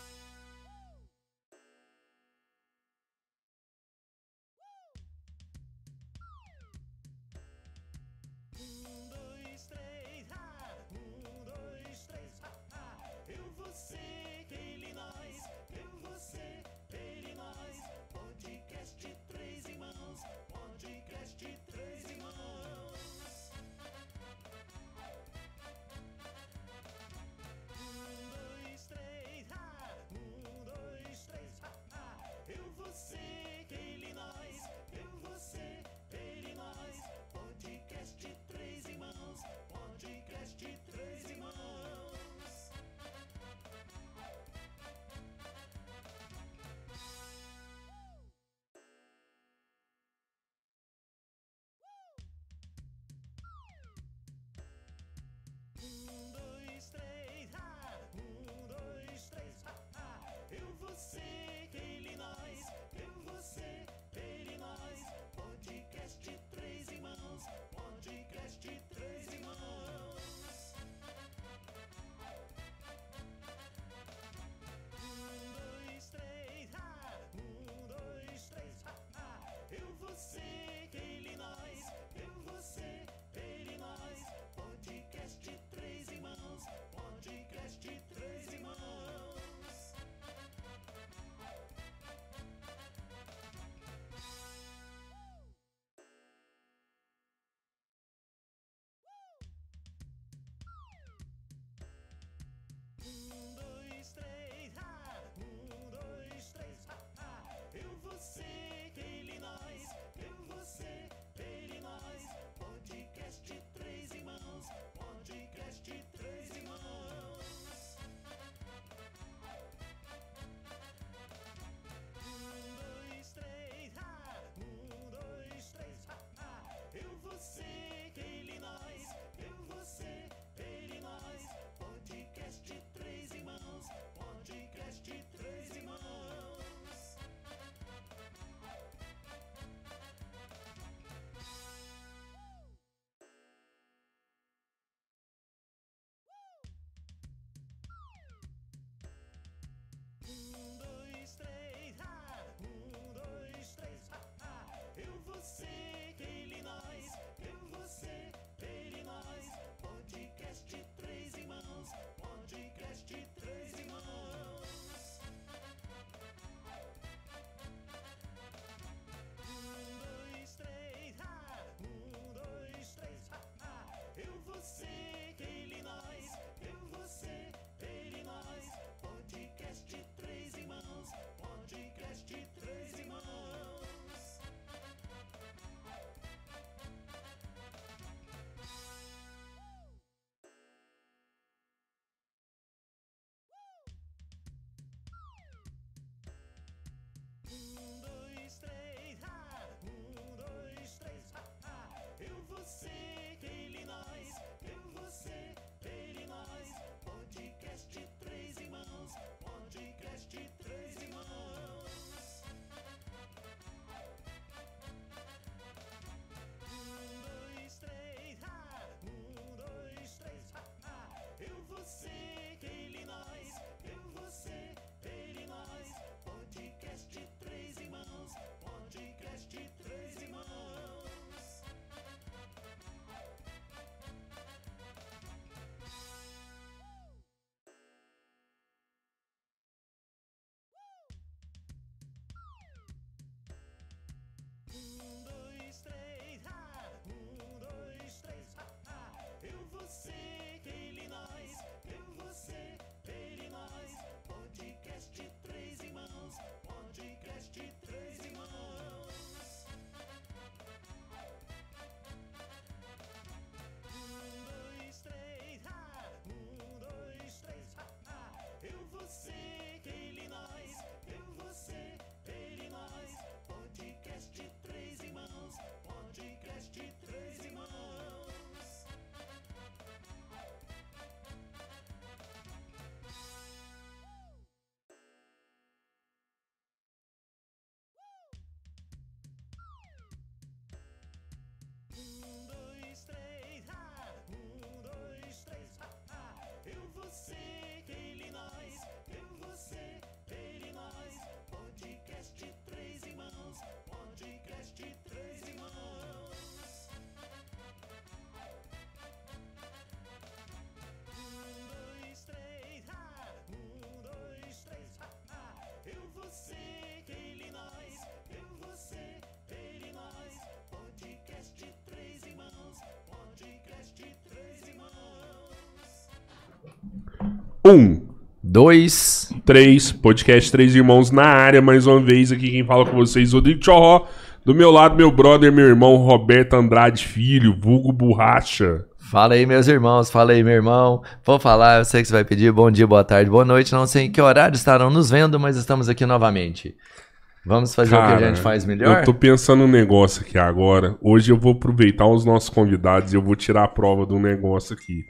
Um, Um, Um, Um, Um, Um, Um, Um, você, ele e nós. Eu, você, ele e nós. Podcast Três Irmãos. Podcast Três Irmãos. Um, dois, três, ha! Um, dois, três, ha, ha! Eu, você, ele e nós. Eu, você, ele e nós. Podcast Três Irmãos. Podcast Três Irmãos. Um, dois, três, ha! Um, dois, três, ha, ha! Eu, você, ele e nós. Eu, você, ele e nós. Podcast Três Irmãos. Podcast Três Irmãos. Um, dois, três, ha! Um, dois, três, ha, ha! Eu, você, ele e nós. Eu, você, ele e nós. Podcast Três Irmãos. Podcast Três Irmãos. Um, dois, três, ha! Um, dois, três, ha, ha! Eu, você, ele e nós. Eu, você, ele e nós. Podcast Três Irmãos. Podcast Três Irmãos. Um, dois, três, ha! Um, dois, três, ha, ha! Eu, você, ele e nós. Eu, você, ele e nós. Podcast Três Irmãos. Podcast Três Irmãos. Um, dois, três, ha! Um, dois, três, ha, ha! Eu, você, ele e nós. Eu, você, ele e nós. Podcast Três Irmãos. Podcast Três Irmãos. Um, dois, três, ha! Um, dois, três, ha, ha! Eu, você, ele e nós. Eu, você, ele e nós. Podcast Três Irmãos. Podcast Três Irmãos. Um, dois, três, ha! Um, dois, três, ha, ha! Eu, você, ele e nós. Eu, você, ele e nós. Podcast Três Irmãos. Podcast Três Irmãos. Um, dois, três, ha! Um, dois, três, ha, ha! Eu, você, ele e nós. Eu, você, ele e nós. Podcast Três Irmãos. Podcast Três Irmãos. Um, dois, três, ha! Um, dois, três, ha, ha! Eu, você, ele e nós. Eu, você, ele e nós. Podcast Três Irmãos. Podcast Três Irmãos. Um, dois, três, ha! Um, dois, três, ha, ha! Eu, você, ele e nós. Eu, você, ele e nós. Podcast Três Irmãos. Podcast Três Irmãos. Um, dois, três, podcast Três Irmãos na área, mais uma vez aqui quem fala com vocês, Rodrigo Chorró, do meu lado, meu brother, meu irmão, Roberto Andrade Filho, vulgo Borracha. Fala aí, meus irmãos, fala aí, meu irmão. Vou falar, eu sei que você vai pedir bom dia, boa tarde, boa noite. Não sei em que horário estarão nos vendo, mas estamos aqui novamente. Vamos fazer o que a gente faz melhor? eu tô pensando um negócio aqui agora. Hoje eu vou aproveitar os nossos convidados e eu vou tirar a prova de um negócio aqui.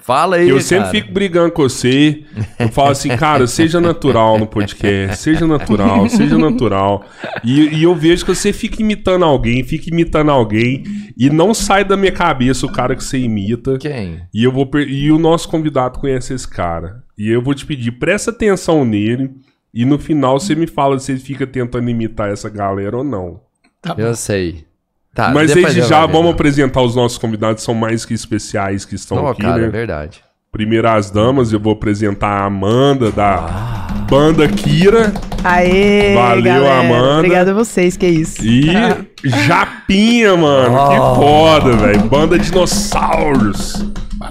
Fala aí, eu sempre cara. fico brigando com você. Eu falo assim, cara, seja natural no podcast, seja natural, seja natural. E, e eu vejo que você fica imitando alguém, fica imitando alguém, e não sai da minha cabeça o cara que você imita. Quem? E eu vou per- e o nosso convidado conhece esse cara. E eu vou te pedir, presta atenção nele, e no final você me fala se ele fica tentando imitar essa galera ou não. Tá bom. Eu sei. Tá, Mas depois desde eu já, vou ver. vamos apresentar os nossos convidados, são mais que especiais que estão Não, aqui, cara, né? é verdade. Primeiro as damas, eu vou apresentar a Amanda da banda Kira Aê, Valeu, galera. Amanda. Obrigado a vocês, que isso. e Japinha, mano. Oh. Que foda, velho. Banda Dinossauros.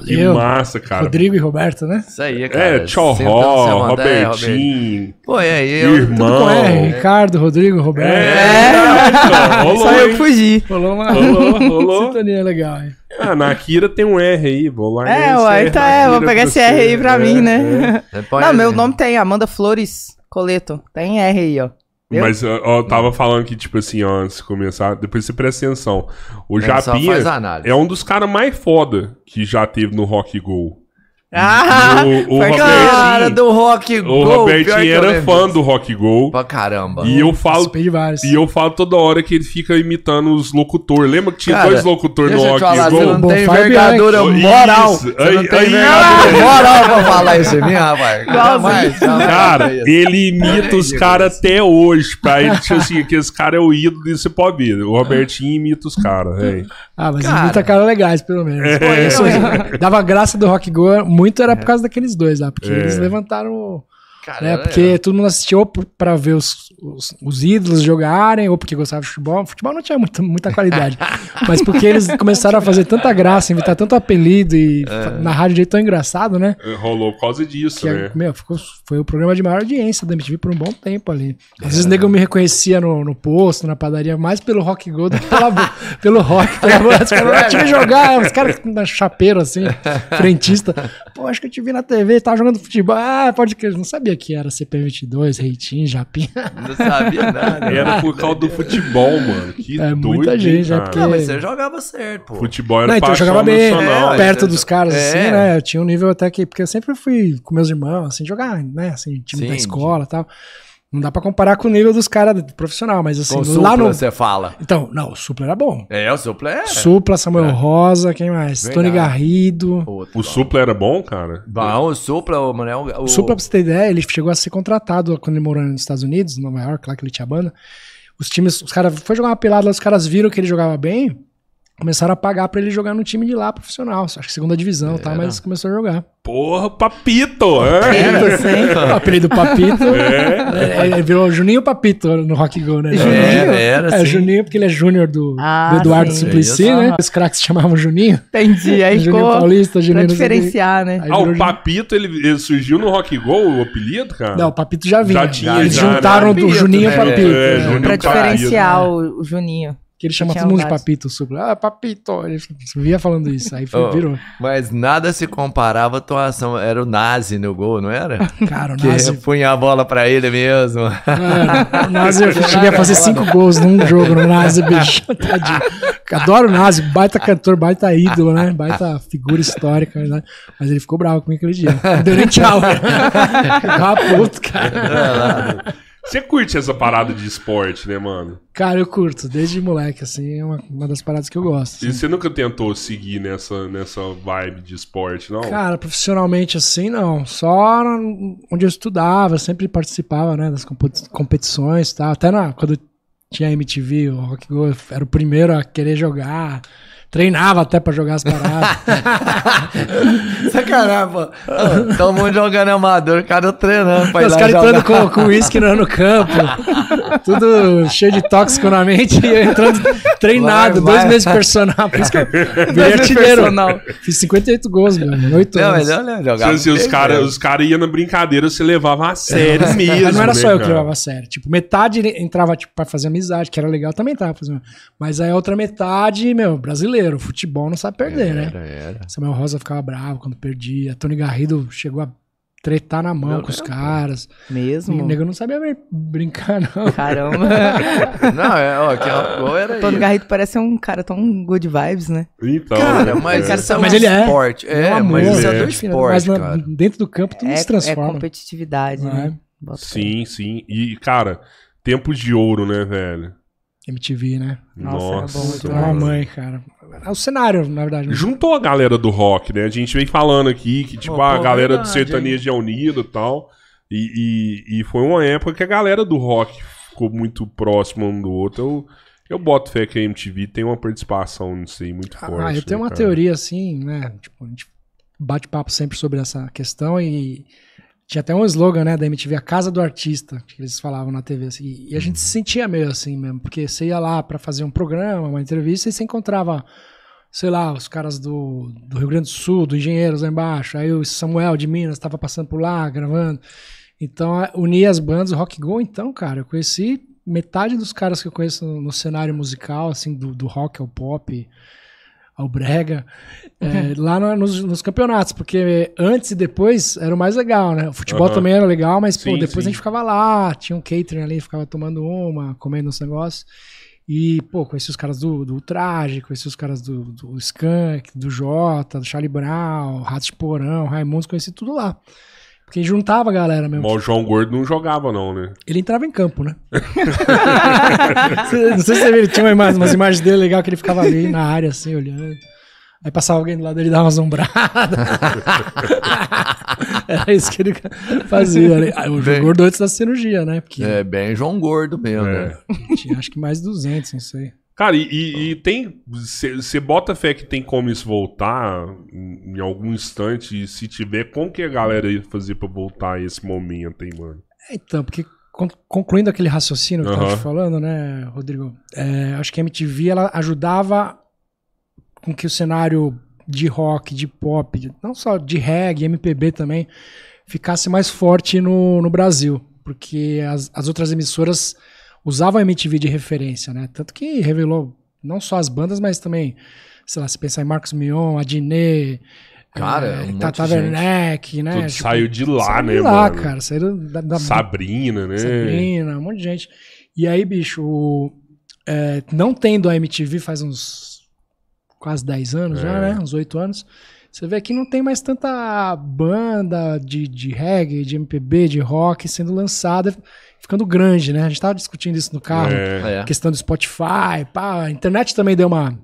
Que massa, cara. Rodrigo e Roberto, né? Isso aí, cara. tá É, Sentamos, Tchorró, Samantha, é, Roberto. Robertinho, Pô, é, eu... Tudo com Irmão. R, Ricardo, Rodrigo, É, Roberto. é. cara, rolou, Só eu que hein? fugi. Rolou uma É. Rolou, rolou. sintonia legal, hein? Ah, na Kira tem um R aí, vou lá. É, esse uai, R então na é, vou Kira pegar esse R aí pra você. mim, É, é. né? Você põe- Não, meu nome tem Amanda Flores Coleto. Tem R aí, ó. Entendeu? Mas, ó, ó, eu tava falando que, tipo assim, ó, antes de começar, depois você presta atenção. O Ele É, só Japinha faz a análise. é um dos caras mais foda que já teve no Rock Go. Ah, E o, o Cara foi um Robertinho, do Rock o Go, pior que Robertinho eu era lembro fã disso. do Rock Go. Pra caramba. E eu falo. Participei de vários. E eu falo toda hora que ele fica imitando os locutores. Lembra que tinha Cara, dois locutores no Deixa eu te Rock falar, você não Go? Bom, tem Fábio envergadura Bianchi. moral. Isso, Você não aí- tem aí- envergadura moral pra falar isso em mim, rapaz. Jamais, jamais. Cara, isso. ele imita os Ridículo caras até hoje. Pra ele, tipo assim, que esse cara é o ídolo e você pode ver. O Robertinho imita os é. caras, velho. Ah, mas Cara. muita cara legais, pelo menos. É. Pô, isso aí. Dava graça do Rock Go, muito era por causa daqueles dois lá, porque É. eles levantaram. o- Cara, Né, era- porque todo mundo assistiu ou por- pra ver os, os, os ídolos jogarem, ou porque gostava de futebol. Futebol não tinha muita, muita qualidade. mas porque eles começaram a fazer tanta graça, inventar tanto apelido e fa- narrar de jeito tão engraçado, né? Rolou por causa disso, Que, né? meu, ficou- foi o programa de maior audiência da MTV por um bom tempo ali. Às É. vezes o nego me reconhecia no, no posto, na padaria, mais pelo rock go do que pela, bo- pelo rock. Pela, voz. os caras, "Ah, te vi jogar, os caras na chapeiro assim, frentista. Pô, acho que eu te vi na TV, tava jogando futebol. Ah, pode crer, não sabia que era CP22, Reitinho, Japinha. Não sabia nada. Era por causa do futebol, mano. Que É, doido, muita hein, gente, é cara. porque- Não, mas você jogava certo, pô. Futebol era Não, então eu paixão jogava bem, nacional. é, perto você- dos caras, é. assim, né? Eu tinha um nível até que. Porque eu sempre fui com meus irmãos, assim, jogar, né? Assim, time Sim. da escola e tal. Não dá pra comparar com o nível dos caras do profissional, mas assim, Com lá supla, no. você fala. Então, não, o Supla era bom. É, o supla é... Supla, Samuel Rosa, quem mais? Verdade. Tony Garrido. Outro, O Supla era bom, cara? Bom, tá. o supla, o Manel... O O Supla, pra você ter ideia, ele chegou a ser contratado quando ele morou nos Estados Unidos, em Nova York, lá que ele tinha banda. Os times, os caras, foi jogar uma pelada lá, os caras viram que ele jogava bem, começaram a pagar pra ele jogar no time de lá profissional, acho que segunda divisão, e tá? Era. Mas começou a jogar. Porra, papito! É. O apelido Papito. É. Ele virou Juninho Papito no Rock Go, né? É, era, É, sim. Juninho, porque ele é júnior do, do assim. Ah, Eduardo sim. Suplicy, Isso. né? Os craques se chamavam Juninho. entendi. Aí Juninho ficou Paulista, pra Juninho. não sei o quê. diferenciar, né? Aí Ah, virou o Juninho. Papito, ele, ele surgiu no Rock Go, o apelido, cara? Não, o Papito já vinha. Já tinha, Eles já, né? juntaram do Papito, Juninho né? e Papito. É, né? Juninho. Pra Juninho diferenciar o, o Juninho. Que ele chama Tinha todo mundo de vários. Papito, super. Ah, Papito. Ele via falando isso. Aí foi, Oh. virou. Mas nada se comparava à atuação. Era o Nazi no gol, não era? Cara, o Que Nazi. punha a bola pra ele mesmo. Mano, É, o Nazi, eu cheguei a fazer cinco gols num jogo no Nazi, bicho. Tadinho. Adoro o Nazi, baita cantor, baita ídolo, né? Baita figura histórica, né? Mas ele ficou bravo comigo aquele dia. Não deu nem tchau. né? Tava puto, cara. Você curte essa parada de esporte, né, mano? Cara, eu curto, desde moleque, assim, é uma, uma das paradas que eu gosto. assim. E você nunca tentou seguir nessa, nessa vibe de esporte, não? Cara, profissionalmente assim, não. Só na- onde eu estudava, sempre participava, né, das compu- competições e tal. Até na, quando eu tinha MTV, o Rock Go, eu era o primeiro a querer jogar. Treinava até pra jogar as paradas. Sacanagem, pô. Todo mundo jogando amador, o cara treinando pra ir Ah. Os lá caras jogar. entrando com, com uísque no, no campo. Tudo cheio de tóxico na mente e eu entrando treinado. Vai, vai. dois meses de personal. Por isso que eu virei meses de artilheiro. personal. Fiz 58 gols, meu. em Oito Não, anos. mas é olha, Tipo jogava. assim, os bem caras mesmo. os cara iam na brincadeira, você levava a sério mesmo. Mas não era só né, eu que cara? levava a sério. Tipo, metade entrava tipo, pra fazer amizade, que era legal, também tava fazendo. Mas aí a outra metade, meu, brasileiro, futebol não sabe perder, né? Era, era. Samuel Rosa ficava bravo quando perdia. Tony Garrido chegou a tretar na mão Meu com os Deus. caras. Mesmo? O nego não sabia brin- brincar, não. Caramba. Não, é, ó, que ó, era Antônio isso. Garrido parece um cara tão good vibes, né? Então. Cara, né, mas cara? isso é um Mas ele é. esporte. É, Um amor, mas isso é ele é. do Mas esporte, na- cara. dentro do campo tudo é, se é transforma. competitividade, Não é? né? Bota fé. Sim, sim. E, cara, tempos de ouro, né, velho? MTV, né? Nossa, era bom Nossa, Então, demais. a mano. mãe, cara. É o cenário, na verdade. Juntou a galera do rock, né? A gente vem falando aqui que, tipo, Pô, a pô, galera do verdade, sertanejo é unida e tal. E, e, e foi uma época que a galera do rock ficou muito próxima um do outro. Eu, eu boto fé que a MTV tem uma participação, não sei, muito forte. Ah, eu tenho né, uma cara? teoria assim, né? Tipo, a gente bate papo sempre sobre essa questão e tinha até um slogan, né, da MTV, a casa do artista, que eles falavam na TV assim. E a Uhum. gente se sentia meio assim mesmo, porque você ia lá pra fazer um programa, uma entrevista e você encontrava sei lá, os caras do, do Rio Grande do Sul, do Engenheiros lá embaixo, aí o Samuel de Minas estava passando por lá, gravando. Então, a- unia as bandas, o Rock Go, então, cara, eu conheci metade dos caras que eu conheço no, no cenário musical, assim, do, do rock ao pop, ao brega, é, lá na- nos, nos campeonatos, porque antes e depois era o mais legal, né? O futebol Aham. também era legal, mas, pô, Sim, depois sim. a gente ficava lá, tinha um catering ali, ficava tomando uma, comendo uns negócios. E, pô, conheci os caras do, do Ultraje, conheci os caras do, do Skank, do Jota, do Charlie Brown, Ratos de Porão, Raimundos, conheci tudo lá. Porque juntava a galera mesmo. Mas o João Gordo não jogava, não, né? Ele entrava em campo, né? Não sei se você viu, ele tinha uma imagem- umas imagens dele legal que ele ficava ali na área, assim, olhando. Aí passava alguém do lado dele e dava uma assombrada. Era isso que ele fazia. né? Aí o Bem- João Gordo antes da cirurgia, né? Porque É bem João Gordo mesmo. É. né? tinha acho que mais 200, não sei. Cara, e, e- e tem. Você bota fé que tem como isso voltar em, em algum instante? E se tiver, como que a galera ia fazer pra voltar a esse momento, hein, mano? Então, porque con- concluindo aquele raciocínio que eu tava Aham. te falando, né, Rodrigo? é, acho que a MTV ela ajudava com que o cenário de rock, de pop, de- não só de reggae, MPB também, ficasse mais forte no, no Brasil. Porque as, as outras emissoras usavam a MTV de referência, né? Tanto que revelou não só as bandas, mas também, sei lá, se pensar em Marcos Mion, Adnet, Cara, um eh, monte Tata de gente. Werneck, né? Tudo Tipo, saiu de lá, saiu né, de lá, mano? cara. Saíram da, da, Sabrina, né? Sabrina, um monte de gente. E aí, bicho, o- é, não tendo a MTV faz uns quase 10 anos já, É. né? Uns 8 anos. Você vê que não tem mais tanta banda de, de reggae, de MPB, de rock sendo lançada, ficando grande, né? A gente tava discutindo isso no carro. É. É. a Questão do Spotify, pá, a internet também deu uma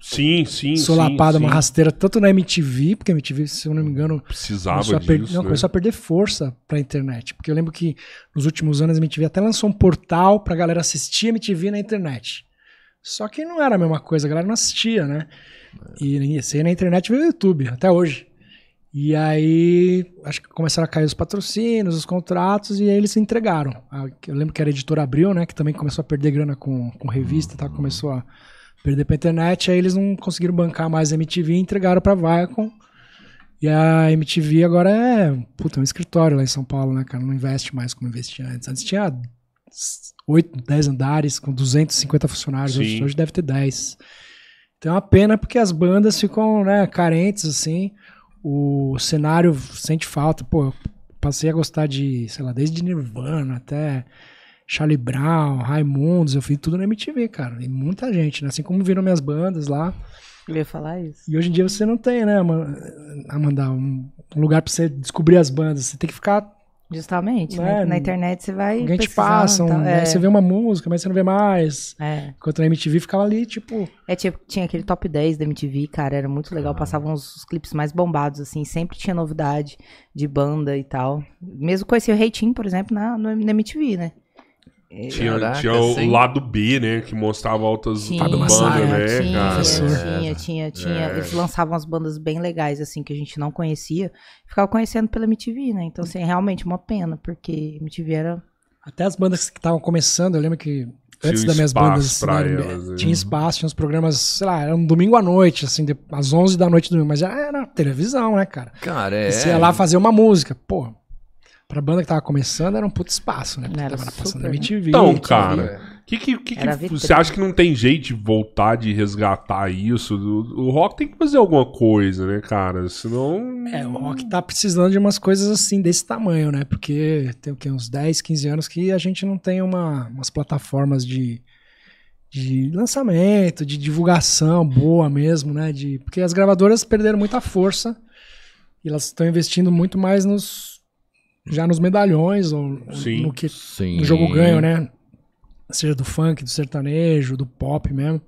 Sim, sim, solapada, sim, uma sim. rasteira, tanto na MTV, porque a MTV, se eu não me engano, Precisava começou a disso, per- não, né? começou a perder força pra internet. Porque eu lembro que nos últimos anos a MTV até lançou um portal pra galera assistir a MTV na internet. Só que não era a mesma coisa, a galera não assistia, né? E isso aí na internet veio o YouTube, até hoje. E aí, acho que começaram a cair os patrocínios, os contratos, e aí eles se entregaram. A- Eu lembro que era a editora Abril, né? Que também começou a perder grana com, com revista, e Uhum. tal, começou a perder pra internet, aí eles não conseguiram bancar mais a MTV e entregaram pra Viacom. E a MTV agora é, puta, um escritório lá em São Paulo, né, cara? Não investe mais como investia antes. Antes tinha 8, 10 andares com 250 funcionários, hoje, Sim. hoje deve ter 10. Então é uma pena porque as bandas ficam, né, carentes, assim. O cenário sente falta. Pô, eu passei a gostar de, sei lá, desde Nirvana até Charlie Brown, Raimundos, eu fiz tudo na MTV, cara. E muita gente, né? Assim como viram minhas bandas lá. Eu ia falar isso. E hoje em dia você não tem, né, Ama- Amanda, um um lugar pra você descobrir as bandas. Você tem que ficar. Justamente, Né? né? Na internet você vai Alguém te pesquisando e passa, um- tal. é. aí você vê uma música, mas você não vê mais. É. Enquanto na MTV ficava ali, tipo. É, tipo, tinha aquele top 10 da MTV, cara, era muito legal. Passavam os, os clipes mais bombados, assim, sempre tinha novidade de banda e tal. Mesmo conheci o Reitinho, por exemplo, na, no- na MTV, né? Tinha, Caraca, tinha o sim. lado B, né? Que mostrava altas Tinha, bandas, Massaro, né, tinha, cara? Professor. tinha, tinha, tinha. É. Eles lançavam umas bandas bem legais, assim, que a gente não conhecia. Ficava conhecendo pela MTV, né? Então, assim, é realmente uma pena, porque MTV era... Até as bandas que estavam começando, eu lembro que Tinha antes um das minhas espaço bandas pra né, elas, né? tinha espaço, tinha uns programas, sei lá, era um domingo à noite, assim, de- às 11 da noite do domingo, mas já era televisão, né, cara? Cara, é. E Você ia lá fazer uma música, pô. Pra banda que tava começando, era um puto espaço, né? Porque Era tava na super, passando né? da MTV. Então, tinha- cara, que que, que, Era que vitrine. você acha que não tem jeito de voltar, de resgatar isso? O, o rock tem que fazer alguma coisa, né, cara? Senão. É, o rock tá precisando de umas coisas assim, desse tamanho, né? Porque tem o quê? Uns 10, 15 anos que a gente não tem uma, umas plataformas de, de lançamento, de divulgação boa mesmo, né? De, porque as gravadoras perderam muita força e elas estão investindo muito mais nos. já nos medalhões, ou ou Sim. no que Sim. no jogo ganho, né? Seja do funk, do sertanejo, do pop mesmo.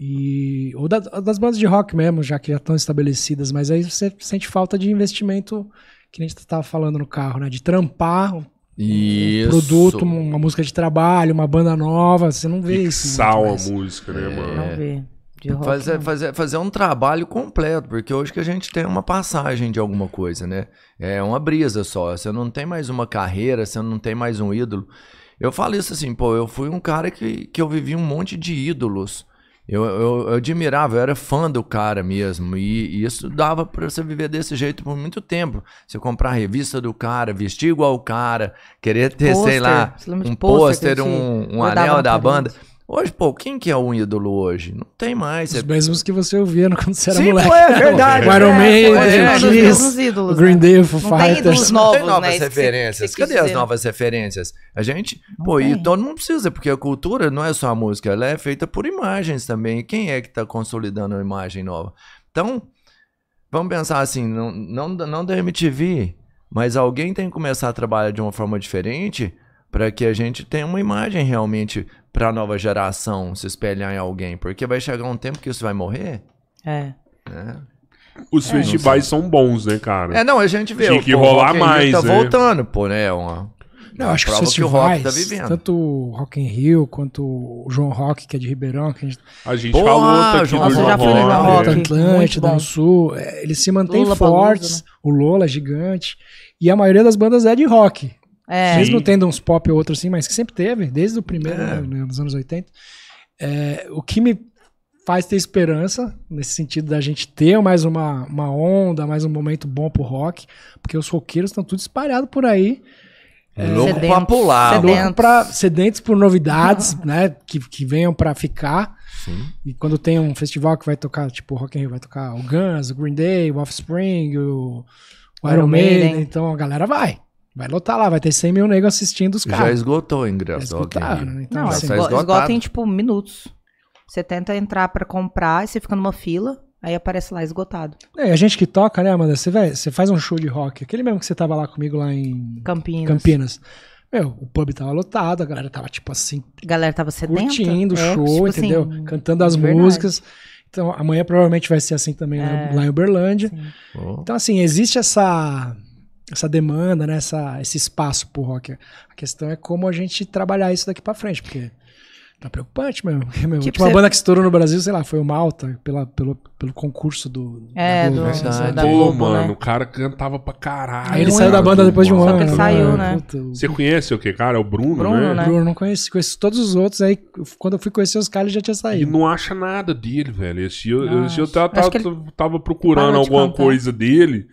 E, ou da- das bandas de rock mesmo, já que já estão estabelecidas, mas aí você sente falta de investimento que a gente estava falando no carro, né? De trampar um Isso. produto, um uma música de trabalho, uma banda nova, você não vê isso. Fixar muito a mais. música, né, mano? Não vê. De rock, né? Fazer, não. fazer, fazer um trabalho completo, porque hoje que a gente tem uma passagem de alguma coisa, né? É uma brisa só. Você não tem mais uma carreira, você não tem mais um ídolo. Eu falo isso assim, pô, eu fui um cara que, que eu vivi um monte de ídolos. Eu, eu, eu admirava, eu era fã do cara mesmo. E, e isso dava pra você viver desse jeito por muito tempo. Você comprar a revista do cara, vestir igual o cara, querer ter, sei Pôster. lá, Você lembra de um pôster que pôster, a gente um, um grudava anel na da parede? banda. Hoje, pô, quem que é o ídolo hoje? Não tem mais. Os Você mesmos que você ouvia quando você era Sim, moleque. pô, é verdade. O Iron É, Maiden, é, é, o nós é, Kiss, temos ídolos, o Green né? Day, o Foo Não tem ídolos Fighters. novos, tem novas né? Isso que você- referências. você quis Cadê as dizer, né? novas referências? A gente, Não pô, tem. e todo mundo precisa, porque a cultura não é só a música, ela é feita por imagens também. Quem é que tá consolidando a imagem nova? Então, vamos pensar assim, não, não, da- não da MTV, mas alguém tem que começar a trabalhar de uma forma diferente para que a gente tenha uma imagem realmente para a nova geração se espelhar em alguém, porque vai chegar um tempo que isso vai morrer, É. né? É. Os festivais são bons, né, cara? É, não, a gente vê. Tinha o- que pô, o rolar Rock in Rio mais, Tá né? voltando, pô, né? Uma, Não, acho que os prova que o rock festivais, tá vivendo. tanto o Rock in Rio quanto o João Rock, que é de Ribeirão, que a gente A gente Porra, falou tá aqui João, do Nossa, eu João já fui no João Rock. Rock. Rota, né? muito Atlântida, bom. né? no Sul, é, eles se mantêm Lollapalooza, fortes, o Lola é gigante, e a maioria das bandas é de rock. É. Mesmo Sim. tendo uns pop ou outro assim, mas que sempre teve, desde o primeiro, É. né, nos anos 80. É, o que me faz ter esperança, nesse sentido da gente ter mais uma, uma onda, mais um momento bom pro rock, porque os roqueiros estão tudo espalhados por aí, É. louco Sedentos, pra pular, sedentos. mano. louco pra, sedentos por novidades, né, que, que venham pra ficar. Sim. E quando tem um festival que vai tocar, tipo, Rock in Rio vai tocar o Guns, o Green Day, o Offspring, o, o Iron Iron Maiden, Maiden. então a galera vai. Vai lotar lá, vai ter 100 mil negros assistindo os Já caras. esgotou o Já ingresso do Rock in escutaram, Rio. né? Então, Não, assim, tá esgo- esgotado. esgota em tipo minutos. Você tenta entrar pra comprar e você fica numa fila, aí aparece lá esgotado. é, a gente que toca, né, Amanda? Você, vai, você faz um show de rock, aquele mesmo que você tava lá comigo lá em Campinas. Campinas. Meu, o pub tava lotado, a galera tava, tipo assim, Galera tava sedenta. curtindo o é, show, tipo assim, entendeu? Cantando as verdade. É. músicas. Então, amanhã provavelmente vai ser assim também lá- lá em Uberlândia. Sim. Pô. Então, assim, existe essa, essa demanda, né? Essa, esse espaço pro rock. A questão é como a gente trabalhar isso daqui pra frente, porque tá preocupante mesmo. Porque, meu, a Tipo, última você- banda que estourou no Brasil, sei lá, foi o Malta, pela, pelo, pelo concurso do. da É, Globo, do, assim, sabe? da Pô, Globo, mano, né? o cara cantava pra caralho. é Aí ele saiu da cara, banda do depois de um mal. ano. que ele saiu, né? Puta, o- Você conhece o que, cara? É o Bruno, Bruno, né? né? Bruno, não conheci, conheci todos os outros. Aí, quando eu fui conhecer os caras, ele já tinha E saído. não acha nada dele, velho. Esse dia, Não esse dia eu acha. tava, Acho tava, que ele tava procurando parou de alguma cantar. coisa dele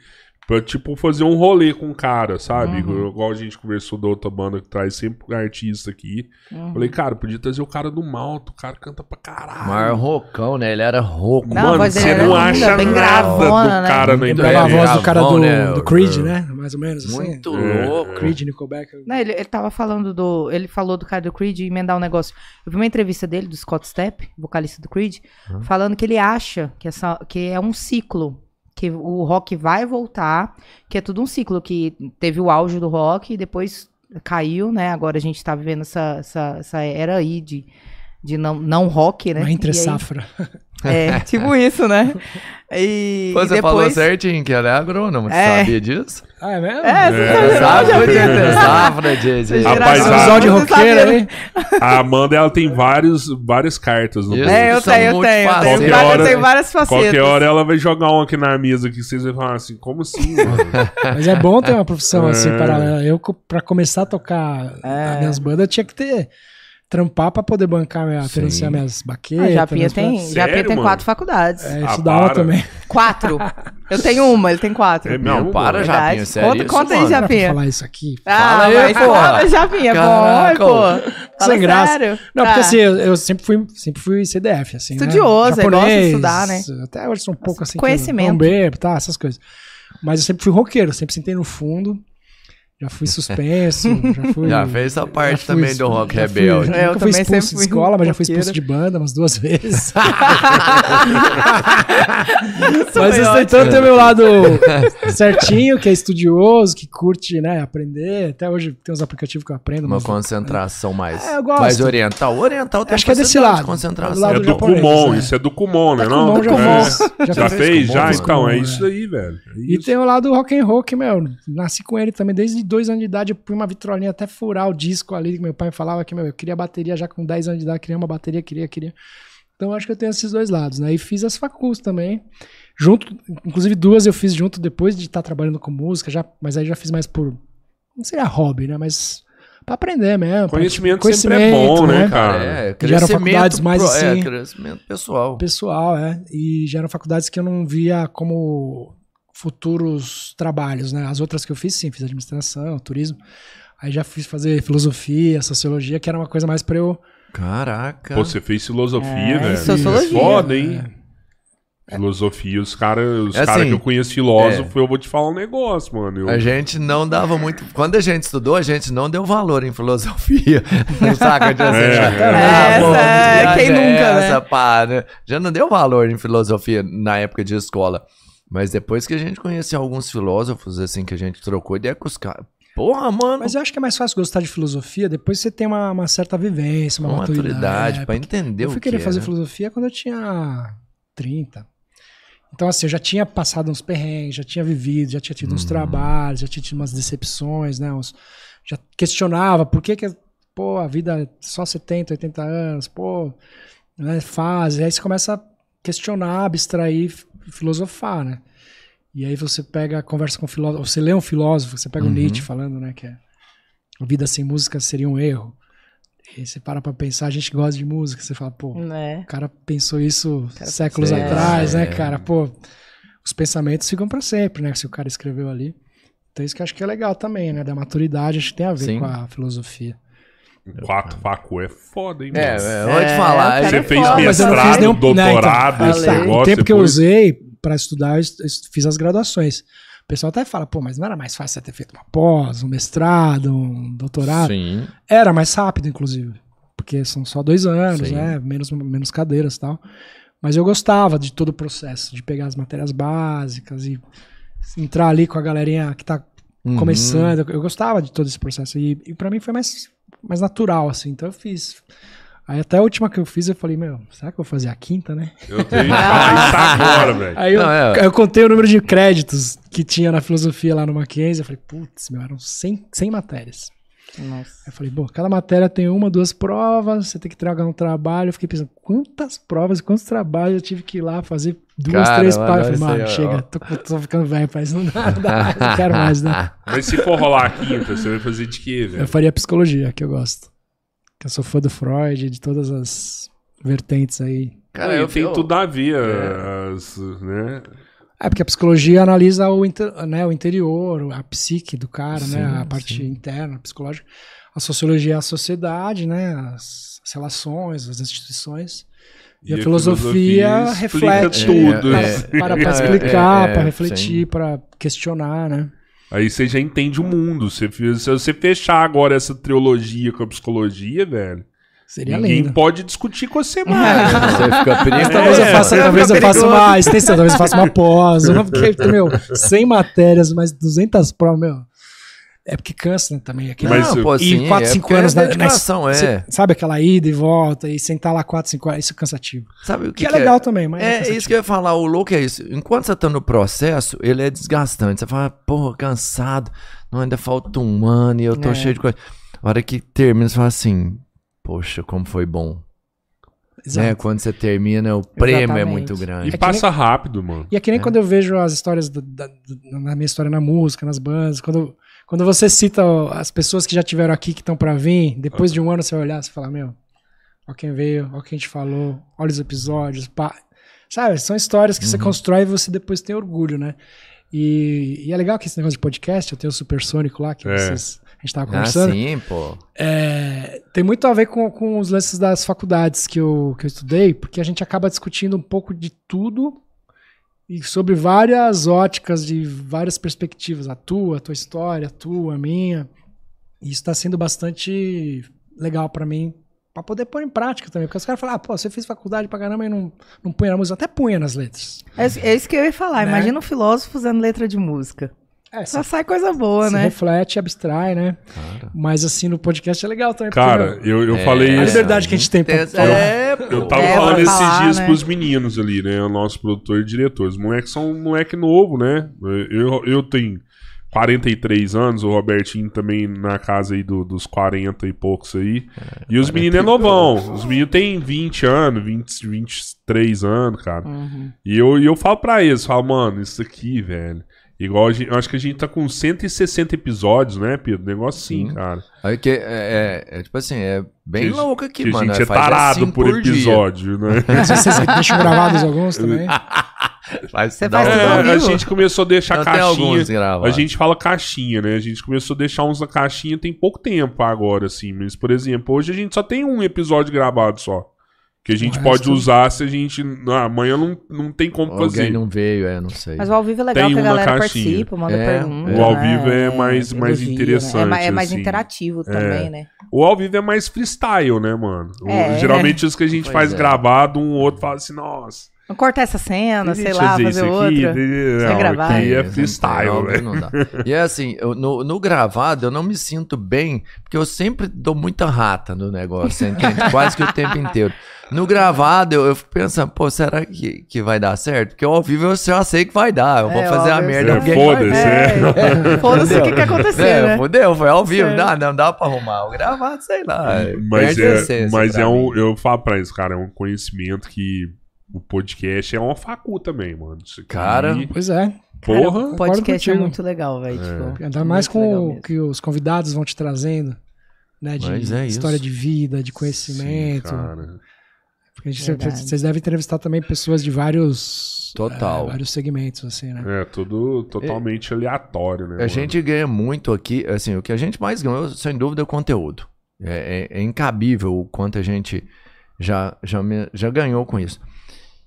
pra, tipo, fazer um rolê com o cara, sabe? Uhum. Igual a gente conversou da outra banda que traz sempre artista aqui. Uhum. Falei, cara, podia trazer o cara do Malto. O cara canta pra Ah. caralho. Mas rocão, né? Ele era rouco. Não, a Mano, voz dele você era não linda, acha bem nada gravona, do né? cara na Lembrava a É, voz internet. do cara do, gravão, né? do Creed, Eu- né? Mais ou menos assim. Muito É. louco. Creed, Nickelback. Não, Né, ele, ele tava falando do. Ele falou do cara do Creed e emendar um negócio. Eu vi uma entrevista dele, do Scott Stepp, vocalista do Creed, Uhum. falando que ele acha que, essa, que é um ciclo. Que o rock vai voltar, que é tudo um ciclo, que teve o auge do rock e depois caiu, né? Agora a gente tá vivendo essa, essa, essa era aí de, de não, não rock, né? Uma E entre aí- safra. É, tipo isso, né? E, Pô, e você depois... falou certinho que ela é agrônoma, você É. sabia disso? Ah, é mesmo? É, você É. sabe, Essa Safra de É. safra de- de- Rapaz, geração- a- vocês Episódio roqueiro sabiam. aí. A Amanda, ela tem vários, várias cartas no Isso. bolso. É, eu São tenho, eu muito tenho. Eu facetas. tenho, Qualquer várias- hora- eu tenho várias facetas. Qualquer hora ela vai jogar um aqui na mesa que vocês vão falar assim, como assim, mano? Mas é bom ter uma profissão assim É. paralela. Eu, co- pra começar a tocar É. as minhas bandas, eu tinha que ter. Trampar pra poder bancar, minha, Sim. financiar minhas baquetas. É, tá Ah, Japinha minhas tem, pra- Japinha Sério, tem mano? quatro faculdades. É, Ah, estudava para. também. Quatro. Eu tenho uma, ele tem quatro. É Não, mesmo, mano. para, Verdade. Japinha, sério Conta- isso, conta aí, mano? Japinha. Pra falar isso aqui. Ah, Fala aí, mas porra. fala, Japinha, Caraca, bom, pô. Fala Sem graça. sério. Não, Tá. porque assim, eu, eu sempre fui, sempre fui CDF, assim. Estudioso, aí gosta de né? Japonês, estudar, né? Até hoje sou um pouco Nossa, assim. conhecimento. que eu Não bebo, tá? Essas coisas. Mas eu sempre fui roqueiro, sempre sentei no fundo. Já fui suspenso, já fui. Já fez essa parte já fui também do expu- rock já fui- rebelde. É, Eu Nunca também fui expulso sempre de fui escola, mas já fui expulso roqueiro. de banda umas duas vezes. Isso Mas foi vocês ótimo. tentando ter meu lado certinho, que é estudioso, que curte, né, aprender. Até hoje tem uns aplicativos que eu aprendo. Uma mas- concentração mais, É, eu gosto. mais oriental. Oriental tem Acho que é desse facilidade de lado. Concentração. Do É lado do do japonês, Kumon, né? isso é do Kumon, né? Tá Não? É. Kumon, já fiz. Já Já fiz fez? Kumon, Já? fiz Então, Kumon, é é. isso aí, velho. É E isso. tem o lado rock and roll, que, meu, nasci com ele também desde dois anos de idade. Eu pus uma vitrolinha até furar o disco ali, que meu pai falava que, meu, eu queria bateria já com 10 anos de idade, queria uma bateria, queria, queria. Então acho que eu tenho esses dois lados, né? E fiz as facus também. Junto, inclusive duas eu fiz junto depois de estar trabalhando com música, já, mas aí já fiz mais por. Não seria hobby, né? Mas pra aprender mesmo. pra- Conhecimento, sempre é conhecimento, bom, né, né? cara? É, Tiveram crescimento, faculdades mais pro- é, assim. crescimento pessoal. pessoal, é. E já eram faculdades que eu não via como futuros trabalhos, né? As outras que eu fiz, sim, fiz administração, turismo. Aí já fiz fazer filosofia, sociologia, que era uma coisa mais pra eu. Caraca. Pô, você fez filosofia, É, velho. e sociologia. Foda, hein? Filosofia, os caras os né? É assim, é. cara que eu conheço filósofo, eu vou te falar um negócio, mano. Eu, A gente não dava muito. Quando a gente estudou, a gente não deu valor em filosofia. Saca? Tipo assim, É, já- é. Ah, bom, Essa, viagem quem é nunca, né? essa, pá, né? Já não deu valor em filosofia na época de escola. Mas depois que a gente conheceu alguns filósofos, assim, que a gente trocou ideia com os caras. Porra, mano. Mas eu acho que é mais fácil gostar de filosofia depois você tem uma, uma certa vivência, uma, uma maturidade. maturidade pra entender Eu o fui que querer é, fazer né? filosofia quando eu tinha 30. Então, assim, eu já tinha passado uns perrengues, já tinha vivido, já tinha tido uns Uhum. trabalhos, já tinha tido umas decepções, né? Uns- já questionava por que, que pô, a vida é só 70, 80 anos, pô, né, fase. Aí você começa a questionar, abstrair, f- filosofar, né? E aí você pega, conversa com um filósofo, você lê um filósofo, você pega Uhum. o Nietzsche falando, né, que é, a vida sem música seria um erro. E aí você para pra pensar, a gente que gosta de música, você fala, pô, Né? o cara pensou isso Cara, séculos sei lá, atrás, é. né, cara? Pô, os pensamentos ficam pra sempre, né? Se o cara escreveu ali. Então isso que eu acho que é legal também, né? Da maturidade, acho que tem a ver Sim. com a filosofia. Quatro facu é foda, hein, É, mano? é, eu vou te É, falar. cara, Você é fez foda, mas eu não fiz Ah, mestrado, nenhum- né, doutorado, Não, então, esse falei. negócio. o tempo que eu depois- usei pra estudar, eu est- eu est- fiz as graduações. O pessoal até fala, pô, mas não era mais fácil você ter feito uma pós, um mestrado, um doutorado? Sim. Era mais rápido, inclusive. Porque são só dois anos, Sim. né? Menos, menos cadeiras e tal. Mas eu gostava de todo o processo, de pegar as matérias básicas e entrar ali com a galerinha que tá Uhum. começando. Eu- Eu gostava de todo esse processo. E, e para mim foi mais, mais natural, assim. Então eu fiz. Aí até a última que eu fiz, eu falei, meu, será que eu vou fazer a quinta, né? Eu tenho que falar isso agora, velho. Aí eu, Não, é. eu contei o número de créditos que tinha na filosofia lá no Mackenzie. Eu falei, putz, meu, eram 100, 100 matérias. Nossa. Aí eu falei, bom, cada matéria tem uma, duas provas, você tem que tragar um trabalho. Eu fiquei pensando, quantas provas, quantos trabalhos eu tive que ir lá fazer duas, Cara, três olha páginas. Eu isso aí, Falei, mano, ó. chega, tô, tô ficando velho, parece não dá, não dá mais, não quero mais, né? Mas se for rolar a quinta, você vai fazer de quê, Eu É velho? faria psicologia, que eu gosto. Que eu sou fã do Freud, de todas as vertentes aí. Cara, Aí eu tem eu- tudo a ver, É. as, né? É, porque a psicologia analisa o, inter- né, o interior, a psique do cara, né? A Sim, parte sim. interna, psicológica. A sociologia é a sociedade, né? As, as relações, as instituições. E, a, filosofia, né? explica reflete tudo. Para, É, para, é, pra explicar, é, para sim. refletir, para questionar, né? Aí você já entende o mundo. Você, fe- se você fechar agora essa trilogia com a psicologia, velho, Seria ninguém lindo. pode discutir com você mais. velho. É, Você fica perigoso. Talvez eu É, faça, é talvez tá eu faça perigoso. uma extensão, talvez eu faça uma pós. Eu não fiquei, meu, 100 matérias, mas 200 provas, meu. É porque cansa né, também. Aquele, Mas- Não, pô, e sim, assim, quatro, é cinco porque é anos na- na- dedicação, cê- é. sabe aquela ida e volta e sentar lá 4, 5 horas? Isso é cansativo. Sabe o Que, é legal também, mas. É, cansativo. isso que eu ia falar, o louco é isso. Enquanto você tá no processo, ele é desgastante. Você fala, porra, cansado, não ainda falta um ano e eu tô É. cheio de coisa. A hora que termina, você fala assim, poxa, como foi bom. Exato. Né? Quando você termina, o prêmio é Exatamente. muito E grande. que passa rápido, mano. E é que nem quando eu vejo as histórias do- da, do- na minha história na música, nas bandas, quando, quando você cita o- as pessoas que já tiveram aqui, que estão pra vir, depois de um ano você vai olhar e fala, meu, ó quem veio, ó quem a gente falou, olha os episódios, pá. Sabe, são histórias que você constrói e você depois tem orgulho, né? E, e é legal que esse negócio de podcast, eu tenho o Supersônico lá, que É. vocês, a gente tava Ah, conversando. sim, pô. É, tem muito a ver com, com os lances das faculdades que eu, que eu estudei, porque a gente acaba discutindo um pouco de tudo e sobre várias óticas, de várias perspectivas. A tua, a tua história, a tua, a minha. E isso está sendo bastante legal para mim, para poder pôr em prática também. Porque os caras falam, ah, pô, você fez faculdade pra caramba e não, não punha na música. Eu Até punha nas letras. É, isso- é isso que eu ia falar. Né? Imagina um filósofo usando letra de música. É, Só se, sai coisa boa, se Tá é né? reflete, abstrai, né? Cara. Mas assim, no podcast é legal também. porque Cara, eu, eu É, falei a isso. liberdade que a gente tem pra falar. É, pô. Eu tava É, pra falando esses falar, dias né? pros meninos ali, né? O nosso produtor e diretor. Os moleques são um moleque novo, né? Eu, eu tenho 43 anos, o Robertinho também na casa aí do- dos 40 e poucos aí. e os meninos é novão. Os meninos têm 20 anos, 20, 23 anos, cara. Uhum. E eu, e eu falo pra eles, falo, mano, isso aqui, velho. Igual a gente, eu acho que a gente tá com 160 episódios, né, Pedro? Negócio assim, Sim. cara. Aí que, é, é, é, tipo assim, é bem Que a gente- louco aqui, que mano. a gente é faz tarado assim por dia. episódio, né? Vocês deixam gravados alguns também. Ah, Faz, Você dá faz um- tudo ao É, a vivo? gente começou a deixar Não, tem caixinha. alguns gravados. A gente fala caixinha, né? A gente começou a deixar uns na caixinha tem pouco tempo agora, assim. Mas, por exemplo, hoje a gente só tem um episódio gravado só. Que a gente O pode resto- usar se a gente. Ah, amanhã não, não tem como é um Alguém fazer. não veio, é, não sei. Mas o ao vivo é legal Tem que a uma galera caixinha. participa, manda É, pergunta. O ao né? vivo é mais- mais Elogia, né? É, interessante, ma- é mais assim. interativo também, né? O ao vivo é mais freestyle, né, mano? O- É. Geralmente os que a gente Pois faz é. gravado, um ou outro fala assim, nossa. Vamos cortar essa cena, sei deixa eu lá, fazer fazer, isso aqui, outra. deixa- sem não, gravar. aqui é não freestyle, tem, velho. não, não dá. E é assim, eu- no, no gravado eu não me sinto bem, porque eu sempre dou muita rata no negócio, você entende? Quase que o tempo inteiro. No gravado eu, eu fico pensando, pô, será que, que vai dar certo? Porque ao vivo eu já sei que vai dar, eu vou É, fazer a óbvio, merda, né? alguém vai foda-se, É, é. Foda-se o que, que aconteceu, É, né? fudeu, foi ao vivo, Sério. não, não dá pra arrumar. O gravado, sei lá. Mas perde a é, essência mas pra é um. mim. Eu falo pra isso, cara, é um conhecimento que o podcast é uma facu também, mano. Isso aqui- um Cara, Pois é. porra. O concordo podcast é contigo. muito legal, velho. Tipo, Ainda mais muito legal com o mesmo. que os convidados vão te trazendo, né? De Mas é isso. história de vida, de é um conhecimento. Sim, cara. Porque a gente- Verdade. vocês devem entrevistar também pessoas de vários. Total. é, vários segmentos, assim, né? É, tudo totalmente aleatório, né? A mano? gente ganha muito aqui, assim, o que a gente mais ganhou, sem dúvida, é o conteúdo. É, é- é incabível o quanto a gente já, já, me- já ganhou com isso.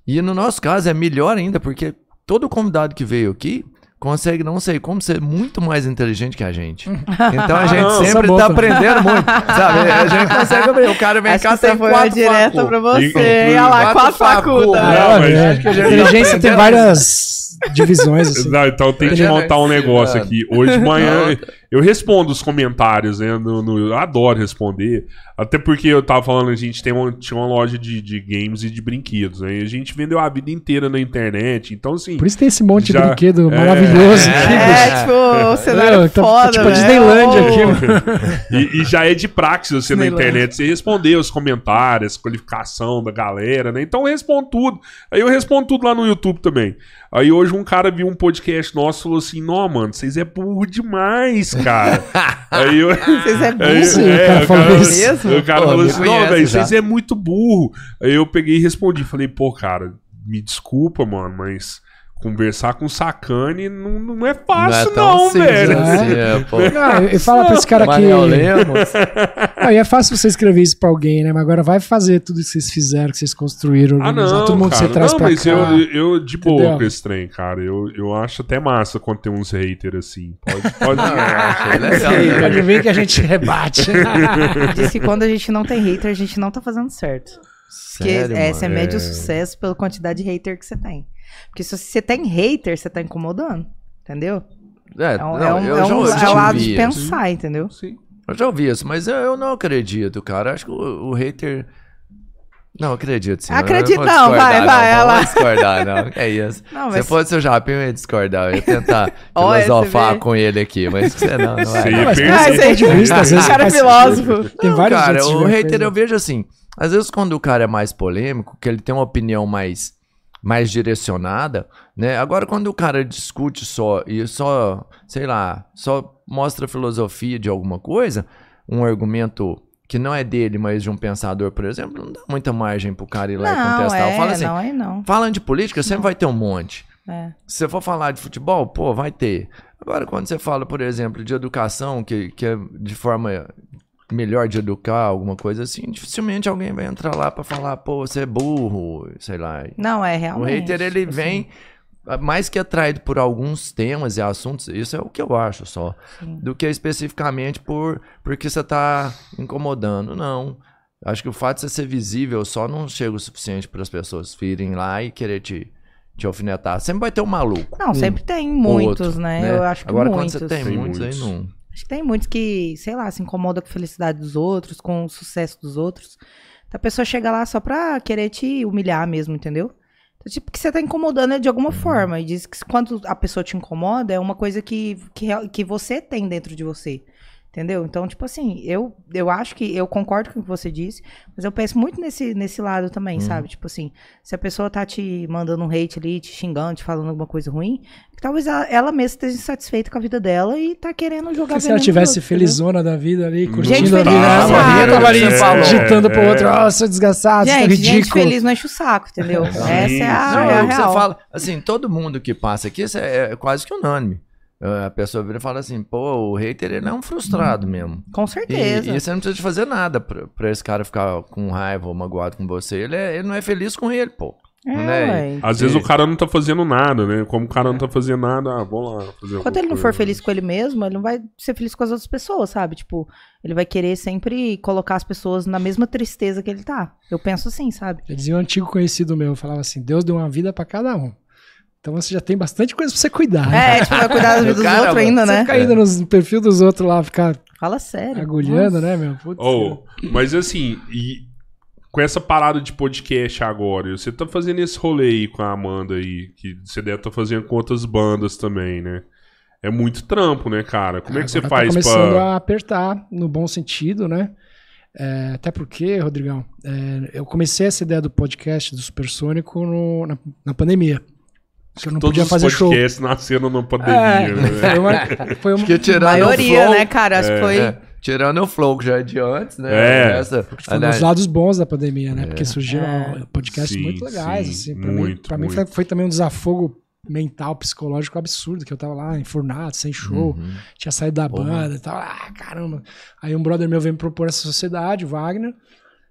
E no nosso caso é melhor ainda, porque todo convidado que veio aqui consegue, não sei como, ser muito mais inteligente que a gente. Então a gente não, isso é sempre bom tá também. aprendendo muito, sabe? A gente consegue aprender. O cara vem Acho cá, que você tem foi quatro direta facu. pra Inclu- você. Olha lá, quatro quatro facu, faculdades. né? Ah, Não, mas é. acho que a gente tá Inteligência tem aprendendo. várias divisões, assim. Não, então tem que Já montar um nasci, negócio mano. aqui. Hoje de manhã eu respondo os comentários, né? no- no- eu adoro responder. Até porque eu tava falando, a gente tem uma, tinha uma loja de, de games e de brinquedos, né? E a gente vendeu a vida inteira na internet. Então, assim. Por isso tem esse monte Já- de brinquedo é. maravilhoso. aqui, bicho. É, tipo, o cenário Meu, tá- foda, né? tipo né? a velho. Disneylândia aqui, mano. E, e já é de praxe você na Disneyland. internet, você responder os comentários, qualificação da galera, né? Então eu respondo tudo. Aí eu respondo tudo lá no YouTube também. Aí hoje um cara viu um podcast nosso e falou assim: Não, mano, vocês é burro demais, cara. Aí eu. Vocês é burro. Aí, Isso, assim, o cara falou É isso. Mesmo? o cara Pô, falou me assim: não, conhece velho, já." vocês é muito burro. Aí eu peguei e respondi. Falei, pô, cara, me desculpa, mano, mas conversar com sacane não, não é fácil, tão não, simples velho. assim, é, pô. Não, eu, eu falo pra esse cara que. Manuel Lemos. Aí é fácil você escrever isso pra alguém, né? Mas agora vai fazer tudo que vocês fizeram, que vocês construíram, Ah, organizar. não, todo mundo que cara. você traz não, pra mas cá. eu, eu de boa Entendeu? com esse trem, cara. Eu, eu acho até massa quando tem uns haters assim. Pode, pode... Ah, achei legal, É, Aí, né? pode ver que a gente rebate. Diz que quando a gente não tem hater, a gente não tá fazendo certo. Porque Sério, é, mano. você mede o sucesso pela quantidade de hater que você tem. Porque se você tem hater, você tá incomodando. Entendeu? É, É um, não, é um, eu é já- um- eu é já um lado ouvi de isso. pensar, entendeu? Eu já ouvi isso, mas eu, eu não acredito, cara. Acho que o, o hater. Não, acredito sim. Eu Acredito vou não, discordar, vai, vai, não, olha lá. Não vou discordar, não. É isso. Não, Se mas fosse o Japinho, eu ia discordar. Eu ia tentar Olha, você filosofar vê. com ele aqui, mas você não, não Você ia vai. Mas per- tem Ah, esse sei. ponto de vista, às vezes. Cara é faz- filósofo. Tem Não, vários cara, jeitos de o ver a hater é coisa. eu vejo assim. Às vezes quando o cara é mais polêmico, que ele tem uma opinião mais mais direcionada, né? Agora quando o cara discute só e só, sei lá, só mostra filosofia de alguma coisa, um argumento que não é dele, mas de um pensador, por exemplo, não dá muita margem pro cara ir lá e Não, contestar. é, Fala assim, não é não. falando de política, sempre vai ter um monte. É. Se você for falar de futebol, pô, vai ter. Agora, quando você fala, por exemplo, de educação, que, que é de forma melhor de educar, alguma coisa assim, dificilmente alguém vai entrar lá pra falar, pô, você é burro, sei lá. Não, é O realmente. hater, ele assim, vem mais que atraído por alguns temas e assuntos, isso é o que eu acho só, Sim. do que especificamente por porque você tá incomodando, não. Acho que o fato de você ser visível só não chega o suficiente para as pessoas virem lá e querer te, te alfinetar. Sempre vai ter um maluco. Não, sempre tem ou muitos, outro, né? Eu acho que Agora, muitos. quando você tem, Tem muitos, aí muitos. não. Acho que tem muitos que, sei lá, se incomoda com a felicidade dos outros, com o sucesso dos outros. Então, a pessoa chega lá só pra querer te humilhar mesmo, entendeu? Então, tipo, que você tá incomodando ele de Uhum. alguma forma. E diz que quando a pessoa te incomoda, é uma coisa que, que, real- que você tem dentro de você. Entendeu? Então, tipo assim, eu, eu acho que eu concordo com o que você disse, mas eu penso muito nesse, nesse lado também, Uhum. sabe? Tipo assim, se a pessoa tá te mandando um hate ali, te xingando, te falando alguma coisa ruim, que talvez ela, ela mesma esteja insatisfeita com a vida dela e tá querendo jogar Porque se veneno ela nos tivesse outros, entendeu? felizona da vida ali, Hum. curtindo Gente Tá, a vida, feliz ela não sabe, tava ali é, é, digitando pro outro, ó, seu desgraçado, seu Gente, gente ridículo. feliz não enche o saco, entendeu? Sim, Essa é a, não, é a é o que real. você fala. Assim, todo mundo que passa aqui, isso é, é quase que unânime. Ah, A pessoa vira e fala assim, pô, o hater ele é um frustrado Uhum. mesmo. Com E, certeza. e você não precisa de fazer nada pra, pra esse cara ficar com raiva ou magoado com você. Ele, é- ele não é feliz com ele, pô. É, né? ué. Às vezes o cara não tá fazendo nada, né? Como o cara não tá fazendo nada, ah, vamos lá fazer alguma Enquanto ele não for coisa. feliz com ele mesmo, ele não vai ser feliz com as outras pessoas, sabe? Tipo, ele vai querer sempre colocar as pessoas na mesma tristeza que ele tá. Eu penso assim, sabe? Já dizia um antigo conhecido meu, falava assim, Deus deu uma vida pra cada um. Então você já tem bastante coisa pra você cuidar. né? É, tipo, vai cuidar da vida dos Cara, outros mano, ainda, Você né? fica ainda nos- no perfil dos outros lá, ficar Fala sério. agulhando, Nossa. né, meu? Putz, Oh, mas assim, e com essa parada de podcast agora, você tá fazendo esse rolê aí com a Amanda aí, que você deve tá fazendo com outras bandas também, né? É muito trampo, né, cara? Como é que você Agora faz tá começando pra. a apertar, no bom sentido, né? É, até porque, Rodrigão, é, eu comecei essa ideia do podcast do Supersônico no- na, na pandemia. Que eu não Todos podia os fazer show. podcasts nascendo na É, pandemia, né? foi uma, foi uma- Acho que tirando A o maioria, flow, né, cara? Acho que foi. é, tirando o flow que já é de antes, né? É. Essa, foi um dos aliás, lados bons da pandemia, né? Porque surgiram podcasts Sim, muito legais. sim, assim, pra mim, muito, pra mim foi, muito. foi também um desafogo mental, psicológico absurdo, que eu tava lá enfurnado, sem show. uhum. tinha saído da Porra. banda e tal. Ah, caramba. Aí um brother meu veio me propor essa sociedade, o Wagner.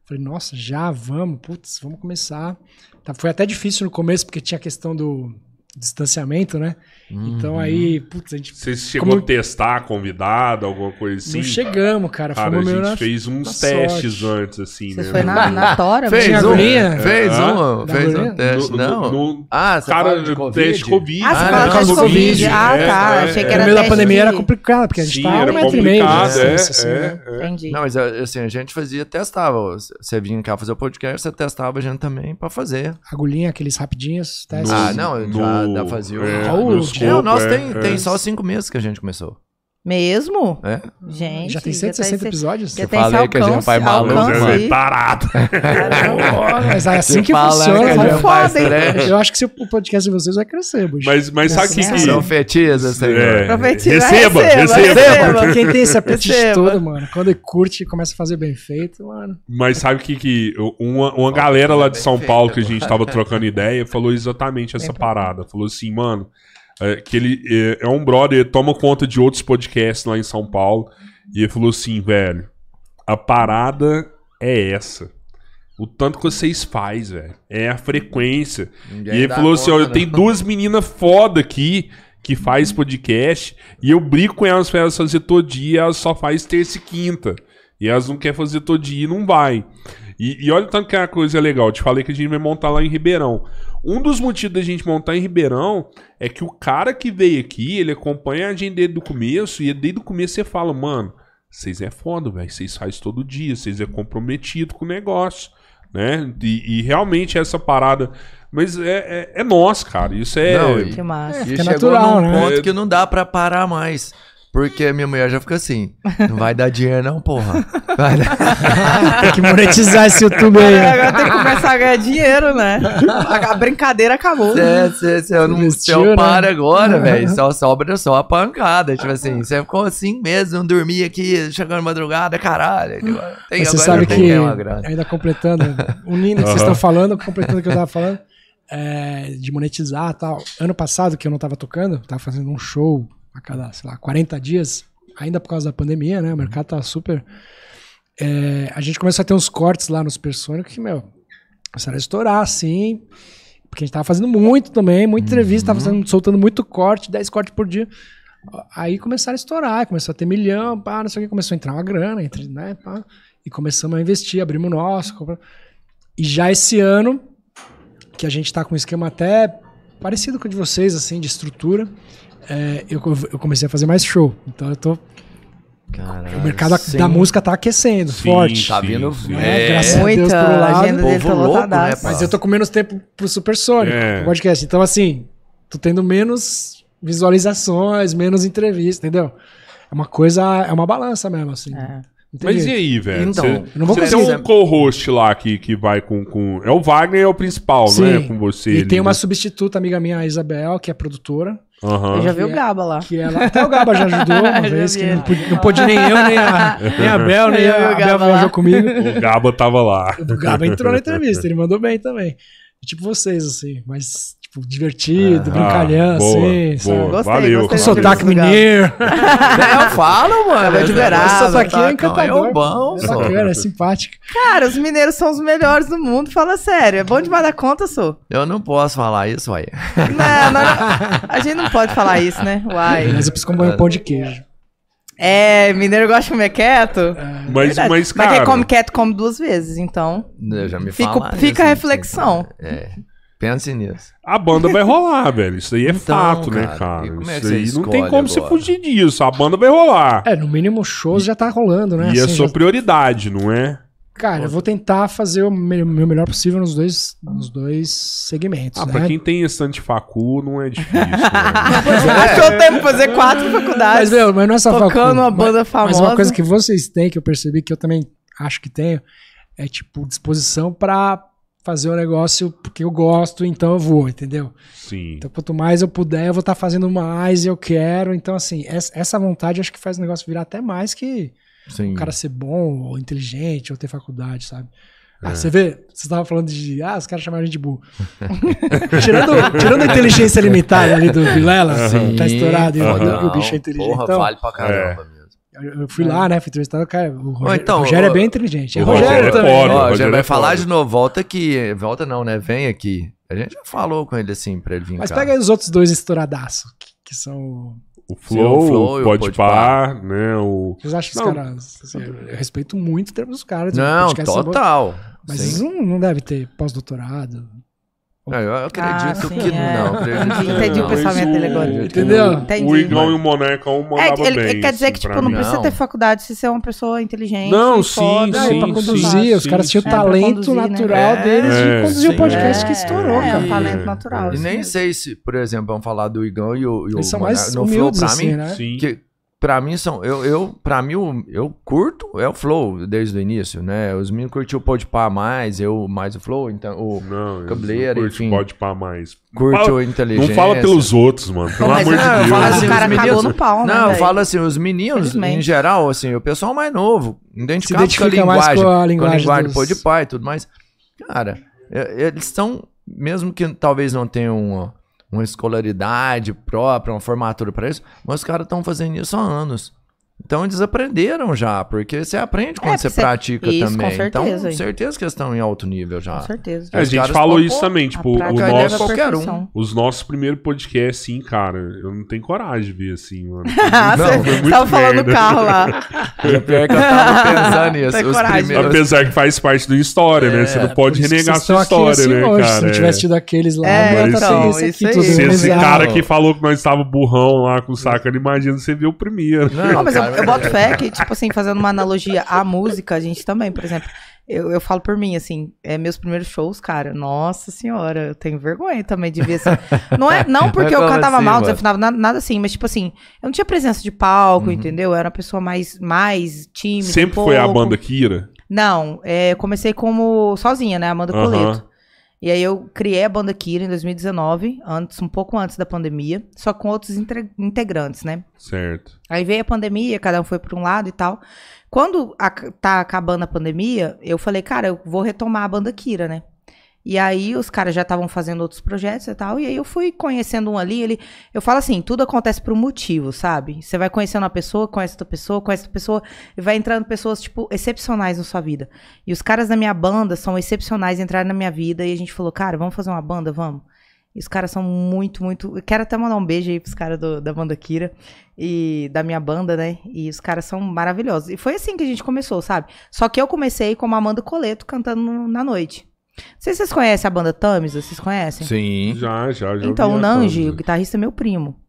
Falei, nossa, já vamos, putz, vamos começar. Tá, foi até difícil no começo, porque tinha a questão do distanciamento, né? Uhum. Então aí, putz, a gente Você chegou Como- a testar convidado, alguma coisa assim? não chegamos, cara. Cara, a fomos meio gente na... fez uns na testes sorte. antes, assim, Você né? foi na, na tora, né? Fez Tinha mesmo? um, agulhinha? fez É. um, Da fez agulhinha? um teste, No- não. no- no- ah, você cara, fala de Covid? teste Covid. Ah, Ah, você fala não, teste de Covid. Covid. Ah, tá. É, Achei que é. era no meio da teste pandemia de- era complicado, porque a gente Sim, tava era um metro e meio de complicado, é, distância, assim, né? Entendi. Não, mas assim, a gente fazia, testava. Você vinha cá fazer o podcast, você testava a gente também pra fazer. Agulhinha, aqueles rapidinhos, testes. Ah, não, já dá pra fazer o- é, Ah, o- no é, o scope, É, o nosso tem, é. tem só cinco meses que a gente começou. Mesmo? É? Gente. já tem tá 160 esse- episódios? Já Eu tem esse falei que a gente alcance, vai maluco, né, alcance Mas é aí. Tarado. Pô, mas é assim que Fala, funciona. né, Foi né? já foda, faz hein? trash. Eu acho que se o podcast de vocês vai crescer, Bush. Mas, mas sabe o que, Nossa, que- né? Profetiza, É, Senhor. Profetiza, Receba, receba, receba. receba. Porque quem tem esse apetite Receba. todo, mano, quando ele curte e começa a fazer bem feito, mano. Mas sabe o que que uma, uma galera lá de São Paulo que a gente tava trocando ideia falou exatamente essa parada. Falou assim, mano, é, que ele é, é um brother, ele toma conta de outros podcasts lá em São Paulo. E ele falou assim, velho, a parada é essa. O tanto que vocês faz, velho. É a frequência. Ninguém E ele dá falou assim: ó, conta, eu né? tenho duas meninas foda aqui que faz podcast e eu brigo com elas pra elas fazer todo dia, elas só faz terça e quinta. E elas não querem fazer todo dia e não vai. E, e olha o tanto que é uma coisa legal. Eu te falei que a gente vai montar lá em Ribeirão. Um dos motivos da gente montar em Ribeirão é que o cara que veio aqui, ele acompanha a gente desde o começo, e desde o começo você fala, mano, vocês é foda, velho. Vocês faz todo dia, vocês é comprometido com o negócio, né? E, e realmente essa parada. Mas é, é, é nós, cara. Isso é. Não, e- Que massa. E fica chegou natural, num né? ponto que não dá pra parar mais. Porque minha mulher já fica assim, não vai dar dinheiro não, porra. Vai dar... Tem que monetizar esse YouTube aí. Agora tem que começar a ganhar dinheiro, né? A brincadeira acabou. Cê, cê, cê, eu não Investiu, cê, eu né? paro agora, velho. Só sobra só a pancada. Tipo assim, você ficou assim mesmo, não dormia aqui, chegando madrugada, caralho. Agora Tem, Uhum. Mas você agora não sabe tem que, uma grana. ainda completando, unindo o que vocês estão falando, completando o que eu tava falando, é, de monetizar e tal. Ano passado, que eu não tava tocando, eu tava fazendo um show a cada, sei lá, 40 dias, ainda por causa da pandemia, né? O mercado tava super. É, a gente começou a ter uns cortes lá nos Persônicos que, meu, começaram a estourar, assim. Porque a gente tava fazendo muito também, muita entrevista, tava fazendo- soltando muito corte, 10 cortes por dia. Aí começaram a estourar, começou a ter milhão, pá, não sei o que, começou a entrar uma grana, entre, né, pá. E começamos a investir, abrimos o nosso. compra- E já esse ano, que a gente tá com um esquema até parecido com o de vocês, assim, de estrutura, é, eu, co- eu comecei a fazer mais show. Então eu tô. Caralho, O mercado a- sim. da música tá aquecendo, Sim, forte. Tá vindo- É, É. graças a Deus Muita por um lado. agenda dele Povo tá louco, né, lotadaço. pai? Mas eu tô com menos tempo pro Super Sonic, É. pro podcast. Então, assim, tô tendo menos visualizações, menos entrevistas, entendeu? É uma coisa, é uma balança mesmo, assim. É. Não tem Mas e jeito. aí, velho? Então, Cê- eu não vou cê tem conseguir. um co-host lá que, que vai com, com. É o Wagner, é o principal, Sim. não é? Com você. E ali, tem uma né? substituta amiga minha, a Isabel, que é produtora, Aham. Eu já vi o Gaba lá. que ela até o Gaba já ajudou uma Já vez, vi que não ele. pude, não pôde nem eu, nem a, nem a Bel, nem Eu vi o a, a Bel Gaba lá. viajou comigo. O Gaba tava lá. O Gaba entrou na entrevista, ele mandou bem também. Tipo vocês, assim, mas tipo, Ah, divertido, brincalhão, boa, assim, sabe? boa. Gostei, Valeu. Com gostei. sotaque Legal. mineiro. eu falo, mano. Ela é de Uberaba, Esse sotaque tá, é encantador. É bom, É só. bacana, é simpático. Cara, os mineiros são os melhores do mundo, fala sério. É bom demais da conta, sou. Eu não posso falar isso, uai. Não, não- a gente não pode falar isso, né? Uai. Mas eu preciso comer um pão de queijo. É, mineiro gosta de comer quieto. Mas, Verdade. mas, cara. quem come quieto come duas vezes, então. Eu Né, já me Fica- falaram fica isso, a né? reflexão. É. Pense nisso. A banda vai rolar, velho. Isso aí é Então, fato, né, cara, cara? e como é que Isso você aí não tem escolhe como você agora? fugir disso. A banda vai rolar. É, no mínimo shows já tá rolando, né? e é Assim, sua já- prioridade, não é? Cara, eu vou tentar fazer o me- meu melhor possível nos dois, nos dois segmentos, Ah, né? pra quem tem estante facu, não é difícil. né? Achou tempo pra fazer quatro faculdades. Mas, meu, mas não é só facu- tocando uma mas- banda Mas famosa. uma coisa que vocês têm, que eu percebi que eu também acho que tenho, é tipo disposição pra fazer o negócio porque eu gosto, então eu vou, entendeu? Sim. Então quanto mais eu puder, eu vou estar fazendo mais, eu quero. Então assim, essa essa vontade acho que faz o negócio virar até mais que Sim. o cara ser bom, ou inteligente, ou ter faculdade, sabe? Ah, você vê, você tava falando de. Ah, os caras chamaram a gente de burro. tirando, tirando a inteligência limitada ali do Vilela, Sim. tá estourado e o- Aham. e o bicho é inteligente. Porra, então, vale pra É. caramba mesmo. eu eu fui lá, né? Fui entrevistado o cara. O Rogério, então, o Rogério é o- bem inteligente. É o Rogério, Rogério é também. foda. Ó, o já Rogério é vai falar foda. de novo, volta aqui. Volta não, né? Vem aqui. A gente já falou com ele assim, pra ele vir Mas cá. pega aí os outros dois estouradaços, que, que são. O Flow, Sim, o o Flow e o Pode Pode Par, né? O... Vocês acham que os Não. caras. assim, eu respeito muito o termo dos caras. o Não, podcast é bom, total. Mas Sim. eles não, não devem ter pós-doutorado. Ah, Eu eu acredito Ah, sim, que é. não. acredito que Entendi o não. pensamento. dele agora. é, Entendeu? Entendi. O Igão e o Monarcão É, mandavam ele, bem. ele quer dizer assim, que, pra tipo, não mim. precisa Não. ter faculdade se você é uma pessoa inteligente. Não, e sim, foda, Não, é sim, pra sim, conduzir, os sim, caras tinham sim. o É, pra talento conduzir, né? natural É, deles de é, conduzir o sim. podcast que É, estourou, é, cara. um talento natural. E assim. nem sei se, por exemplo, vamos falar do Igão e o, e o Eles são Maná- mais no Flow, humildes, pra assim, mim. né? Sim. Que pra mim são. Eu, eu, pra mim, eu, eu curto é o Flow desde o início, né? Os meninos curtiam o Podpah mais, eu mais o Flow, então. O, Não, Cabeleiro, enfim. Pode Par mais. curte Fala- o inteligência. Não fala pelos outros, mano. Pelo Não, mas é, amor de eu- eu Deus. falo assim, o cara os meninos- cagou no pau, né? Não, eu velho? falo assim, os meninos, em Infelizmente. geral, assim, o pessoal mais novo, identificado Se identifica com a mais linguagem, com a do linguagem linguagem do dos- Podpah e tudo mais. Cara, é- eles estão, mesmo que talvez não tenham uma, uma escolaridade própria, uma formatura pra isso, mas os caras estão fazendo isso há anos. Então eles aprenderam já, porque você aprende quando É, você porque você- pratica Isso, também. com então, certeza. certeza que eles estão em alto nível já. Com certeza. É, a Os gente caras falou falam, isso pô, também, tipo, A o prática leva nosso. à qualquer um. perfeição. Os nossos primeiros podcasts, assim, cara, eu não tenho coragem de ver assim, mano. Ah, Não, foi você muito tava falando merda. do carro lá. Pior É que eu tava pensando nisso. Tem os coragem. primeiros... Apesar que faz parte da história, né? É, Você não pode Por isso que renegar a vocês sua estão aqui, história, assim, né, hoje. cara? Se não tivesse tido aqueles lá, É, agora tá então, tendo isso aí. tudo Se esse organizado. cara que falou que nós estávamos burrão lá com o saco, imagina você ver o primeiro. Não, mas eu, Ah, cara, eu boto fé que, tipo assim, fazendo uma analogia à música, a gente também, por exemplo, Eu, eu falo por mim, assim, é meus primeiros shows, cara. Nossa senhora, eu tenho vergonha também de ver assim. Não, é, não porque eu Como cantava assim, mal, mano? desafinava, na- nada, assim, mas tipo assim, eu não tinha presença de palco, entendeu? Eu era uma pessoa mais, mais tímida. um Sempre foi a pouco. banda Kira? Não, é, eu comecei como sozinha, né? Amanda Aham. Coleto. E aí eu criei a banda Kira em 2019, antes, um pouco antes da pandemia, só com outros intre- integrantes, né? Certo. Aí veio a pandemia, cada um foi para um lado e tal. Quando a- tá acabando a pandemia, eu falei, cara, eu vou retomar a banda Kira, né? E aí os caras já estavam fazendo outros projetos e tal. E aí eu fui conhecendo um ali, ele. Eu falo assim, tudo acontece por um motivo, sabe? Você vai conhecendo uma pessoa, conhece outra pessoa, conhece outra pessoa, e vai entrando pessoas, tipo, excepcionais na sua vida. E os caras da minha banda são excepcionais, entraram na minha vida e a gente falou, cara, vamos fazer uma banda, vamos. E os caras são muito, muito. Eu quero até mandar um beijo aí pros caras do- da banda Kira e da minha banda, né? E os caras são maravilhosos. E foi assim que a gente começou, sabe? Só que eu comecei como Amanda Coleto cantando no- na noite. Não sei se vocês conhecem a banda Tamisa, vocês conhecem? Sim. Já, já, já. Então, ouvi o a Nanji, o banda. guitarrista é meu primo.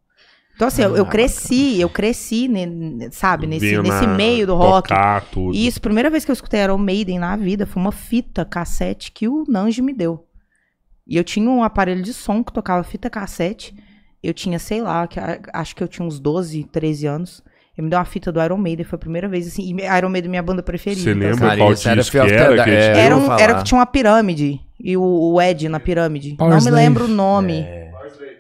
Então, assim, eu, eu Ah, cresci, eu cresci, ne- ne- sabe, nesse, Vendo nesse a- meio do rock. Tocar tudo. E isso, primeira vez que eu escutei Iron Maiden na vida, foi uma fita cassete que o Nanji me deu. E eu tinha um aparelho de som que tocava fita cassete. Eu tinha, sei lá, que a- acho que eu tinha uns 12, 13 anos. Ele me deu uma fita do Iron Maiden, foi a primeira vez, assim. E me- Iron Maiden é minha banda preferida. Você então, lembra sabe? Cara, qual isso era disco que fiel era? até que da- a gente- é, Era, eu um, vou era falar. que tinha uma pirâmide. E o, o Ed na pirâmide. Power Não Slave. me lembro o É. nome.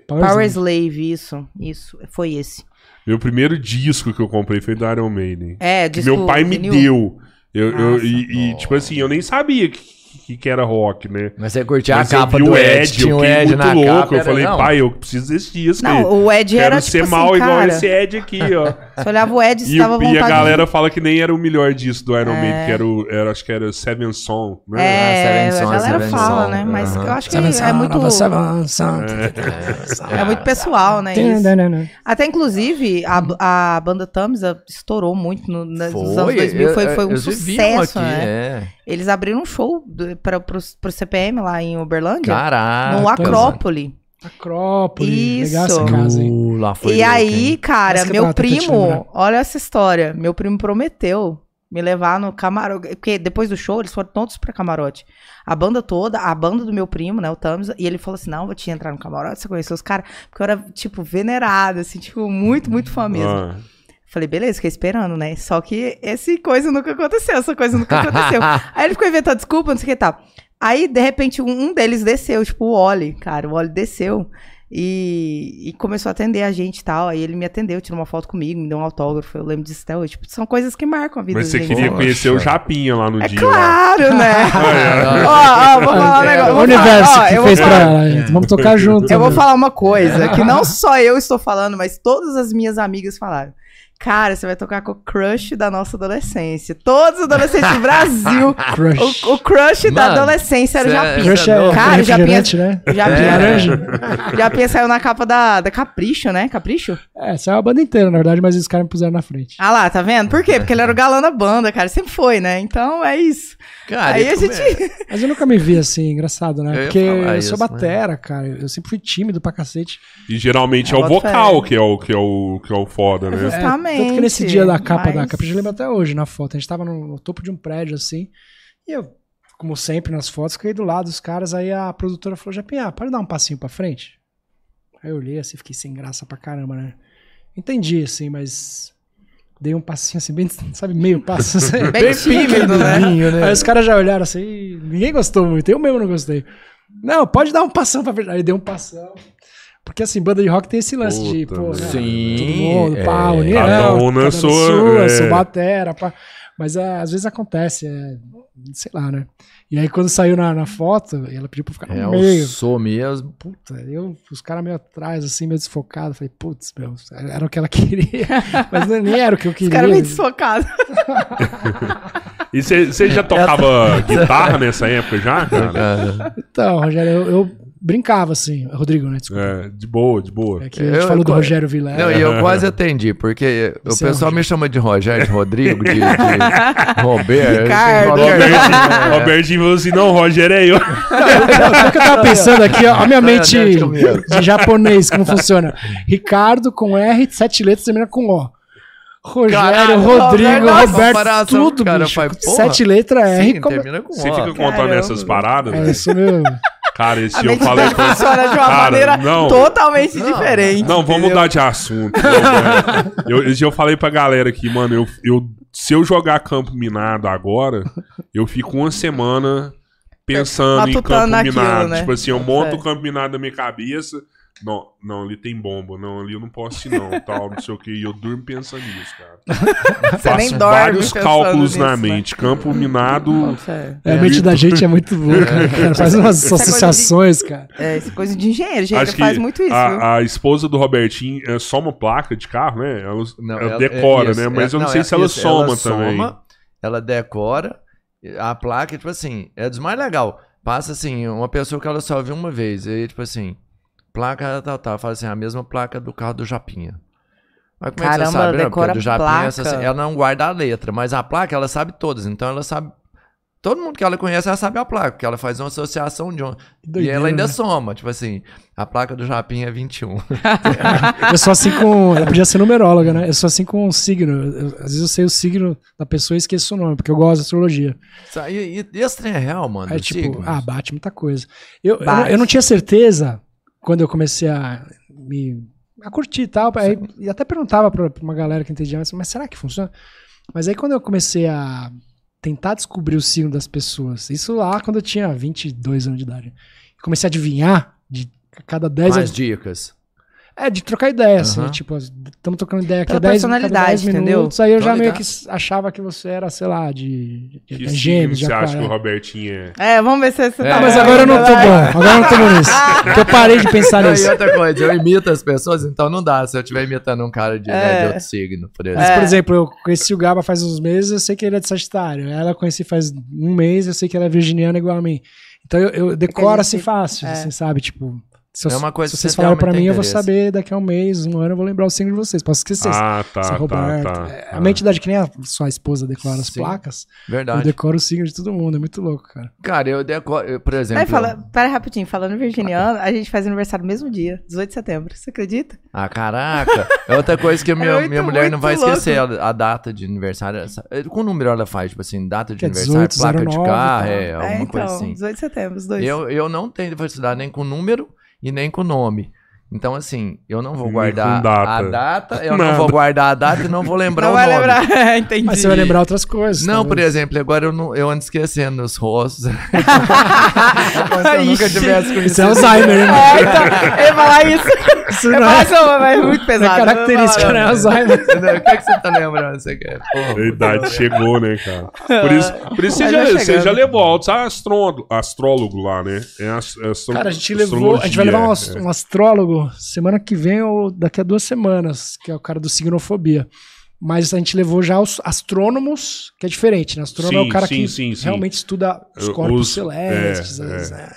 Power Power Slave. Slave, isso. Isso, foi esse. Meu primeiro disco que eu comprei foi do Iron Maiden. É, Que disco meu pai me vinil. deu. Eu, eu- Nossa. e, e, tipo assim, eu nem sabia que, que, que era rock, né? Mas você curtia Mas a capa eu vi do o Ed, Ed, tinha eu um fiquei Ed muito na louco. eu capa. era- falei, não. pai, eu preciso desse disco. aí. Não, o Ed Quero era tipo ser assim, mal igual cara, esse Ed aqui, ó. Você olhava o Ed, você E, tava o- à e vontade. É. a de- galera fala que nem era o melhor disco do Iron Maiden, que era, o, era acho que era Seven Song, né? É, Ah, Seven a galera Song, fala, Seven né? Song, Mas aham. eu acho que Seven é Sound, muito, Nova Seven Sound. é muito pessoal, né? isso. Tanana. Até, inclusive, a, a banda Tamisa estourou muito no, nos anos Foi, 2000. Foi, eu- foi um eu- vocês viram sucesso, aqui, né? é. Eles abriram um show do, pra, pro, pro CPM lá em Uberlândia, Caraca. no Acrópole. Acrópole. Isso. Legal essa casa, hein? No, lá foi e louco, aí, hein? cara, Essa que meu eu tava tentando te lembrar. primo, olha essa história. Meu primo prometeu me levar no camarote. Porque depois do show, eles foram todos pra camarote. A banda toda, a banda do meu primo, né, o Thames, e ele falou assim: não, vou te entrar no camarote, você conheceu os caras. Porque eu era, tipo, venerada, assim, tipo, muito, muito fã mesmo. Ah, Falei, beleza, fiquei esperando, né? Só que esse coisa nunca aconteceu, essa coisa nunca aconteceu. Aí ele ficou inventando desculpa, não sei o que e tal. Aí, de repente, um- um deles desceu, tipo, o Oli, cara, o Oli desceu e, e começou a atender a gente e tal. Aí ele me atendeu, tirou uma foto comigo, me deu um autógrafo, eu lembro disso até hoje. Tipo, são coisas que marcam a vida mas da você gente. queria Poxa. conhecer o Japinha lá no É dia. lá. claro, né? é. ó, ó, vou falar um negócio. É, vou O falar- universo ó, que eu vou fez falar- pra ela. gente. Vamos tocar junto. eu vou né? falar uma coisa que não só eu estou falando, mas todas as minhas amigas falaram. Cara, você vai tocar com o crush da nossa adolescência. Todos os adolescentes do Brasil. Crush. O, o crush da Mano, adolescência era o cê- Japinha. Crush é Cara, refrigerante, né? O Japinha, é- Laranja. Japinha saiu na capa da, da Capricho, né? Capricho? É, saiu a banda inteira, na verdade, mas os caras me puseram na frente. Ah lá, tá vendo? Por quê? Porque ele era o galã da banda, cara. Sempre foi, né? Então é isso. Ah, Cara, aí e a como gente- é? Mas eu nunca me vi assim, engraçado, Eu né? ia Porque falar eu isso, sou né? batera, cara. Eu sempre fui tímido pra cacete. E geralmente Eu é o boto vocal fé. que é o, que é o, que é o foda, né? É, Justamente. tanto que nesse dia da capa da mas- Capricho, eu lembro até hoje na foto. A gente tava no, no topo de um prédio assim. E eu, como sempre nas fotos, fiquei do lado dos caras. Aí a produtora falou: Japinha, pode dar um passinho pra frente? Aí eu olhei assim, fiquei sem graça pra caramba, né? Entendi, assim, mas. Dei um passinho assim, bem, sabe, meio passo. Assim, Bem tímido, né? pequenininho, Aí os caras já olharam assim, "Ih, ninguém gostou muito, eu mesmo não gostei. Não, pode dar um passão pra frente. Aí deu um passão. Porque assim, banda de rock tem esse lance de, Puta, pô, velho. né? Sim, Todo mundo, é. pá, união, Cada um na cada sua, é. sou batera, pá. Mas é, às vezes acontece, é, sei lá, né? E aí quando saiu na, na foto, ela pediu pra eu ficar É, no eu meio. sou mesmo. Puta, eu, os caras meio atrás, assim, meio desfocado. Falei, putz, meu, era o que ela queria. Mas não nem era o que eu Os queria. caras meio desfocados. E você você já tocava guitarra nessa época já, cara? Cara, Então, Rogério, eu, eu brincava assim, Rodrigo, né? Desculpa. É, de boa, de boa. É que a gente Eu- falou do eu- Rogério É. Vilela. Não, e eu quase atendi, porque o Você é pessoal Rogério. me chama de Rogério, de Rodrigo, de, de Roberto. Ricardo. é assim, né? Robertinho, É. Robertinho falou assim, não, Roger é eu. Sabe o que eu tava pensando aqui, ó? A minha mente Não, não, não, não. de japonês, como funciona. Ricardo com R, sete letras, termina com O. Rogério, Caralho, Rodrigo, nossa, Roberto, comparação, tudo, cara, bicho. pai, porra. Sete É, letras Sim, R. como- termina com Você ó. fica contando Caramba. essas paradas? É velho? isso mesmo. Cara, esse A eu mente falei dele com... funciona de uma Cara, maneira não. totalmente Não. diferente. Não, vamos mudar de assunto. não, velho. eu, esse dia eu falei pra galera aqui, mano, eu, eu- se eu jogar campo minado agora, eu fico uma semana pensando em campo Matutando naquilo, minado. né? Tipo assim, eu Tá monto certo. o campo minado na minha cabeça. Não, não, ali tem bomba. Não, ali eu não posso ir, não. Tal, não sei o que. E eu durmo pensando nisso, cara. Você nem Faço dorme vários pensando cálculos nisso, na né? mente. Campo minado. Nossa, é. É, a mente da gente é muito boa, cara. Cara, Faz umas Isso é coisa de- associações, cara. É, isso é coisa de engenheiro. Acho Engenheiro que faz muito isso, viu? a, a esposa do Robertinho é só uma placa de carro, né? Ela, Não, ela ela- decora, é isso, né? Mas é- eu não, sei é se ela isso, soma ela também. soma, ela decora a placa, tipo assim, é dos mais legal. Passa assim, uma pessoa que ela só viu uma vez, e aí, tipo assim, placa tal, tal, fala assim, a mesma placa do carro do Japinha. Mas como é que você Caramba, sabe, né? Porque decora a do Japinha, placa. essa, assim, ela não guarda a letra, mas a placa ela sabe todas, então ela sabe. Todo mundo que ela conhece, ela sabe a placa, porque ela faz uma associação de uma. e Doideira, ela ainda né? soma, tipo assim, a placa do Japinha é 21. Eu sou assim com. Ela podia ser numeróloga, né? Eu sou assim com o signo. Eu- às vezes eu sei o signo da pessoa e esqueço o nome, porque eu gosto de astrologia. Isso aí- E, e esse trem é real, mano. Aí, dos tipo, signos? ah, bate muita coisa. Eu, eu, Bate. eu não tinha certeza quando eu comecei a me a curtir e tal. Aí, e até perguntava pra, pra uma galera que entendia, mas, mas será que funciona? Mas aí quando eu comecei a tentar descobrir o signo das pessoas, isso lá quando eu tinha 22 anos de idade, comecei a adivinhar de cada 10 Mais dicas. é, de trocar ideia, assim, Aham. tipo, estamos trocando ideia aqui Pela há 10 personalidade, cada 10 entendeu? minutos, aí eu Tô já meio ligado. que s- achava que você era, sei lá, de, de, Que de gêmeos, é signo de você acha que o aquário. Robertinho é? É, vamos ver se você É. tá. Ah, mas agora eu não tô bom, agora eu não tô bom nisso. Porque eu parei de tá pensar Não, nisso. e outra coisa, eu imito as pessoas, então não dá. Se eu estiver imitando um cara de, É. né, de outro signo, por exemplo. Mas, por exemplo, eu conheci o Gaba faz uns meses, eu sei que ele é de Sagitário. Ela eu conheci faz um mês, eu sei que ela é virginiana igual a mim. Então eu, eu decoro gente- assim fácil, é. assim, sabe? Tipo, se, eu- É uma coisa se que vocês você falarem pra realmente mim, tem eu vou interesse. saber daqui a um mês, um ano, eu vou lembrar o signo de vocês. Posso esquecer. Ah, tá, se é tá, Roberto. tá, É, tá. A mente da que nem a sua esposa declara as Sim. placas, eu Verdade. decoro o signo de todo mundo, é muito louco, cara. Cara, eu decoro, eu, por exemplo. Vai, fala, pera rapidinho, falando virginiano, a gente faz aniversário no mesmo dia, 18 de setembro. Você acredita? Ah, caraca. É outra coisa que a minha, É muito, minha mulher não muito vai esquecer a, a data de aniversário. essa- eh, Com o número ela faz, tipo assim, data de Que é aniversário, 18, placa 09, de carro, é, tá. alguma é, então, coisa assim. 18 de setembro, os dois. Eu, eu não tenho diversidade nem com número e nem com nome. Então, assim, eu não vou Nem com guardar data. a data, eu Nada. não vou guardar a data e não vou lembrar não o vai nome. lembrar, É, entendi. Mas você vai lembrar outras coisas. Não, por talvez. exemplo, agora eu, não, eu ando esquecendo os rostos. Como se eu nunca Ixi. tivesse conhecido. Isso é Alzheimer, né? É, então, eu ia falar isso. Isso Eu não ia falar é, isso, mas é muito não é pesado. característica, né? É Alzheimer. Não, O que, é que você tá lembrando? Você quer? A idade chegou, né, cara? Por isso, por isso você, Mas já, vai você chegando. já levou altos astrólogo, astrólogo lá, né? É as- é astro- Cara, a gente levou. A gente astrologia, vai levar um, as- é. um astrólogo semana que vem ou daqui a duas semanas, que é o cara do Signofobia. Mas a gente levou já os astrônomos, que é diferente, né? Astrônomo é Sim, o cara sim, que sim, sim. realmente estuda os Eu- corpos os- celestes. é, as- é.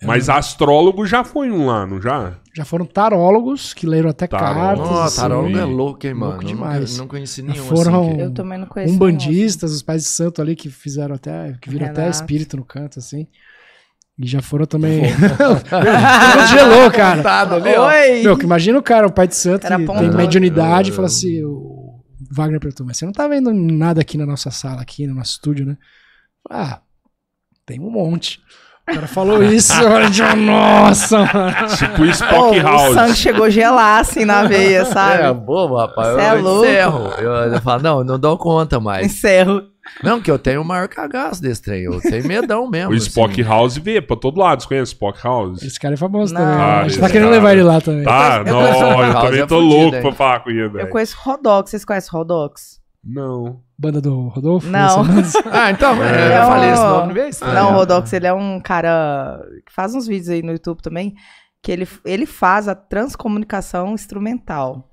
Mas astrólogo já foi um lá, não já? Já foram tarólogos que leram até Tarólogo. cartas. Nossa, assim, tarólogo é sim. louco, hein, mano? Louco Eu demais. Nunca, não conheci nenhum Foram- assim. Eu também não um conheço. umbandistas, os pais de santo ali que fizeram até, que viram até Renato. espírito no canto, assim. E já foram também. Congelou, cara. Contado não. ali, ó. Oi! Meu, que imagina o cara, o pai de santo, Era que tem ponto. mediunidade, e fala assim, o Wagner perguntou, mas você não tá vendo nada aqui na nossa sala, aqui no nosso estúdio, né? Ah, tem um monte. O cara falou isso, eu falei, tipo, nossa, mano. Tipo Pô, Spock o sangue House. chegou a gelar assim na veia, É, sabe? bobo, rapaz. eu Você é louco. encerro. Eu, eu falo, não, não dou conta mais. Encerro. Não, que eu tenho o maior cagaço desse trem. Eu tenho medão mesmo. O Spock assim. House vê pra todo lado. Você conhece Spock House? Esse cara é famoso Não. também. né? Ah, a gente esse tá querendo cara. levar ele lá também. Tá, eu não, conheço Spock eu House, também é tô fudido, louco hein? pra falar com é. ele, Eu velho. conheço Rodox. Vocês conhecem Rodox? Não. Banda do Rodolfo? é Não. Luciano. Ah, então, É, eu falei né? ó. esse nome vez. Não, o Rodox, ele é um cara que faz uns vídeos aí no YouTube também, que ele, ele faz a transcomunicação instrumental,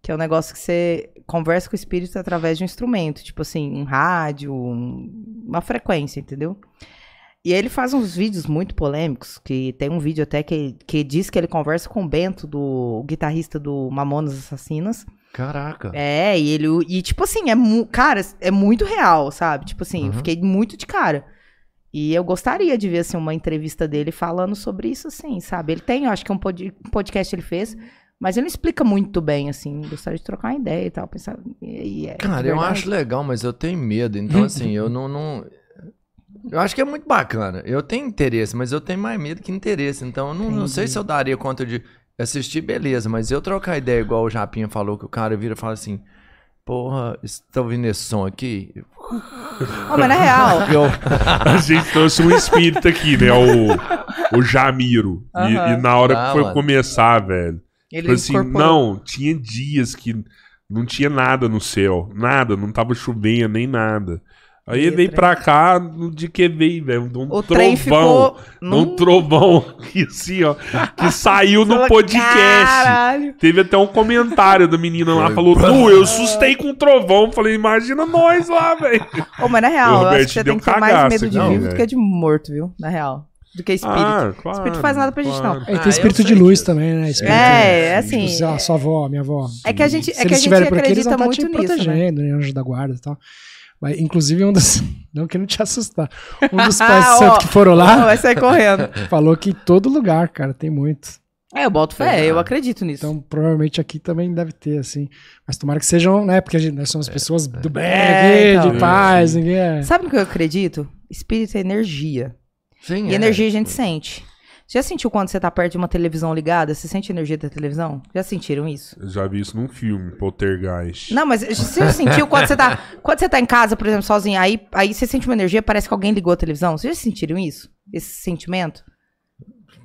que é um negócio que você conversa com o espírito através de um instrumento, tipo assim, um rádio, um- uma frequência, entendeu? E ele faz uns vídeos muito polêmicos, que tem um vídeo até que, que diz que ele conversa com o Bento, do o guitarrista do Mamonas Assassinas, Tá. Caraca. é, e ele. E, tipo assim, é mu- cara, é muito real, sabe? Tipo assim, eu Uhum. fiquei muito de cara. E eu gostaria de é ver, assim, uma entrevista dele falando sobre isso, assim, sabe? Ele tem, eu acho que um pod- um podcast ele fez Mas ele não explica muito bem, assim. Gostaria de trocar uma ideia e tal. Pensar, e- e é Cara, eu verdade? acho legal, mas eu tenho medo. Então, assim, eu não, não- Eu acho que é muito bacana. Eu tenho interesse, mas eu tenho mais medo que interesse. Então, eu não, não sei se eu daria conta de assistir, beleza. Mas eu trocar ideia igual o Japinha falou, que o cara vira e fala assim... Porra, estou ouvindo esse som aqui? Não, mas na real, Tipo Eu, A gente trouxe um espírito aqui, né? O, o Jamiro. E- E, Aham. na hora que Ah, foi mano. começar, velho. ele Tipo assim, incorporou. não, tinha dias que não tinha nada no céu. Nada, não tava chovendo nem nada. Aí ele E veio trem. pra cá, no de que veio, velho. Um O trovão. trem ficou... Um trovão que assim, ó. Que saiu no podcast. Caralho. Teve até um comentário da menina lá, Foi. falou, Du, eu assustei com o trovão. Falei, imagina nós lá, velho. Ô, mas na real, O eu acho Roberto que você deu tem que ter mais cagaço né? Ah, medo de aqui, vivo velho. do que de morto, viu? Na real. Do que espírito. claro, Espírito faz nada pra gente, não. É, e Ah, tem eu espírito de sei luz disso. também, né? Espírito, É, é tipo, assim, sei lá, é- sua avó, minha avó. É que a gente, é que Se a eles gente estiverem por aqui, eles acredita vão estar muito te nisso, né? protegendo, né? anjo da guarda e tal. Mas, inclusive, um dos. Não querendo te assustar. Um dos pais Ó, santos que foram Não, lá vai sair correndo. falou que em todo lugar, cara, tem muito. É, eu boto fé, eu acredito nisso. Então, provavelmente aqui também deve ter, assim. Mas tomara que sejam, né? Porque a gente, nós somos pessoas do bem, É, aqui, então. de paz, ninguém é. Sabe no que eu acredito? Espírito é energia. sim, E é. energia a gente sente. Já sentiu quando você tá perto de uma televisão ligada? Você sente a energia da televisão? Já sentiram isso? Eu já vi isso num filme, Poltergeist. Não, mas você já sentiu quando você tá, quando você tá em casa, por exemplo, sozinho, aí, aí você sente uma energia, parece que alguém ligou a televisão. Vocês já sentiram isso? Esse sentimento?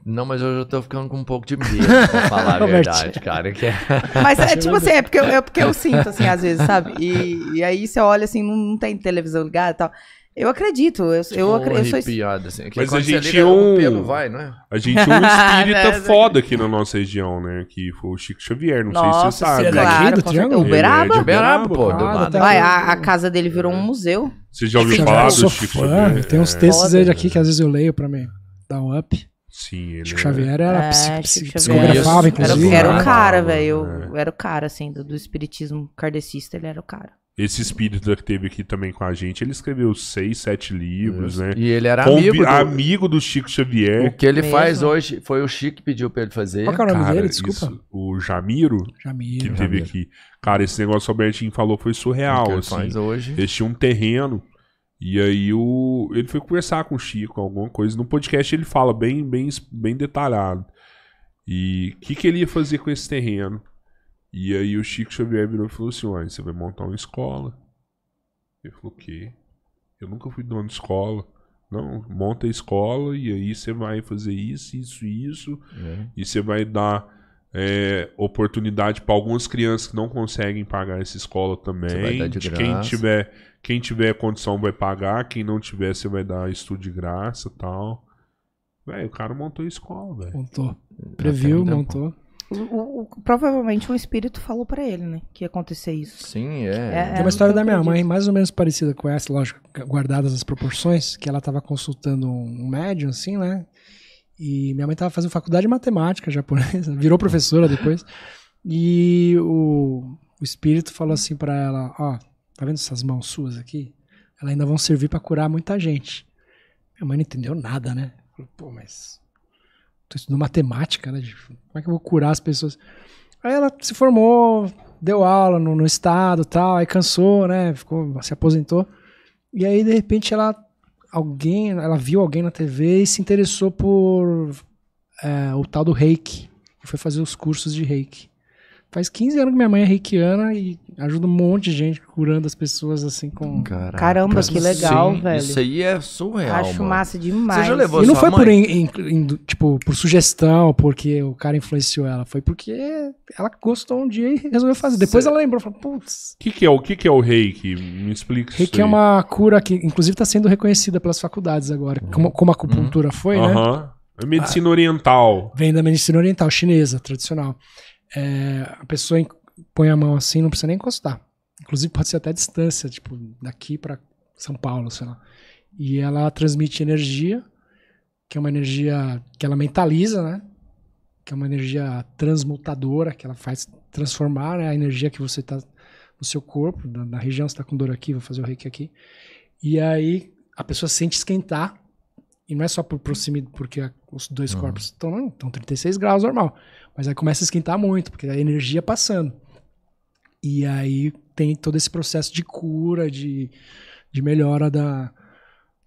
Não, mas hoje eu tô ficando com um pouco de medo, pra falar a Roberto. verdade, cara. Que é... Mas Tá é tipo assim, é porque, eu, é porque eu sinto, assim, às vezes, sabe? E, e aí você olha assim, não, não tem televisão ligada e tal. Eu acredito, eu, eu, um acre- eu sou es- arrepiado, assim. Que Mas quando a você gente liga, o é um- pelo vai, não é? A gente tinha um espírita Não, foda aqui na nossa região, né? Que foi o Chico Xavier, não sei se você sabe. né? sim, Ele é claro, daqui do com Triângulo? certeza. Ele é de Uberaba? Uberaba, pô, cara. do Ah, lado. tá. Vai, a, a casa dele virou um museu. Você já ouviu Chico falar eu do sou Chico fã. né? Xavier? Tem uns textos Foda. dele aqui que às vezes eu leio pra me dar um up. Sim, ele Chico é- Xavier era É, psi- Chico psi- Xavier. psicografava, Isso. Era, inclusive. era né? o né? cara, velho. Eu É. era o cara, assim, do, do espiritismo kardecista, ele era o cara. Esse espírita que teve aqui também com a gente, ele escreveu seis, sete livros, né? E ele era Convi- amigo do... amigo do Chico Xavier. O que ele Mesmo. faz hoje foi o Chico que pediu pra ele fazer. Qual que é o nome Cara, dele? Desculpa. isso- o Jamiro, que Jamiro. teve Jamiro. aqui. Cara, esse negócio que o Albertinho falou foi O que surreal, ele assim. faz hoje. Eles tinham um terreno. E aí o... ele foi conversar com o Chico, alguma coisa. No podcast ele fala bem, bem, bem detalhado. E o que, que ele ia fazer com esse terreno? E aí o Chico Xavier virou e falou assim, olha, você vai montar uma escola. Ele falou, o quê? Eu nunca fui dono de escola. Não, monta a escola e aí você vai fazer isso, isso e isso É. e você vai dar é, oportunidade para algumas crianças que não conseguem pagar essa escola também. Você vai dar de Quem graça. tiver, quem tiver condição vai pagar, quem não tiver você vai dar estudo de graça, tal. Velho, o cara montou a escola, velho. Montou. Previu, Já tem um tempo. montou. O- o- o- provavelmente um espírito falou pra ele, né? Que ia acontecer isso. Sim, É, é. Tem não uma história da minha acredito. mãe, mais ou menos parecida com essa, lógico, guardadas as proporções, que ela tava consultando um médium, assim, né? E minha mãe tava fazendo faculdade de matemática japonesa, virou professora depois. E o, o espírito falou assim pra ela: Ó, tá vendo essas mãos suas aqui? Elas ainda vão servir pra curar muita gente. Minha mãe não entendeu nada, né? Falou, Pô, mas. Tô estudando matemática, né? Tipo, Como é que eu vou curar as pessoas? Aí ela se formou, deu aula no, no estado tal, aí cansou, né? Ficou, se aposentou. E aí, de repente, ela alguém, ela viu alguém na TV e se interessou por é, o tal do reiki. E foi fazer os cursos de reiki. Faz 15 anos que minha mãe é reikiana e ajuda um monte de gente curando as pessoas assim com. Caraca. Caramba, que legal, Sim, velho. Isso aí é surreal, Acho mano. massa demais. Você já levou- E não sua foi por, mãe? in- in- in- tipo, por sugestão, porque o cara influenciou ela. Foi porque ela gostou um dia e resolveu fazer. Depois Cê- ela lembrou, falou, putz, O que, que é o que, que é o reiki? Me explica isso. Reiki é aí. uma cura que, inclusive, está sendo reconhecida pelas faculdades agora, como, como a acupuntura Uhum. foi, né? Aham. É medicina oriental. Vem da medicina oriental, chinesa, tradicional. É, a pessoa en- põe a mão assim, não precisa nem encostar. Inclusive, pode ser até a distância, tipo, daqui para São Paulo, sei lá. E ela transmite energia, que é uma energia que ela mentaliza, né? Que é uma energia transmutadora, que ela faz transformar né, a energia que você está no seu corpo, na, tá na região, você está com dor aqui, vou fazer o reiki aqui. E aí a pessoa sente esquentar E não é só por proximidade, porque a- os Uhum. dois corpos estão não, estão 36 graus normal. Mas aí começa a esquentar muito, porque a energia passando. E aí tem todo esse processo de cura, de, de melhora da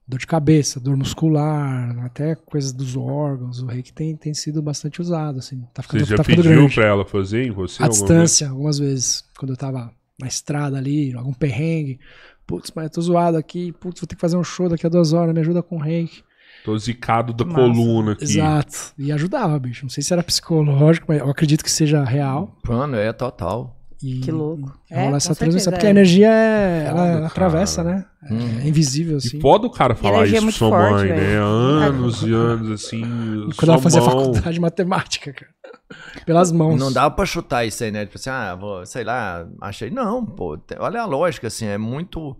dor de cabeça, dor muscular, até coisas dos órgãos. O reiki tem, tem sido bastante usado, assim. Tá Você ficando, já tá ficando pediu grande. pra ela fazer em você? A alguma vez? distância, algumas vezes, quando eu tava na estrada ali, algum perrengue. Putz, mas eu tô zoado aqui, putz, vou ter que fazer um show daqui a duas horas, me ajuda com o reiki. Tô zicado da Massa. coluna aqui. Exato. E ajudava, bicho. Não sei se era psicológico, mas eu acredito que seja real. Mano, é total. E Que louco. e É, rola essa com certeza, transmissão. Porque é. a energia é- ela, Foda, ela atravessa, cara. Uhum. né? É- É invisível, assim. E foda o cara falar energia isso é pra muito sua forte, mãe, né? velho. Anos e anos, assim. Quando ela fazia sua mão. faculdade de matemática, cara. Pelas mãos. Não dava pra chutar isso aí, né? Tipo assim, ah, vou, sei lá, achei. Não, pô, te- olha a lógica, assim, é muito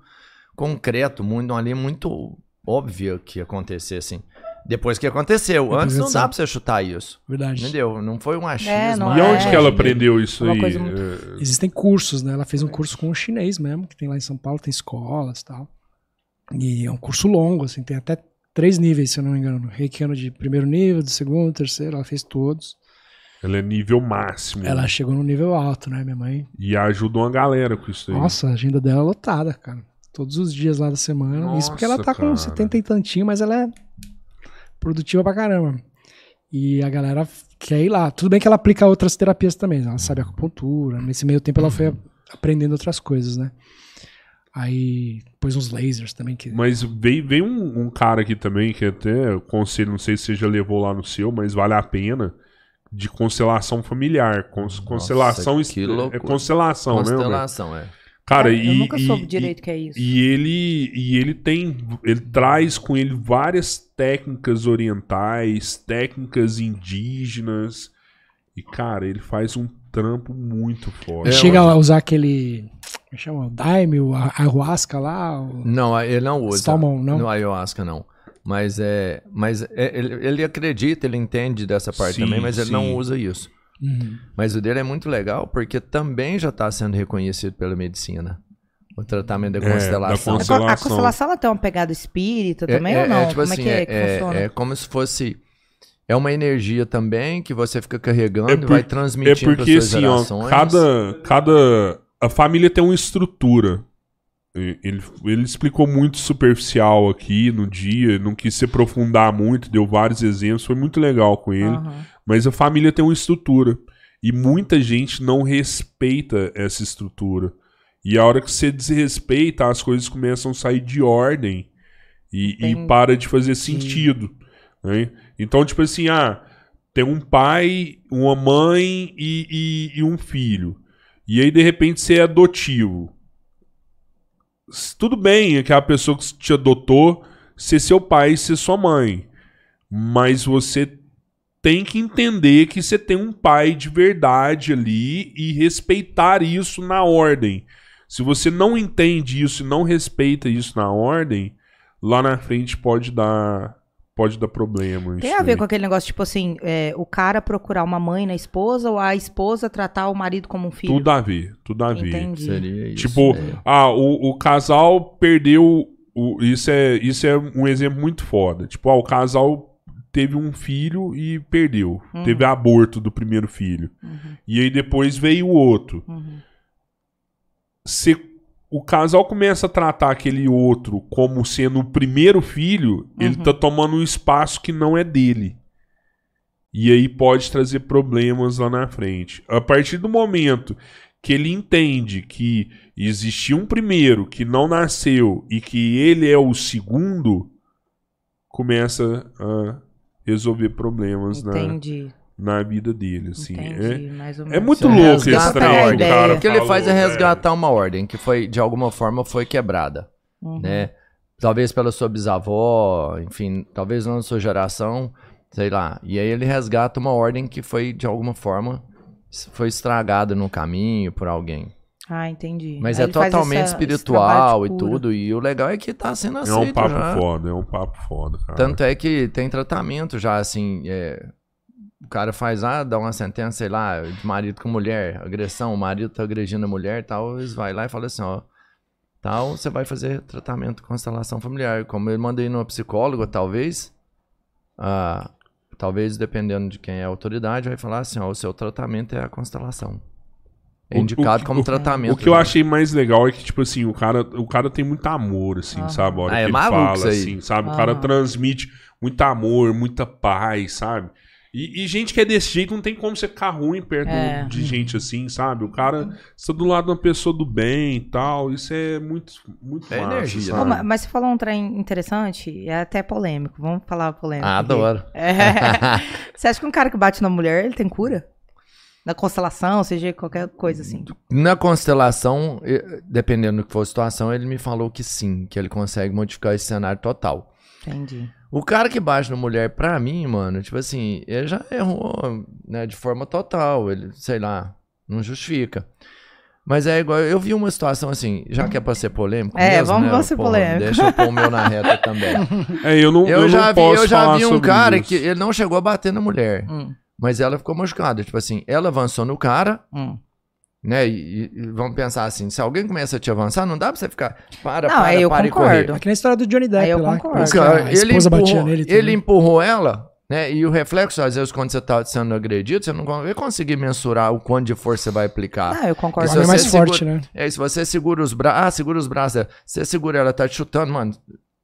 concreto, muito ali, é muito óbvio que ia acontecer, assim. Depois que aconteceu. Depois Antes não aconteceu. dá pra você chutar isso. Verdade. Entendeu? Não foi um achismo. É, não E é. onde que ela É. aprendeu isso Uma aí? coisa muito- É, Existem cursos, né? Ela fez um curso com o chinês mesmo, que tem lá em São Paulo, tem escolas e tal. E é um curso longo, assim, tem até três níveis, se eu não me engano. Reikiano de primeiro nível, do segundo, terceiro, ela fez todos. Ela é nível máximo. Ela chegou num nível alto, né? Minha mãe. E ajudou uma galera com isso aí. Nossa, a agenda dela é lotada, cara. Todos os dias lá da semana. Isso porque ela Nossa, tá com cara. 70 e tantinho, mas ela é produtiva pra caramba. E a galera quer ir lá. Tudo bem que ela aplica outras terapias também. né? Ela sabe acupuntura. Nesse meio tempo ela foi aprendendo outras coisas, né? Aí pôs uns lasers também. Que... Mas veio, veio um, um cara aqui também, que até eu conselho, não sei se você já levou lá no seu, mas vale a pena, de constelação familiar. Cons- constelação... que est- é loucura. constelação, né? velho? Constelação, é. Cara, eu e... nunca e- soube e- direito o que é isso. E ele, e ele tem, ele traz com ele várias técnicas orientais, técnicas indígenas. E cara, ele faz um trampo muito forte. É, Chega olha. a usar aquele. Como é chama? O daime, o a- ayahuasca lá. o- Não, ele não usa. Salmão, não? No ayahuasca, não. Mas é. Mas é- ele, ele acredita, ele entende dessa parte Sim, também, mas ele sim. não usa isso. Uhum. Mas o dele é muito legal porque também já está sendo reconhecido pela medicina. O tratamento da É, da constelação. A constelação. con- A constelação ela tem uma pegada espírita também ou não? tipo Como assim, é que é, que funciona? é como se fosse. É uma energia também que você fica carregando É e vai por- transmitindo É para porque suas assim, ó, gerações. cada, cada. A família tem uma estrutura. E- Ele, ele explicou muito superficial aqui no dia, não quis se aprofundar muito, deu vários exemplos, foi muito legal com ele. Aham. Mas a família tem uma estrutura. E muita gente não respeita essa estrutura. E a hora que você desrespeita, as coisas começam a sair de ordem. E, e Entendi. para de fazer sentido. né? Então, tipo assim, ah, tem um pai, uma mãe e, e- e um filho. E aí, de repente, você é adotivo. S- Tudo bem é que a pessoa que te adotou ser seu pai e ser sua mãe. Mas você tem que entender que você tem um pai de verdade ali e respeitar isso na ordem. Se você não entende isso e não respeita isso na ordem, lá na frente pode dar pode dar problema. Tem isso a ver aí. com aquele negócio, tipo assim, é, o cara procurar uma mãe na esposa ou a esposa tratar o marido como um filho? tudo a ver, tudo a ver. Entendi. Seria isso. Tipo, é. ah, o, o casal perdeu. o- isso, é, isso é um exemplo muito foda. Tipo, ah, o casal teve um filho e perdeu. Hum. Teve aborto do primeiro filho. Uhum, E aí depois veio o outro. uhum. se o casal começa a tratar aquele outro como sendo o primeiro filho, Uhum. ele tá tomando um espaço que não é dele. E aí pode trazer problemas lá na frente. A partir do momento que ele entende que existiu um primeiro que não nasceu e que ele é o segundo, começa a resolver problemas na, Entendi. na vida dele. Assim. É, entendi, mais ou é menos. muito Você louco esse resgata a trabalho, ordem. cara. O que ele falou, faz é velho. resgatar uma ordem que foi, de alguma forma, foi quebrada, Uhum. né? Talvez pela sua bisavó, enfim, talvez não da sua geração, sei lá. E aí ele resgata uma ordem que foi, de alguma forma, s- foi estragada no caminho por alguém. Ah, entendi. Mas Aí é ele faz totalmente essa- esse espiritual trabalho de e cura. tudo. E o legal é que tá sendo É aceito um papo já. foda, é um papo foda, cara. Tanto é que tem tratamento já, assim. é, o cara faz lá, dá uma sentença, sei lá, de marido com mulher, agressão, o marido tá agredindo a mulher e tal, eles vai lá e fala assim, ó. Tal, você vai fazer tratamento de constelação familiar. Como eu mandei numa psicóloga, talvez, ah, talvez dependendo de quem é a autoridade, vai falar assim, ó, o seu tratamento é a constelação. É O- o indicado que- como o- tratamento. O que eu né? achei mais legal é que, tipo assim, o cara, o cara tem muito amor, assim, Aham. sabe? A hora Ah, que é ele maluco fala, isso aí. Ah. assim, sabe? O cara Aham. transmite muito amor, muita paz, sabe? E, e gente que é desse jeito não tem como você ficar ruim perto É. de gente assim, sabe? O cara está do lado de uma pessoa do bem e tal. Isso é muito, muito É massa, energia, sabe? né? Ô, ma- mas você falou um trem interessante, é até polêmico. Vamos falar polêmico. Ah, aqui. adoro. É. Você acha que um cara que bate na mulher, ele tem cura? Na constelação, seja qualquer coisa assim. Na constelação, eh, dependendo do que for a situação, ele me falou que sim, que ele consegue modificar esse cenário total. Entendi. O cara que bate na mulher, pra mim, mano, tipo assim, ele já errou, né, de forma total, ele, sei lá, não justifica. Mas é igual, eu vi uma situação assim, já que é pra ser polêmico É, mesmo, vamos né, pra ser porra, polêmico. Deixa eu pôr o meu na reta também. É, eu não, Eu, eu já não vi, posso eu já falar vi um sobre cara isso. que ele não chegou a bater na mulher, Hum, mas ela ficou machucada, tipo assim, ela avançou no cara, hum. né? E, e- e vamos pensar assim, se alguém começa a te avançar, não dá pra você ficar para, Não, para, aí eu para e concordo. correr. É que na história do Johnny Depp Aí eu lá, concordo. que a Cara, ele, esposa batia empurrou, nele né? ele também. empurrou ela, né? E o reflexo, às vezes, quando você tá sendo agredido, você não vai conseguir mensurar o quanto de força você vai aplicar. Ah, eu O concordo. Isso homem é você mais segura- forte, né? É, se você segura os braços, ah, segura os braços, dela. você segura ela, tá te chutando, mano,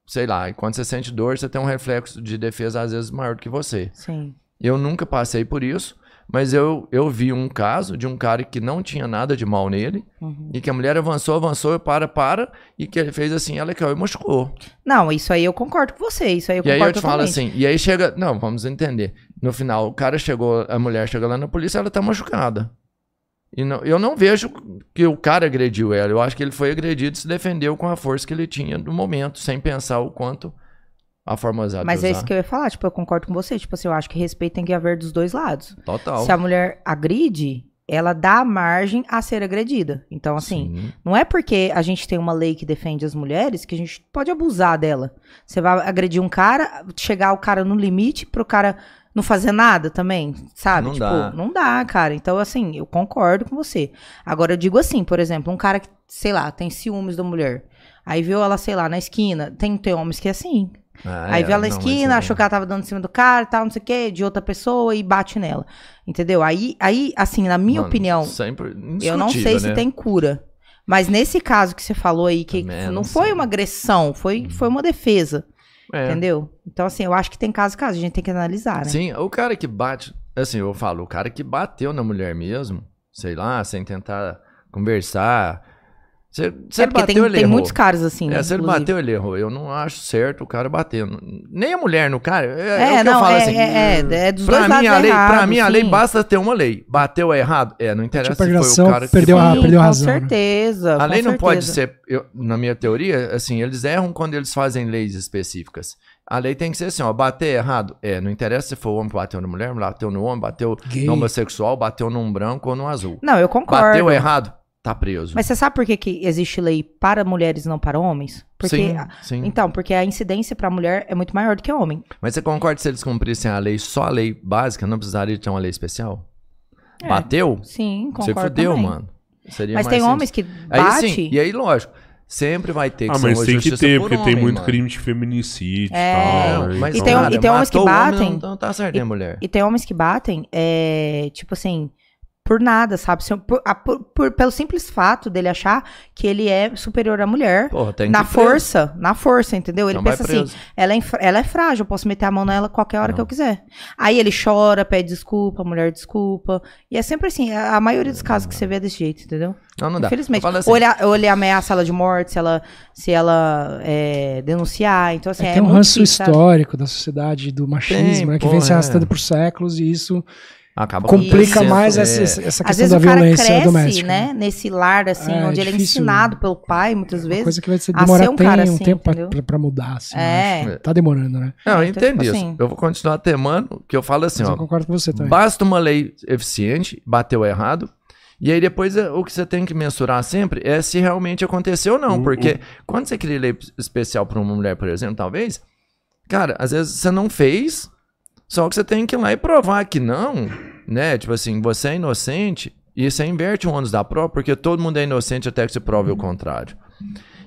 sei lá, e quando você sente dor, você tem um reflexo de defesa, às vezes, maior do que você. Sim. Eu nunca passei por isso, mas eu, eu vi um caso de um cara que não tinha nada de mal nele, Uhum. e que a mulher avançou, avançou, eu para, para, e que ele fez assim, ela caiu e machucou. Não, isso aí eu concordo com você. Isso aí eu e aí concordo eu te falo totalmente. assim, e aí chega, não, vamos entender. No final, o cara chegou, a mulher chega lá na polícia, ela tá machucada. E não- eu não vejo que o cara agrediu ela, eu acho que ele foi agredido e se defendeu com a força que ele tinha no momento, sem pensar o quanto a forma usada. Mas de é usar. isso que eu ia falar, tipo, eu concordo com você. Tipo assim, eu acho que respeito tem que haver dos dois lados. Total. Se a mulher agride, ela dá margem a ser agredida. Então, assim, Sim. não é porque a gente tem uma lei que defende as mulheres que a gente pode abusar dela. Você vai agredir um cara, chegar o cara no limite pro cara não fazer nada também, sabe? Tipo, Não dá. não dá, cara. Então, assim, eu concordo com você. Agora, eu digo assim, por exemplo, um cara que, sei lá, tem ciúmes da mulher. Aí viu ela, sei lá, na esquina. Tem, tem homens que é assim. Ah, Aí é, vê ela na não, mas esquina, é- achou que ela tava dando em cima do cara e tal, não sei o quê, de outra pessoa e bate nela. Entendeu? Aí, aí assim, na minha Mano, opinião, sempre eu não sei indiscutível, se né? tem cura. Mas nesse caso que você falou aí, que Também, não, não foi sei. Uhum. uma agressão, foi, foi uma defesa. É. Entendeu? Então, assim, eu acho que tem caso a caso, a gente tem que analisar, né? Sim, o cara que bate, assim, eu falo, o cara que bateu na mulher mesmo, sei lá, sem tentar conversar. Se, se é ele porque bateu, tem, ele tem errou. muitos caras assim, né? É, se ele inclusive. bateu, ele errou. Eu não acho certo o cara bater. Nem a mulher no cara. É, é É, o que eu não, falo é, assim. é, é, é dos Pra dois mim, lados a lei, é errado, pra mim, a lei sim. basta ter uma lei. Bateu é errado? É, não interessa Tipo, a se foi agressão o cara que perdeu a- bateu. Sim, perdeu com razão, né? certeza. A com lei não pode certeza. ser, eu- na minha teoria, assim, eles erram quando eles fazem leis específicas. A lei tem que ser assim, ó, bater errado. É, não interessa se for homem que bateu na mulher, bateu no homem, bateu Gay. no homossexual, bateu num branco ou num azul. Não, eu concordo. Bateu errado, tá preso. Mas você sabe por que, que existe lei para mulheres e não para homens? Porque sim, a- sim. então, porque a incidência para mulher é muito maior do que homem. Mas você concorda se eles cumprissem a lei, só a lei básica, não precisaria ter uma lei especial? É, Bateu? Sim, Você concordo fudeu, também. mano. Seria Mas mais tem simples. homens que Aí assim, bate. sim, e aí lógico, sempre vai ter que Ah, ser mas uma tem que justiça ter, por porque tem homem, muito mano. crime de feminicídio É, e tal. né? mas Então- tem um- e tem homens que matou o homem, batem. Não, não tá certo, né, mulher? E tem homens que batem, é, tipo assim, por nada, sabe? Se- por- a- por- por- pelo simples fato dele achar que ele é superior à mulher. Porra, tem que Na ir preso. força, na força, entendeu? Ele Então vai pensa assim, preso. ela é, infra- ela é frágil, eu posso meter a mão nela qualquer hora que Não. eu quiser. Aí ele chora, pede desculpa, a mulher desculpa. E é sempre assim, a a maioria dos casos que você vê é desse jeito, entendeu? Não, não dá. Infelizmente. Eu falo assim, ou, ele, a- ou ele ameaça ela de morte, se ela, se ela é, denunciar. Então, assim, É, é, tem um muito ranço difícil, sabe? histórico da sociedade, do machismo, Tem, né, que vem se porra, arrastando é. por séculos e isso acaba complica acontecendo, mais é. essa, essa Às questão vezes da o cara violência cresce, doméstica. né? Nesse lar, assim, É, onde ele é difícil. É ensinado pelo pai, muitas Uma vezes. coisa que vai se a ser demorar um tem cara um assim, tempo pra- entendeu? pra, pra mudar, assim. É. eu acho. Tá demorando, né? Não, eu Então, tipo entendo isso. assim. Eu vou continuar temando, que eu falo assim, Mas eu ó. concordo com você também. Basta uma lei eficiente, bateu errado. E aí depois é, o que você tem que mensurar sempre é se realmente aconteceu ou não. Hum, porque quando você cria lei especial pra uma mulher, por exemplo, talvez, cara, às vezes você não fez, só que você tem que ir lá e provar que não, né? Tipo assim, você é um inocente e você inverte o ônus da prova, porque todo mundo é inocente até que se prove o contrário.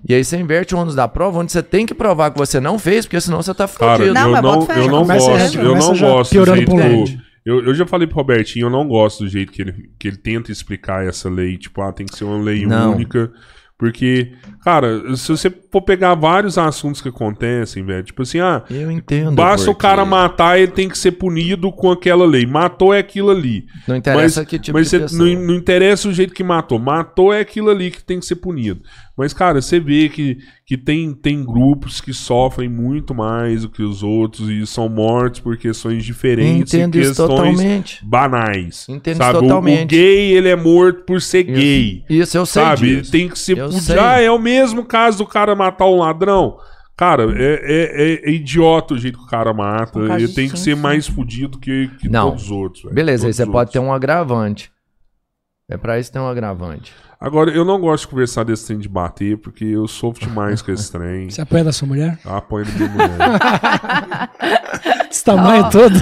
E aí você inverte o ônus da prova, onde você tem que provar que você não fez, porque senão você tá Cara, fudido. Não, eu, mas não, bota fé, eu já não começa- gosto, já eu não começa já gosto do piorando jeito pro que lado. o- eu, eu já falei pro Robertinho, eu não gosto do jeito que ele, que ele tenta explicar essa lei, tipo, ah, tem que ser uma lei Não. única. Porque, cara, se você for pegar vários assuntos que acontecem, velho, tipo assim, ah, Eu entendo. basta o porque cara matar, ele tem que ser punido com aquela lei. Matou é aquilo ali. Não interessa mas que tipo mas de você- pessoa. não, não interessa o jeito que matou. Matou é aquilo ali que tem que ser punido. Mas, cara, você vê que, que tem, tem grupos que sofrem muito mais do que os outros e são mortos por questões diferentes Entendo e isso questões totalmente. banais. Entendo sabe? isso O- O, totalmente. gay, ele é morto por ser gay. Isso eu sei Sabe? disso. Tem que ser. Eu pudi- sei. Ah, é o mesmo caso do cara matar um ladrão. Cara, é, é- é- é idiota o jeito que o cara mata. Um caso Ele tem que ser simples. mais fudido que, que Não. todos os outros. velho. Beleza, aí Todos você os pode outros. ter um agravante. É pra isso ter um agravante. Agora, eu não gosto de conversar desse trem de bater, porque eu sofro demais com esse trem. Você apanha da sua mulher? Apanho da minha mulher. Esse tamanho todo.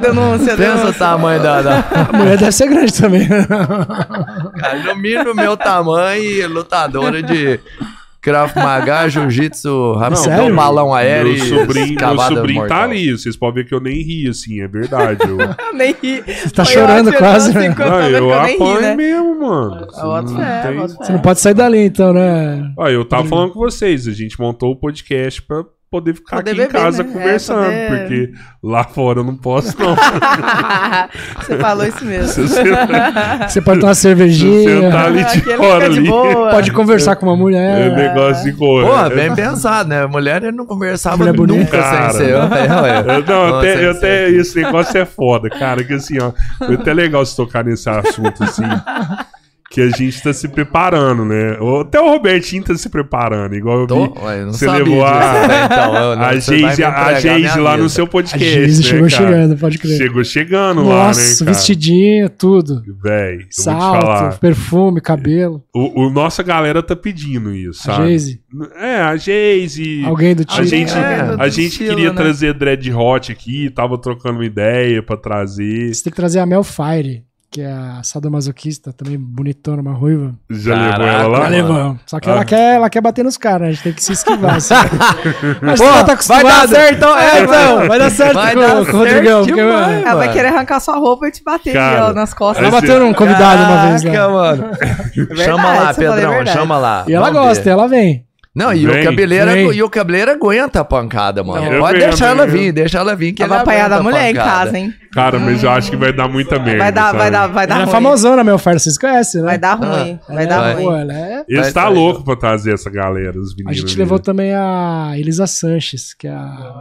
denúncia, Pensa o denúncia. tamanho da. da... A mulher deve ser grande também. né? Cara, no mínimo meu tamanho e lutadora de Krav Maga, Jiu-Jitsu, rapidão, sério? balão aéreo. Meu e sobrinho, meu escavada sobrinho tá mortal. ali. Vocês podem ver que eu nem ri, assim, é verdade. Eu, Eu nem ri. Você tá chorando quase, assim, né? não, eu apanho É mesmo, mano. Você né? boto não fé, tem- boto fé. Você não pode sair dali, então, né? Ah, eu tava falando com vocês, a gente montou o podcast pra poder ficar Poder aqui em beber, casa né? É, conversando, poder- porque lá fora eu não posso não. Você falou isso mesmo. Se você Você pode tomar uma se você cervejinha, tá ali Aqui de ele fica fora de ali, boa. pode conversar com uma é mulher. negócio de cor. Porra, bem pensado, né? Mulher ele não conversava Mulher bonita. nunca Cara. sem ser eu. é." Eu- Não, Nossa, até, eu isso até esse negócio é foda, cara. Que assim, ó, foi até legal se tocar nesse assunto, assim. Que a gente tá se preparando, né? Ou Até o Robertinho tá se preparando, igual eu Tô, vi. ué, eu não Você sabia levou disso, a- né? Então, eu- A você vai Geise, me a entregar Geise minha lá no vida. seu A podcast. Gise né, chegou cara? chegando, pode crer. Chegou chegando lá, né? Nossa, cara? vestidinho, tudo. Véi, eu vou te Salto, falar. perfume, cabelo. O, o nossa galera tá pedindo isso, A sabe? Geise. É, a Geise. Alguém do A time. gente, É, É. a gente estilo, queria né? trazer Dread Hot aqui, tava trocando uma ideia pra trazer. Você tem que trazer a Mel Fire, que é a sadomasoquista, também bonitona, uma ruiva. Já Caraca, levou ela lá? valeu. Alemão. Só que Ah. ela, quer, ela quer bater nos caras, né? a gente tem que se esquivar. assim. Mas Pô, vai ela tá dar acostumada. certo, é, então. vai dar certo Ah, Vai com, dar com certo o Rodrigão. porque, demais, mano, Ela Ah, vai mano. querer arrancar sua roupa e te bater Cara, aqui, ó, nas costas. ela Vai ser- bateu num convidado uma vez né? Caraca, lá. mano. É verdade, chama lá, você falou, é Pedrão, verdade. chama lá. E ela Vamos ver. gosta, ela vem. Não, e Vem, o, cabeleiro, vem. e o cabeleiro aguenta a pancada, mano. Não, eu Pode venho, deixar ela amigo. vir, deixa ela vir. Que Ela vai ela apanhar aguenta da a mulher em pancada. casa, hein? Cara, mas eu acho que vai dar muita merda. Vai dar, vai sabe? dar, vai dar Ela é ruim. famosona, a Mel Fire, vocês conhecem, né? Vai dar ruim, Ah, vai Ela é- dar vai. ruim. pô, ela é- Eles Vai, tá vai, louco pra trazer essa galera, os A meninos. gente ali. levou também a Elisa Sanches, que é a.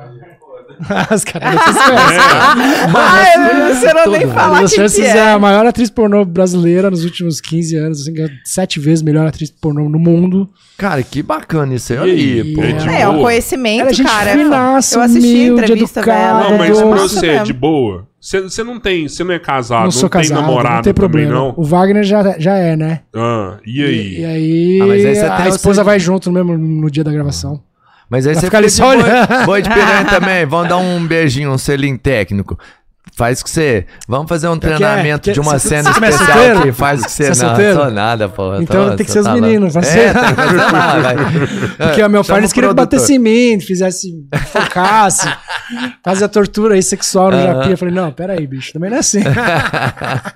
As caras vocês conhecem. Ai, você não nem A falar Elisa quem Sanches que é. é. a maior atriz pornô brasileira nos últimos 15 anos, assim, ganhou sete vezes melhor atriz pornô no mundo. Cara, que bacana isso aí, E aí, pô. é de É, é um boa? Ela conhecimento, é gente cara. finaça, eu assisti a humilde, entrevista educada, dela. Não, mas pra Nossa, você, mesmo. de boa. Você- Você não tem, você não é casado, não não, sou tem casado, namorado não tem também, problema. não. O Wagner já, já é, né? Ah, e aí? E, é e aí, Ah, mas aí você a tem- esposa você- vai junto no mesmo no dia da gravação. Mas aí Vai você ficar ali fica só de boi- olhando. boi de piranha também. Vamos dar um beijinho, um selinho técnico. Faz o que você. Vamos fazer um é? treinamento Que- de uma você- cena você é especial solteiro? aqui. Faz o que você. Você é não, solteiro? sou nada, pô. eu Então tem que só ser os lá. meninos, vai É, ser- tem que ser lá, vai. Porque É, a meu chama pai eles o queria produtor. que batesse em mim, fizesse, focasse, fazia tortura aí sexual no Japinha. Eu falei, não, peraí, bicho, também não é assim. Cara,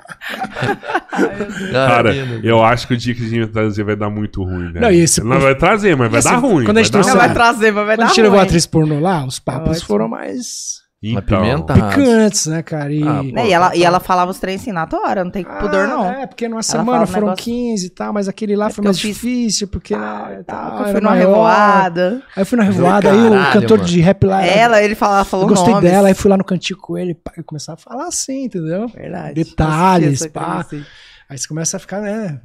Ah, Tá então. menino. eu acho que o dia que a gente vai trazer vai dar muito ruim, velho. Não, e esse- Não vai trazer, mas vai Assim, dar ruim. quando a gente vai dar Ela trouxe- vai trazer, mas vai Quando a dar gente ruim. levou a atriz pornô lá, os Tá papos Ótimo. foram mais ruim. Então, Apimentado. picantes, né, cara? E... Tá. Ah, pô. Né, E ela, e ela falava os três assim na tua hora, não tem tá. Ah, pudor não. É, porque numa fala semana um foram negócio- 15 e tal, mas aquele lá É foi porque eu mais fiz difícil, porque Ah, né, tá, tal, eu era fui numa maior. revoada. Aí eu fui na revoada, aí o Caralho, cantor mano. de rap lá. era- Ela, ele falava, eu falou gostei nomes. dela, aí fui lá no cantico com ele, pá, eu começava a falar assim, entendeu? Verdade. Detalhes, Assisti essa assim. pá. entrevista. Aí você começa a ficar, né?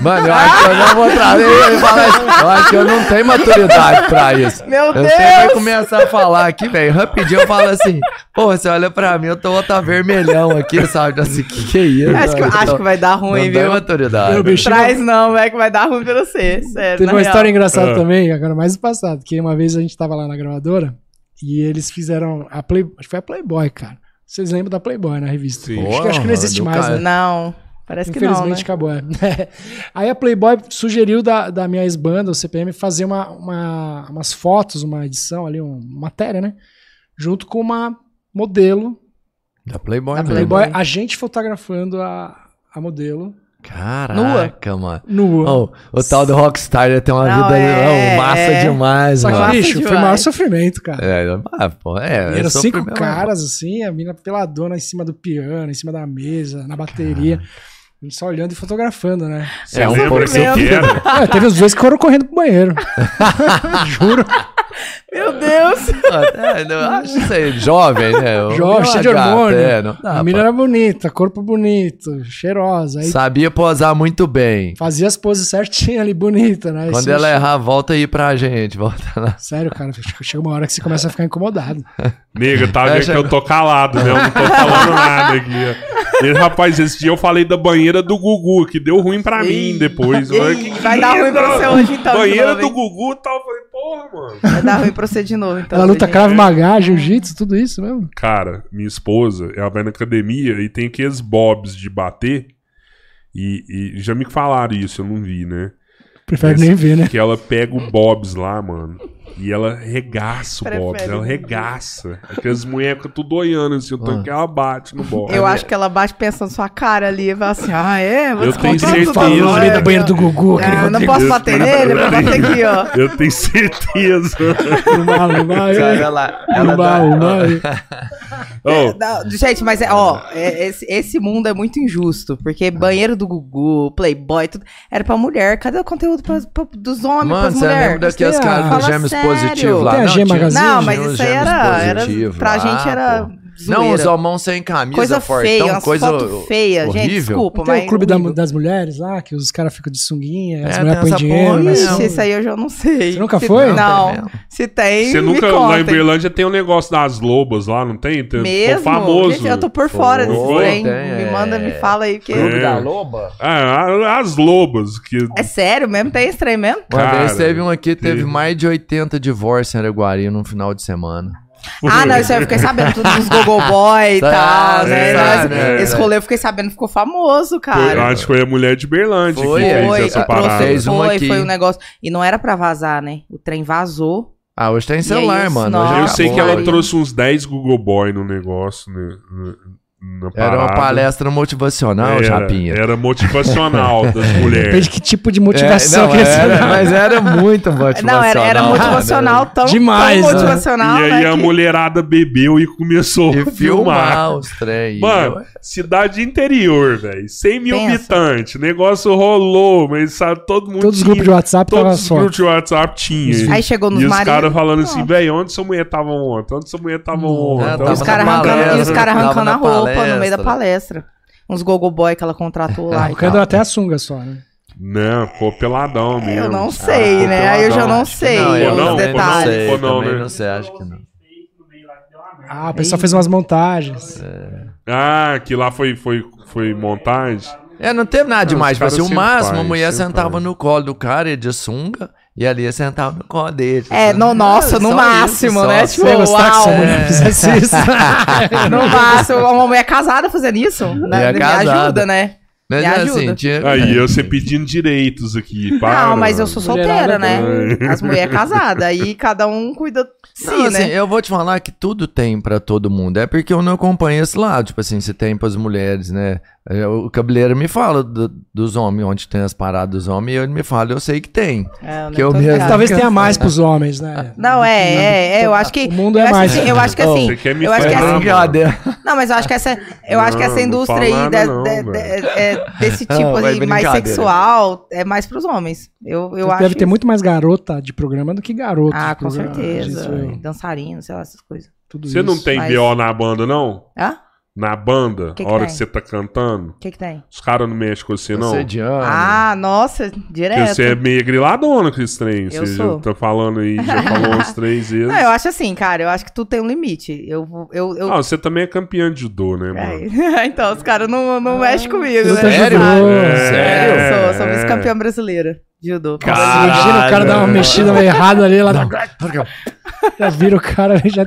Mano, eu acho que eu não vou trazer. ele fala isso. Eu acho que eu não tenho maturidade pra isso. Meu Eu Deus! sei, vai começar a falar aqui, velho. Rapidinho eu falo assim, pô, você olha pra mim, eu tô outra vermelhão aqui, sabe? Assim, que que é isso? Acho que, velho? acho que vai dar Não ruim, tem viu? maturidade. Eu, bicho, Traz não, velho, que vai dar ruim pra você. Sério, Teve na uma real. história engraçada Ah. também, agora mais do passado, que uma vez a gente tava lá na gravadora e eles fizeram a Play, acho que foi a Playboy, cara. Vocês lembram da Playboy na revista? Sim. Acho, que, acho que não existe Porra, mais, do né? Não. Parece que não, né? Infelizmente acabou. é. Aí a Playboy sugeriu da, da minha ex-banda, o CPM, fazer uma, uma- umas fotos, uma edição ali, um- uma matéria, né? Junto com uma modelo. Da Playboy, Da mesmo. Playboy, Uhum. a gente fotografando a, a modelo Caraca, mano. nua. Oh, Ô, o tal do Rockstar ele tem uma Não, vida é, ô, massa é. demais, Só que, mano. Nossa, bicho, foi o demais. maior sofrimento, cara. É, ah, pô, é, E eram eu sou cinco primeiro- caras, assim, a mina peladona em cima do piano, em cima da mesa, na bateria. A gente só olhando e fotografando, né? Você um lembra que eu sofrimento. quero? Ah, teve uns dois que foram correndo pro banheiro. Juro. Meu Deus! É, não, eu acho isso aí, jovem, né? O Jovem, meu cheio de gato, hormônio. é, não dá, a mina pô. era bonita, corpo bonito, cheirosa. Aí Sabia posar muito bem. fazia as poses certinhas ali, bonita, né? Quando Isso- ela é- errar, volta aí pra gente. Volta lá. Sério, cara, chega uma hora que você começa a ficar incomodado. Nega, tá vendo Fecha- que eu tô calado, né? Eu não tô falando nada aqui. ó. E, rapaz, esse dia eu falei da banheira do Gugu, que deu ruim pra mim depois. Ei, Mas que vai dar ruim pra lindo! você hoje, então, de Banheira novo, do hein? Gugu e tal. Eu falei, porra, mano. Vai dar ruim pra você de novo, então. ela luta gente. cravo magá, jiu-jitsu, tudo isso mesmo. Cara, minha esposa, ela vai na academia e tem aqueles bobs de bater. E, e já me falaram isso, eu não vi, né? Prefere Esse- nem ver, né? Que ela pega o Bobs lá, mano. E ela regaça o Prefere Bobs, ela não. regaça. Aquelas bonecas tudo olhando assim, eu tô Ah. que ela bate no Bobs. Eu acho que ela bate pensando sua cara ali e fala assim: ah, é? Vou Eu te tenho contar certeza. tudo agora, Falou ali da ó. banheira do Gugu, aquele Ah, eu não Rodrigo. posso bater nele, mas bota aqui, ó. Eu tenho certeza. Uma, uma, Olha lá. uma, uma, Ô, Não, gente, mas é, ó, é- esse, esse mundo é muito injusto, porque banheiro do Gugu, Playboy, tudo, era pra mulher, cadê o conteúdo pra- pra- dos homens Mano, pras você lembra mulheres? daqueles Tem caras a- do Fala Gêmeos sério. Positivo lá? Tem a G tinha- Não, Magazine? tinha mas uns isso aí Gêmeos era, era Positivo pra lá, gente era pô. Não, zoeira. os homão sem camisa, coisa feia, fortão, umas coisa foto feia, gente, horrível. desculpa, Tem mas... é o clube da- horrível. das mulheres lá, que os caras ficam de sunguinha, as É, mulheres tem põem assim. essa dinheiro. porra, Mas Ixi, não. isso aí eu já não sei. né? Você nunca Se- foi? Não, Não, se tem, você me nunca. Lá em contem. Berlândia tem o negócio das lobas lá, não tem? tem Mesmo? Ficou famoso. Gente, eu tô por fora Foi, desse foi, trem. tem, Me é. manda, me fala aí, porque... Clube da Loba? Ah, as lobas. Que... É sério mesmo? Tem esse trem mesmo? Uma Cara, vez teve um aqui, teve teve. mais de 80 divórcios em Araguari num final de semana. Ah, não, isso aí eu fiquei sabendo tudo dos Gogoboy e Tá, tal, né? é, Não, esse, né? esse rolê eu fiquei sabendo, ficou famoso, Foi- cara. acho que foi a mulher de Berlândia Foi, que fez Foi, essa que parada. Fez trouxe, uma foi, aqui. foi um negócio. E não era pra vazar, né? O trem vazou. Ah, hoje tem E é celular, aí os mano. nós- Hoje Eu sei acabou, que ela né? trouxe uns 10 Google Boy no negócio, né? na- na Era uma parada. palestra motivacional, era, Chapinha. Era motivacional das mulheres. Depende que tipo de É, motivação não, que eles era, tiveram. mas era muito motivacional. não, era, era mano. motivacional, tão, Demais, tão né? motivacional, e aí né? a que- mulherada bebeu e começou E a filmar. filmar os trem. Mano, cidade interior, velho. 100 mil Pensa. habitantes. O negócio rolou, mas sabe, todo mundo Todos os tinha. grupos de WhatsApp estavam Todos os só. grupos de WhatsApp tinha. Aí chegou nos e os maridos. caras falando assim, Nossa. velho, onde sua mulher tava ontem? Onde sua mulher tava ontem? Então, É, Onde tava Os sua caras na arrancando, e os palestra, caras tava arrancando na a roupa no meio palestra. da palestra. Uns gogoboy que ela contratou Ah, lá. e tal. Tocando é até a sunga só, né? Não, ficou peladão mesmo. É, Eu não sei, né? Aí eu já não sei não, eu os não, eu detalhes. não. Sei, Ou não, também né? não sei, acho que não. Ah, o pessoal fez umas montagens. Ah, que lá foi, foi, foi montagem? É, não teve nada demais. os Tipo caras assim, o sem máximo, a paz, mulher sem sentava paz. no colo do cara, ele de sunga, e ali ia sentava no colo dele. É, no, nossa, no Só máximo, isso, É. né? só. Tipo, Você ia gostar que uau. sua mulher fizesse isso? No máximo, uma mulher casada fazendo isso. Né? Mulher Me casada. ajuda, né? Mas Me assim, ajuda. tinha... Aí eu você pedindo direitos aqui, para. não, Ah, mas eu sou solteira, Mulherada né? As mulheres casadas. Aí cada um cuida de si, Não, assim, né? eu vou te falar que tudo tem pra todo mundo. É porque eu não acompanho esse lado. Tipo assim, se tem pras mulheres, né? É, O cabeleiro me fala do- dos homens, onde tem as paradas dos homens, e ele me fala, eu sei que tem. É, eu que eu tô mesmo- ligada. Talvez tenha mais pros homens, né? Não, é, é, é, eu acho que. O mundo eu é acho mais. que- eu acho que Oh, assim. Você quer me eu acho que é ferrar, assim. mano? Brincadeira. Não, mas eu acho que essa, eu acho que Não, essa não indústria fala aí nada de- não, de- velho. de- é- desse Ah, tipo vai aí, mais brincadeira. sexual, é mais pros homens. Eu, eu acho. Deve ter muito mais garota de programa do que garoto. Ah, de com programa, certeza. isso eu- Dançarino, sei lá, essas coisas. tudo Você não isso. tem Mas- BO na banda, não? Hã? Na banda, Que é? que a hora tem? que você tá cantando? O que que tem? Os caras não mexem com você, não? Você é de ano. Ah, nossa, Porque direto. você é meio griladona com esse trem. Eu você sou. já tá falando aí, já falou umas três vezes. Não, eu acho assim, cara, eu acho que tudo tem um limite. Eu vou. Eu, eu... Ah, você também é campeã de judô, né, mano? É, então, os caras não, não mexem comigo, Luta né? Sério? Sabe? judô. É. É, Sério? eu sou, sou É. vice-campeã brasileira de judô. Cara. Imagina o cara dar uma Caralho. um- mexida meio errada ali, lá dá- já vira o cara ali, já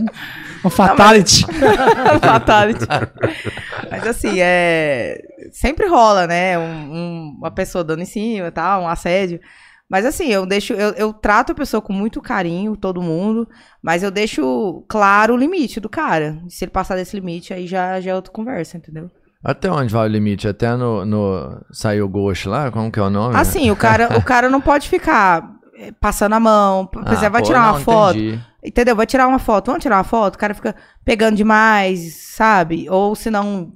Uma fatality. Fatality. Mas assim, é... sempre rola, né? Um- um- uma pessoa dando em cima e tal, um assédio. Mas assim, eu deixo, eu, eu trato a pessoa com muito carinho, todo mundo, mas eu deixo claro o limite do cara. Se ele passar desse limite, aí já, já é outra conversa, entendeu? Até onde vai o limite? Até no, no... Saiu Ghost lá? Como que é o nome? Assim, o cara, o cara não pode ficar eh, passando a mão, por exemplo, é, vai Ah, pô, tirar uma não, foto. entendi. Entendeu? Vai tirar uma foto. Vamos tirar uma foto? O cara fica pegando demais, sabe? Ou se não.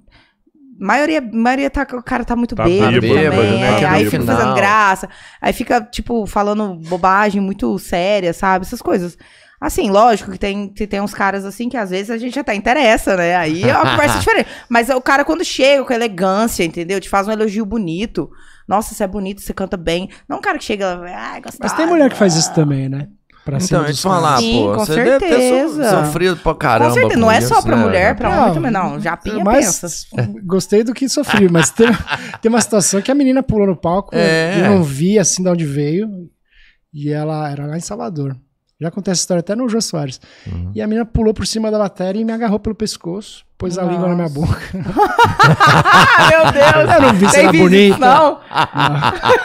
Maioria, maioria tá, o cara tá muito Tá bêbado, bêbado, também, né? é, Tá aí bêbado. fica Não. fazendo graça, aí fica, tipo, falando bobagem muito séria, sabe? Essas coisas. Assim, lógico que tem, que tem uns caras assim que às vezes a gente até interessa, né? Aí é uma conversa diferente. Mas o cara quando chega com elegância, entendeu? Te faz um elogio bonito. Nossa, você é bonito, você canta bem. Não um cara que chega, ai, gostosa. Mas tem mulher que faz isso também, né? Pra cima Então, eu ia dos te falar, caras. Sim, pô. com você deve ter so- certeza. sofrido pra caramba. Com certeza, não com é só isso, pra né? mulher, pra Não, homem também não. Japinha Ah, Mas pensa. gostei do que sofri, mas tem, tem uma situação que a menina pulou no palco, É. eu não vi assim de onde veio, e ela era lá em Salvador. Já acontece essa história até no Jô Soares. Uhum. E a menina pulou por cima da bateria e me agarrou pelo pescoço, pôs a língua na minha Nossa. boca. Ah, meu Deus! Eu não vi se Tem era visita, bonita. Não.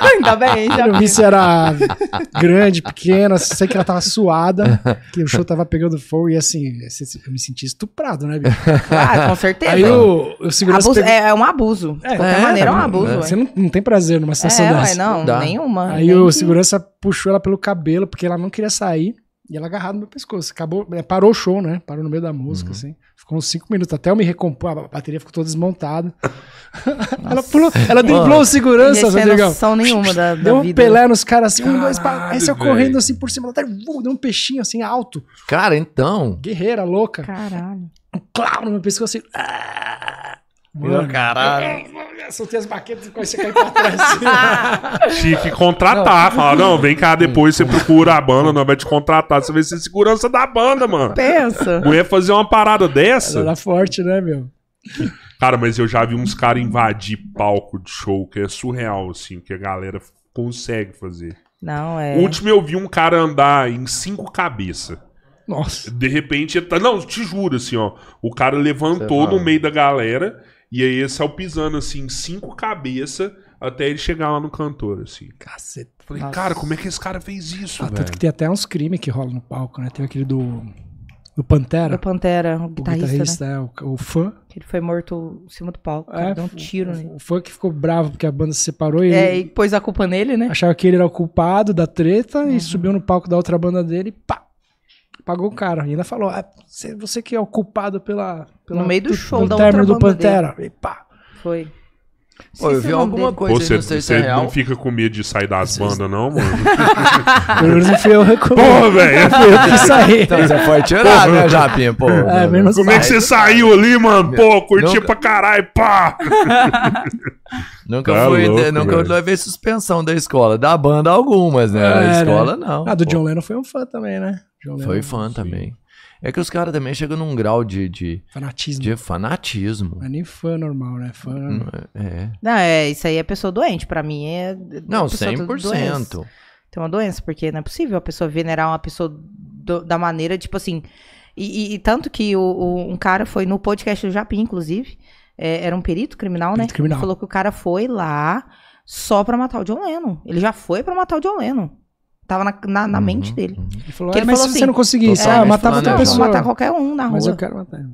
Ainda bem, já. Eu não vi se era grande, pequena, só sei que ela tava suada, que o show tava pegando fogo, e assim, eu me senti estuprado, né, bicho? Claro, Ah, com certeza. Aí o, o segurança Abuso- pegou- é, é um abuso. De qualquer é, maneira, é um né? abuso. Você ué. não, não tem prazer numa situação é, dessa. ué, não, Dá. nenhuma. Aí Nem o que- segurança puxou ela pelo cabelo, porque ela não queria sair, e ela agarrada no meu pescoço. Acabou, é, parou o show, né? Parou no meio da música, Uhum. assim. Ficou uns cinco minutos, até eu me recompor, a bateria ficou toda desmontada. ela pulou, ela driblou o segurança, Gente, sem Rodrigão. noção nenhuma da, da Deu um vida. pelé nos caras assim, um, dois, pá. Aí Caralho, saiu correndo velho. assim por cima, até vum, deu um peixinho assim alto. Cara, então. Guerreira, louca. Caralho. Clau no meu pescoço assim. ah. Mano, Caralho. É, soltei as baquetas e comecei a cair pra trás. assim. Tinha que contratar. Falar, não, vem cá depois, você procura a banda, nós vai te contratar. Você vai ser segurança da banda, mano. Pensa. Mulher fazer uma parada Ela dessa. era forte, né, meu? Cara, mas eu já vi uns caras invadir palco de show, que é surreal, assim, o que a galera consegue fazer. Não, é. O último eu vi um cara andar em cinco cabeças. Nossa. De repente, ele tá- não, te juro, assim, ó. O cara levantou Você fala. no meio da galera e aí ele saiu pisando, assim, em cinco cabeças até ele chegar lá no cantor, assim. Caceta. Falei, Nossa. cara, como é que esse cara fez isso, Ah, velho? tanto que tem até uns crimes que rolam no palco, né? Tem aquele do, do Pantera, O Pantera, o o guitarrista, guitarrista, é, o, o fã. né? Que ele foi morto em cima do palco. É, cara, deu um tiro nele. O fã que ficou bravo porque a banda se separou e É, e Uhum. pôs a culpa nele, né? achava que ele era o culpado da treta e subiu no palco da outra banda dele e pá! Pagou o cara. E ainda falou: "Ah, você, você que é o culpado pela, pela- No meio do show da término outra do banda Pantera. E pá! Foi. Pô, é eu vi alguma coisa. Pô, coisa, aí, você não sei se você é não real. fica com medo de sair das Vocês- bandas, não, mano? Pelo menos não fui eu recomendo. Porra, velho! Fui eu que saí. Então você foi tirar, né, Japinha, pô? É, menos Como é que você saiu ali, mano? Pô, curtia Nunca- pra caralho, pá! Nunca Tá fui, louco, nunca velho. levei suspensão da escola. Da banda algumas, né? É, Da né? escola não. Ah, do pô. John Lennon foi um fã também, né? John Lennon, Foi fã também. É que os caras também chegam num grau de, de, Fanatismo. de fanatismo. Não é nem fã normal, né? Fã. É. Não, é, isso aí é pessoa doente. Pra mim é. Não, pessoa do- doença. 100%. tem uma doença, porque não é possível a pessoa venerar uma pessoa do- da maneira, tipo assim. E, e- e tanto que o, o- um cara foi no podcast do Japim, inclusive, é, era um perito criminal, né? Perito criminal. Ele falou que o cara foi lá só pra matar o John Lennon. Ele já foi pra matar o John Lennon. Tava na, na- na Uhum, mente dele. uhum. Ele falou, Que "Ah, ele mas falou se você assim, não conseguir isso, ah, totalmente matava outra Vou planejado. pessoa. matar qualquer um na Mas eu rua. quero matar. ele.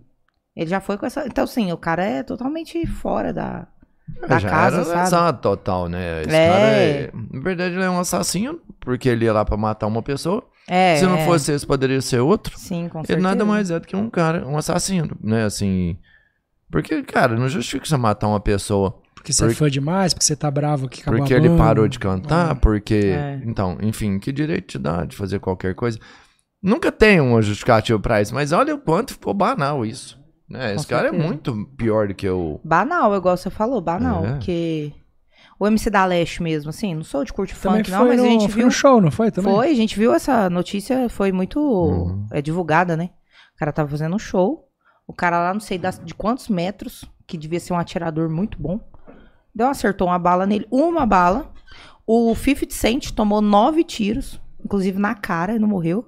Ele já foi com essa. Então, assim, o cara é totalmente fora da, da Já casa, era sabe? lançado total, né? Esse É. cara é... Na verdade, ele é um assassino, porque ele ia lá pra matar uma pessoa. É, Se não é. fosse esse, poderia ser outro. Sim, com Ele certeza. nada mais é do que um cara, um assassino, né? Assim. Porque, cara, não justifica você matar uma pessoa Porque você Porque- é fã demais, porque você tá bravo que acabou porque a ele banda. parou de cantar, porque. É. Então, enfim, que direito te dá de fazer qualquer coisa? Nunca tem uma justificativa pra isso, mas olha o quanto ficou banal isso. Né? Com Esse cara é certeza. muito pior do que o. Banal, igual você falou, banal. É. Porque o MC da Leste mesmo, assim, não sou de curte Também funk, não, foi mas no, a gente foi viu. no show, não foi? Também? Foi, a gente viu essa notícia, foi muito Uhum. é, divulgada, né? O cara tava fazendo um show, o cara lá, não sei das- de quantos metros, que devia ser um atirador muito bom, deu, acertou uma bala nele, uma bala. O 50 Cent tomou nove tiros, inclusive na cara, e não morreu.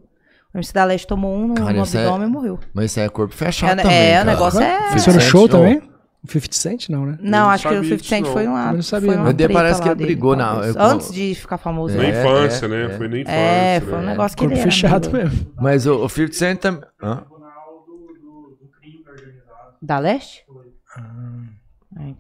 O MC da Leste tomou um no, Cara, no isso é- abdômen e morreu. Mas isso aí é corpo É, fechado né? também, É, o cara. negócio é- 50 Você no Cent, show ó. também? O 50 Cent, não, né? Não, não acho que o sabia 50 Cent disso, foi não. uma. Eu não sabia, Foi não. uma Mas daí treta parece que lá ele dele, brigou na- talvez. eu- Antes de ficar famoso. Na né? É, infância, é, né? é. Foi na infância. É, foi um né? negócio que Corpo ele era fechado né? meio- mesmo. Mas o, o 50 Cent também... Hã? Da Leste?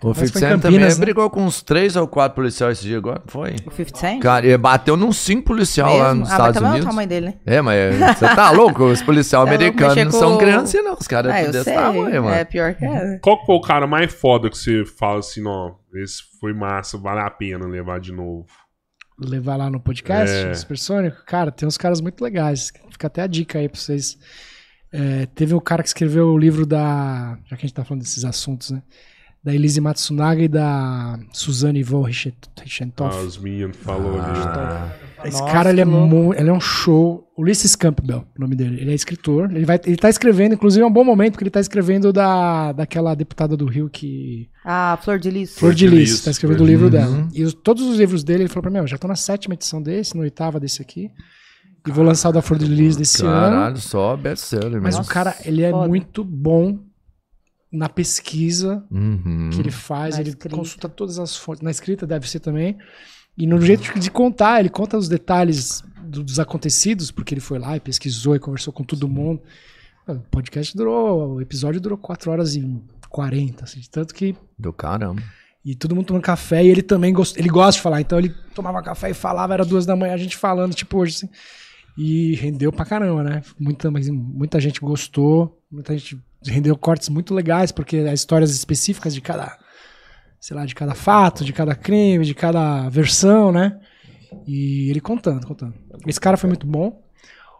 O Mas 50 foi em Cent também Campinas, né? brigou com uns 3 ou 4 policiais esse dia agora, não foi? O 50 Cent? Cara, e bateu num 5 policial Mesmo? lá nos ah, mas Estados também é o Unidos. tamanho dele, né? É, mas você tá louco? Os policiais Tá louco, americanos mexer não com- são crianças, não. Os caras Ah, é eu tudo desse sei. tamanho, mano. É pior que é. Qual que foi o cara mais foda que você fala assim, ó, esse foi massa, vale a pena levar de novo? levar lá no podcast, É. Supersônico, cara, tem uns caras muito legais. Fica até a dica aí pra vocês. É, teve um cara que escreveu o livro da. Já que a gente tá falando desses assuntos, né? Da Elise Matsunaga e da Suzane von Richen- Richentoff. Ah, os meninos falaram ali. Ah. então. Esse Nossa, cara, ele é, que louco. mu- ele é um show. Ulisses Campbell, o nome dele. Ele é escritor. Ele, vai, ele tá escrevendo, inclusive é um bom momento, porque ele tá escrevendo da, daquela deputada do Rio que Ah, Flor de Lis. Flor de Flor de Lis, Lis, tá escrevendo o Flor de livro Lis. dela. Uhum. E os- todos os livros dele, ele falou pra mim, "Ó, já tô na sétima edição desse, na oitava desse aqui. E vou lançar o da Flor de Lis desse ano. Caralho, só best-seller, Mas mesmo. o cara, ele é foda. muito bom na pesquisa Uhum. que ele faz, Na ele escrita. consulta todas as fontes. Na escrita deve ser também. E no jeito de contar, ele conta os detalhes do- dos acontecidos, porque ele foi lá e pesquisou e conversou com todo mundo. Ah, O podcast durou, o episódio durou 4 horas e 40, assim, de tanto que Do caramba. e todo mundo tomando café, e ele também gost... ele gosta de falar. Então ele tomava café e falava, era duas da manhã, a gente falando, tipo hoje, assim. E rendeu pra caramba, né? Muita, mas muita gente gostou, muita gente rendeu cortes muito legais, porque as histórias específicas de cada, sei lá, de cada fato, de cada crime, de cada versão, né? E ele contando, contando. Esse cara foi muito bom.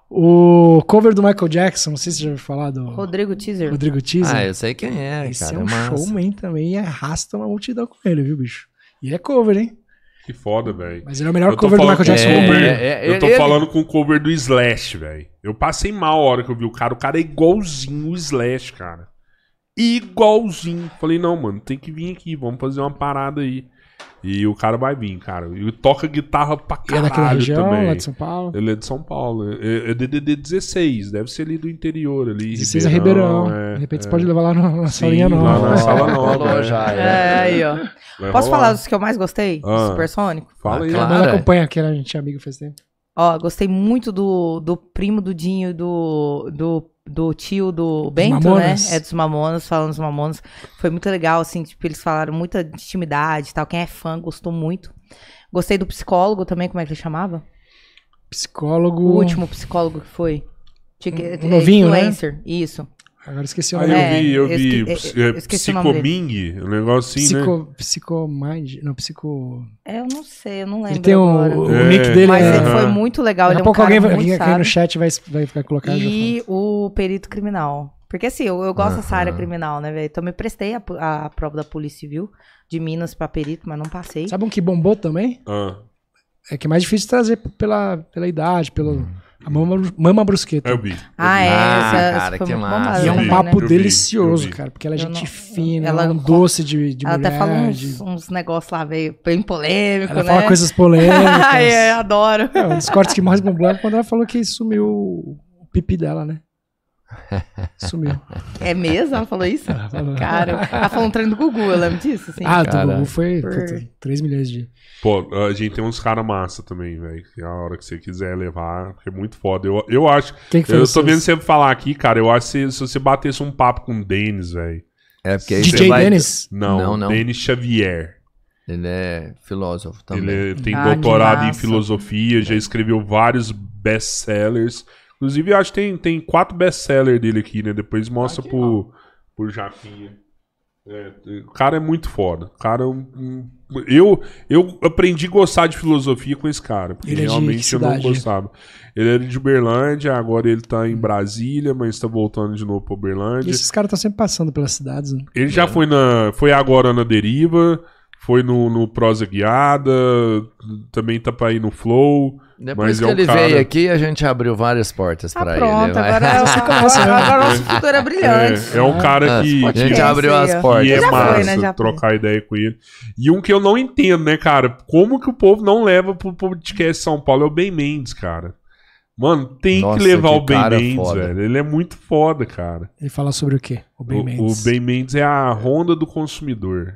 O cover do Michael Jackson, não sei se você já ouviu falar do Rodrigo Teaser. Rodrigo Teaser. Ah, eu sei quem é, Esse cara. é um massa. showman também e arrasta uma multidão com ele, viu, bicho? E ele é cover, hein? Que foda, velho. Mas ele é o melhor Eu tô cover do falando Michael com o Jackson. cover- É, é, é, eu tô ele- falando com o cover do Slash, velho. Eu passei mal a hora que eu vi o cara. O cara é igualzinho o Slash, cara. Igualzinho. Falei, não, mano, tem que vir aqui. Vamos fazer uma parada aí. E o cara vai vir, cara. E toca guitarra pra Ele é daquela caralho região, lá também. de São Paulo. Ele é de São Paulo. É, é DDD 16. Deve ser ali do interior, ali. 16 é Ribeirão. é. de repente você pode levar lá na, na Sim, salinha lá nova. na né? sala nova, Falou é. já, É, aí, ó. Vai Posso rolar. falar dos que eu mais gostei? Do Ah. Supersônico? Fala aí. Ah, Minha claro. mãe Cara. é acompanha aquele, a gente é amigo faz tempo. Ó, gostei muito do, do primo do Dinho e do, do, do tio do Bento, né? Mamonas. É dos Mamonas, falando dos Mamonas. Foi muito legal, assim, tipo, eles falaram muita intimidade e tal. Quem é fã gostou muito. Gostei do psicólogo também, como é que ele chamava? Psicólogo. O último psicólogo que foi. Tinha que- é Um novinho, né? influencer, isso. Agora esqueci o Aí nome. É, eu eu vi, eu vi. esque- ps- é, eu esqueci o nome Psicoming, um negócio assim, né? psico, Psicomind. Não, psico. É, Eu não sei, eu não lembro Ele tem o, agora. o É. nick dele. Mas é- ele foi Aham. muito legal, Daqui ele a é um pouco cara alguém vai, muito alguém aqui sábio. no chat vai, vai, vai colocar. já E o perito criminal. Porque assim, eu, eu gosto dessa área Aham. criminal, né, velho? Então me prestei a, po- a prova da Polícia Civil de Minas pra perito, mas não passei. falo. Sabe um que bombou também? Ah, É que é mais difícil de trazer pela, pela idade, pelo. A mama, mama brusqueta. eu vi. Ah, é. Ah, essa, essa cara, foi que muito massa. bombada né? E é Eu um também, vi, né? papo eu vi, delicioso, eu vi. cara, porque ela é Eu gente não- fina, ela- ela é um doce de, de Ela mulher. até fala uns, de- uns negócios lá, velho, bem polêmico, Ela né? fala coisas polêmicas. Ai, é, adoro. É, um dos cortes que mais bombou é quando ela falou que sumiu o pipi dela, né? Sumiu. É mesmo? Ela falou isso? falou. Cara, ela falou um treino do Gugu, eu lembro disso, assim. ah, do cara. Gugu foi Por- 3 milhões de. Pô, a gente tem uns caras massa também, velho. que A hora que você quiser levar, porque é muito foda. Eu, eu acho. Quem que foi um Eu os tô vendo seus? você falar aqui, cara. Eu acho que se, se você batesse um papo com o Denis, velho. É porque aí você DJ vai- Dennis? Não, Não, não. Denis Xavier. Ele é filósofo também. Ele é- tem Ah, que doutorado em massa. filosofia, já escreveu vários best-sellers. Inclusive, eu acho que tem, tem quatro best-sellers dele aqui, né? Depois Ah, mostra pro, pro Japinha. É, o cara é muito foda. O cara é um- um- eu, eu aprendi a gostar de filosofia com esse cara. Porque Ele é de realmente que eu não cidade? gostava. Ele era de Uberlândia, agora ele tá em Brasília, mas tá voltando de novo pra E Uberlândia. esses caras estão sempre passando pelas cidades, né? Ele É. já foi na. Foi agora na Deriva, foi no, no Prosa Guiada, também tá pra ir no Flow. Depois Mas é que um ele cara- veio aqui, a gente abriu várias portas Tá pra pronto, ele. vai. agora, agora, agora o nosso futuro é brilhante. É, é um cara Ah, que. A gente Podcast abriu aí, as ó. portas. E é Já foi, massa né, já foi. trocar ideia com ele. E um que eu não entendo, né, cara? Como que o povo não leva pro podcast São Paulo é o Ben Mendes, cara. Mano, tem Nossa, que levar que o Ben cara Mendes, foda. velho. Ele é muito foda, cara. Ele fala sobre o quê? O Ben O- Mendes. O Ben Mendes é a Honda do consumidor.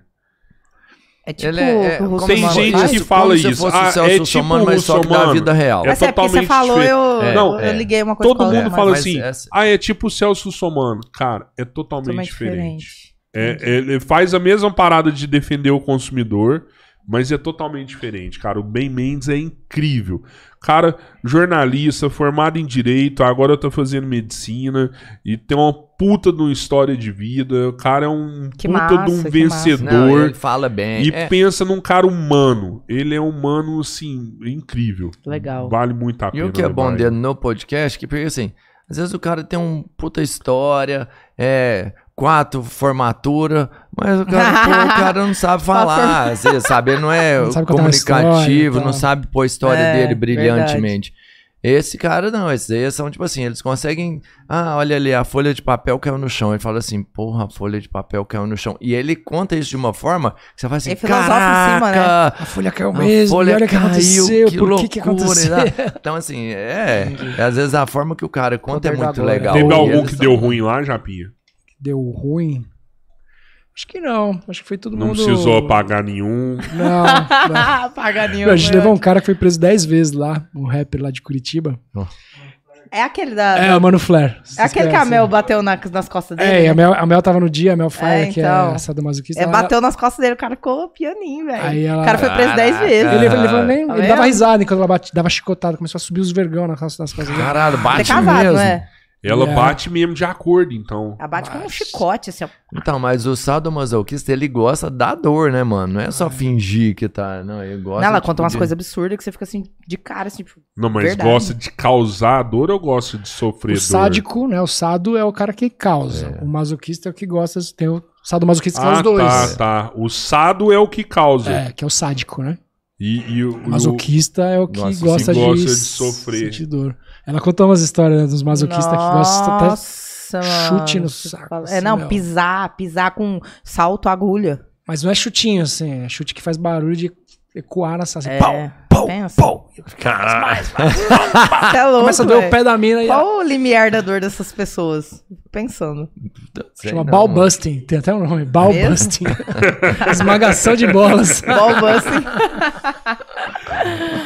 É tipo Ele é- é- o como Russo Tem se- Mano gente faz. que como fala se isso. fosse o Ah, é Celso tipo Somano, o mas só que da Somano. vida real. É Mas é porque você totalmente falou, eu, diferente. eu, É, é. liguei uma coisa Todo com a outra, mundo mas- fala mas assim, essa- ah, é tipo o Celso Somano. Cara, é totalmente, totalmente diferente. diferente. É, ele faz a mesma parada de defender o consumidor, mas é totalmente diferente, cara. O Ben Mendes é incrível. Cara, jornalista, formado em direito, agora tá fazendo medicina e tem uma puta de uma história de vida. O cara é um Que puta de um massa, que massa. Não, ele vencedor fala bem. e É, pensa num cara humano. Ele é humano, assim, incrível. Legal. Vale muito a E pena. o que é levar bom ele. dele no podcast, que porque assim, às vezes o cara tem um puta história, é, quatro formatura, mas o cara, pô, o cara não sabe falar, às vezes, sabe? Ele não é Não sabe contar uma história, comunicativo, não então. sabe pôr a história É, dele brilhantemente. Esse cara não, esses aí são tipo assim, eles conseguem. Ah, olha ali, a folha de papel caiu no chão. Ele fala assim, porra, a folha de papel caiu no chão. E ele conta isso de uma forma que você fala assim, Ele filosofa em caraca, cima, né? A folha caiu a mesmo. folha e olha É o que caiu, aconteceu. que por loucura, que que aconteceu? né? Então, assim, é, é, Às vezes a forma que o cara conta é muito Governador, legal. Teve E algum eles que são- deu ruim lá, Japinha? Deu ruim? Acho que não. Acho que foi todo Não mundo. precisou apagar nenhum. Não, não. Paganinho. a gente levou um cara que foi preso 10 vezes lá, um rapper lá de Curitiba. É aquele da. É, o Mano Flair. Vocês é aquele que a conhecem, Mel né? bateu na- nas costas dele. É, e né? a Mel, a Mel tava no dia, a Mel Fire, É, que então. é sadomasoquista. É, ela- bateu nas costas dele, o cara ficou pianinho, Aí velho. ela- O cara foi preso 10 Caraca. vezes. Ele, ele, falou nem- Tá ele vendo? dava risada enquanto ela bate- dava chicotada, começou a subir os vergão nas costas das costas. dela. Caralho, Ele é bate casado, mesmo. não é? Ela É. bate mesmo de acordo, então. Ela bate com um Bate. chicote, assim, ó. Então, mas o sadomasoquista, ele gosta da dor, né, mano? Não é Ah. só fingir que tá. Não, ele gosta. Não, ela tipo, conta umas de- coisas absurdas que você fica assim, de cara, assim, tipo, Não, mas Verdade. gosta de causar dor ou gosta de sofrer O dor? sádico, né? O sado é o cara que causa. O masoquista é o que gosta. Tem o sadomasoquista que é Ah, os dois. tá, tá. O sado é o que causa. É, que é o sádico, né? E, e o, O masoquista é o que Nossa, gosta, sim, de, gosta de sofrer. sentir dor. Ela contou umas histórias né, dos masoquistas que gostam até Nossa, mano. chute no Você saco, fala- assim, É, não, meu. pisar, pisar com salto, agulha. Mas não é chutinho, assim. É chute que faz barulho de ecoar na sala. assim, É, pau, pau, pensa. pau. Você é louco, Começa a doer o velho. pé da mina e ela Qual o limiar da dor dessas pessoas? Fico Pensando. Sei chama não, ball mano. busting. Tem até um nome, ball Mesmo? busting. Esmagação de bolas. Ball busting.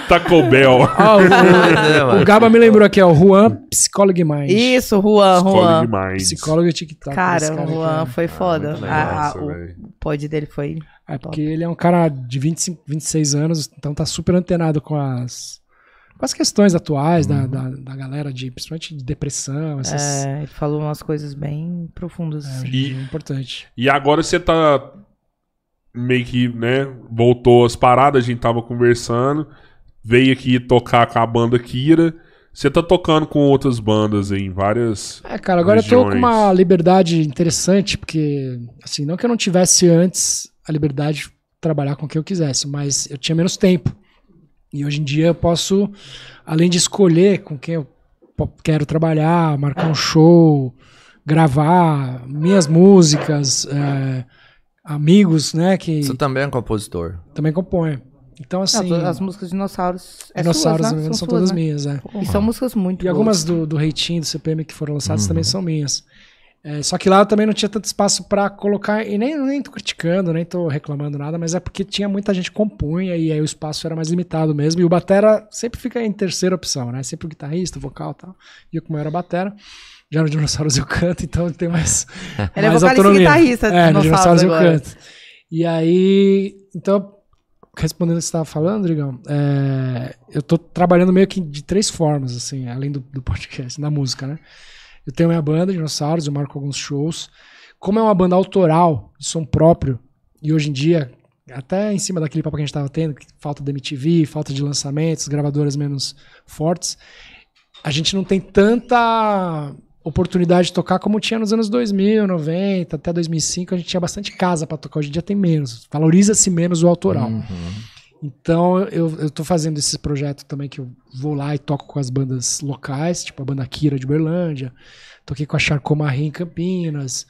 Taco Bell. Ah, Ó, né, É, o, mano. o Gaba me lembrou aqui, ó. o Juan, psicólogo e mais. Isso, Juan, Escolhe Juan. demais. Psicólogo ah, e TikTok. Cara, esse o aqui, Juan né? foi foda. muito legal. A- a- Nossa, o velho. pod dele foi. É porque ele é um cara de 25, 26 anos, então tá super antenado com as, com as questões atuais da, da, da galera, de, principalmente de depressão, essas. É. É, ele falou umas coisas bem profundas. assim. hoje em dia é importante. E agora você tá meio que, né, voltou as paradas, a gente tava conversando, veio aqui tocar com a banda Kira. Você tá tocando com outras bandas aí, em várias... É, cara, agora eu tô com Regiões. uma liberdade interessante, porque, assim, não que eu não tivesse antes a liberdade de trabalhar com o que eu quisesse, mas eu tinha menos tempo. E hoje em dia eu posso, além de escolher com quem eu po- quero trabalhar, marcar um show, gravar minhas músicas, é, amigos, né, que Você também é um compositor. também compõem. tá Então, Não, assim, to- as músicas de dinossauros. É dinossauros suas, né? são, suas, todas né? minhas, é. E são músicas muito E boas. algumas do, do Reitinho, do CPM que foram lançadas também são minhas. É, só que lá eu também não tinha tanto espaço pra colocar, e nem, nem tô criticando, nem tô reclamando nada, mas é porque tinha muita gente que compunha e aí o espaço era mais limitado mesmo. E o Batera sempre fica em terceira opção, né? Sempre o guitarrista, o vocal e tal. E eu, como eu era Batera, já no Dinossauros eu canto, então tem mais, Ele é mais vocalista e autonomia. guitarrista É, no de dinossauros Dinossauros eu agora. canto. E aí, então, respondendo o que você estava falando, Drigão, é, eu tô trabalhando meio que de três formas, assim, além do, do podcast, na música, né? Eu tenho minha banda, Dinossauros, eu marco alguns shows. Como é uma banda autoral, de som próprio, e hoje em dia, até em cima daquele papo que a gente estava tendo, que falta da MTV, falta de lançamentos, gravadoras menos fortes, a gente não tem tanta oportunidade de tocar como tinha nos anos 2000, 90, até 2005, a gente tinha bastante casa para tocar, hoje em dia tem menos. Valoriza-se menos o autoral. Então eu, eu tô fazendo esse projeto também que eu vou lá e toco com as bandas locais, tipo a banda Kira de Berlândia, toquei com a Charcomarie em Campinas.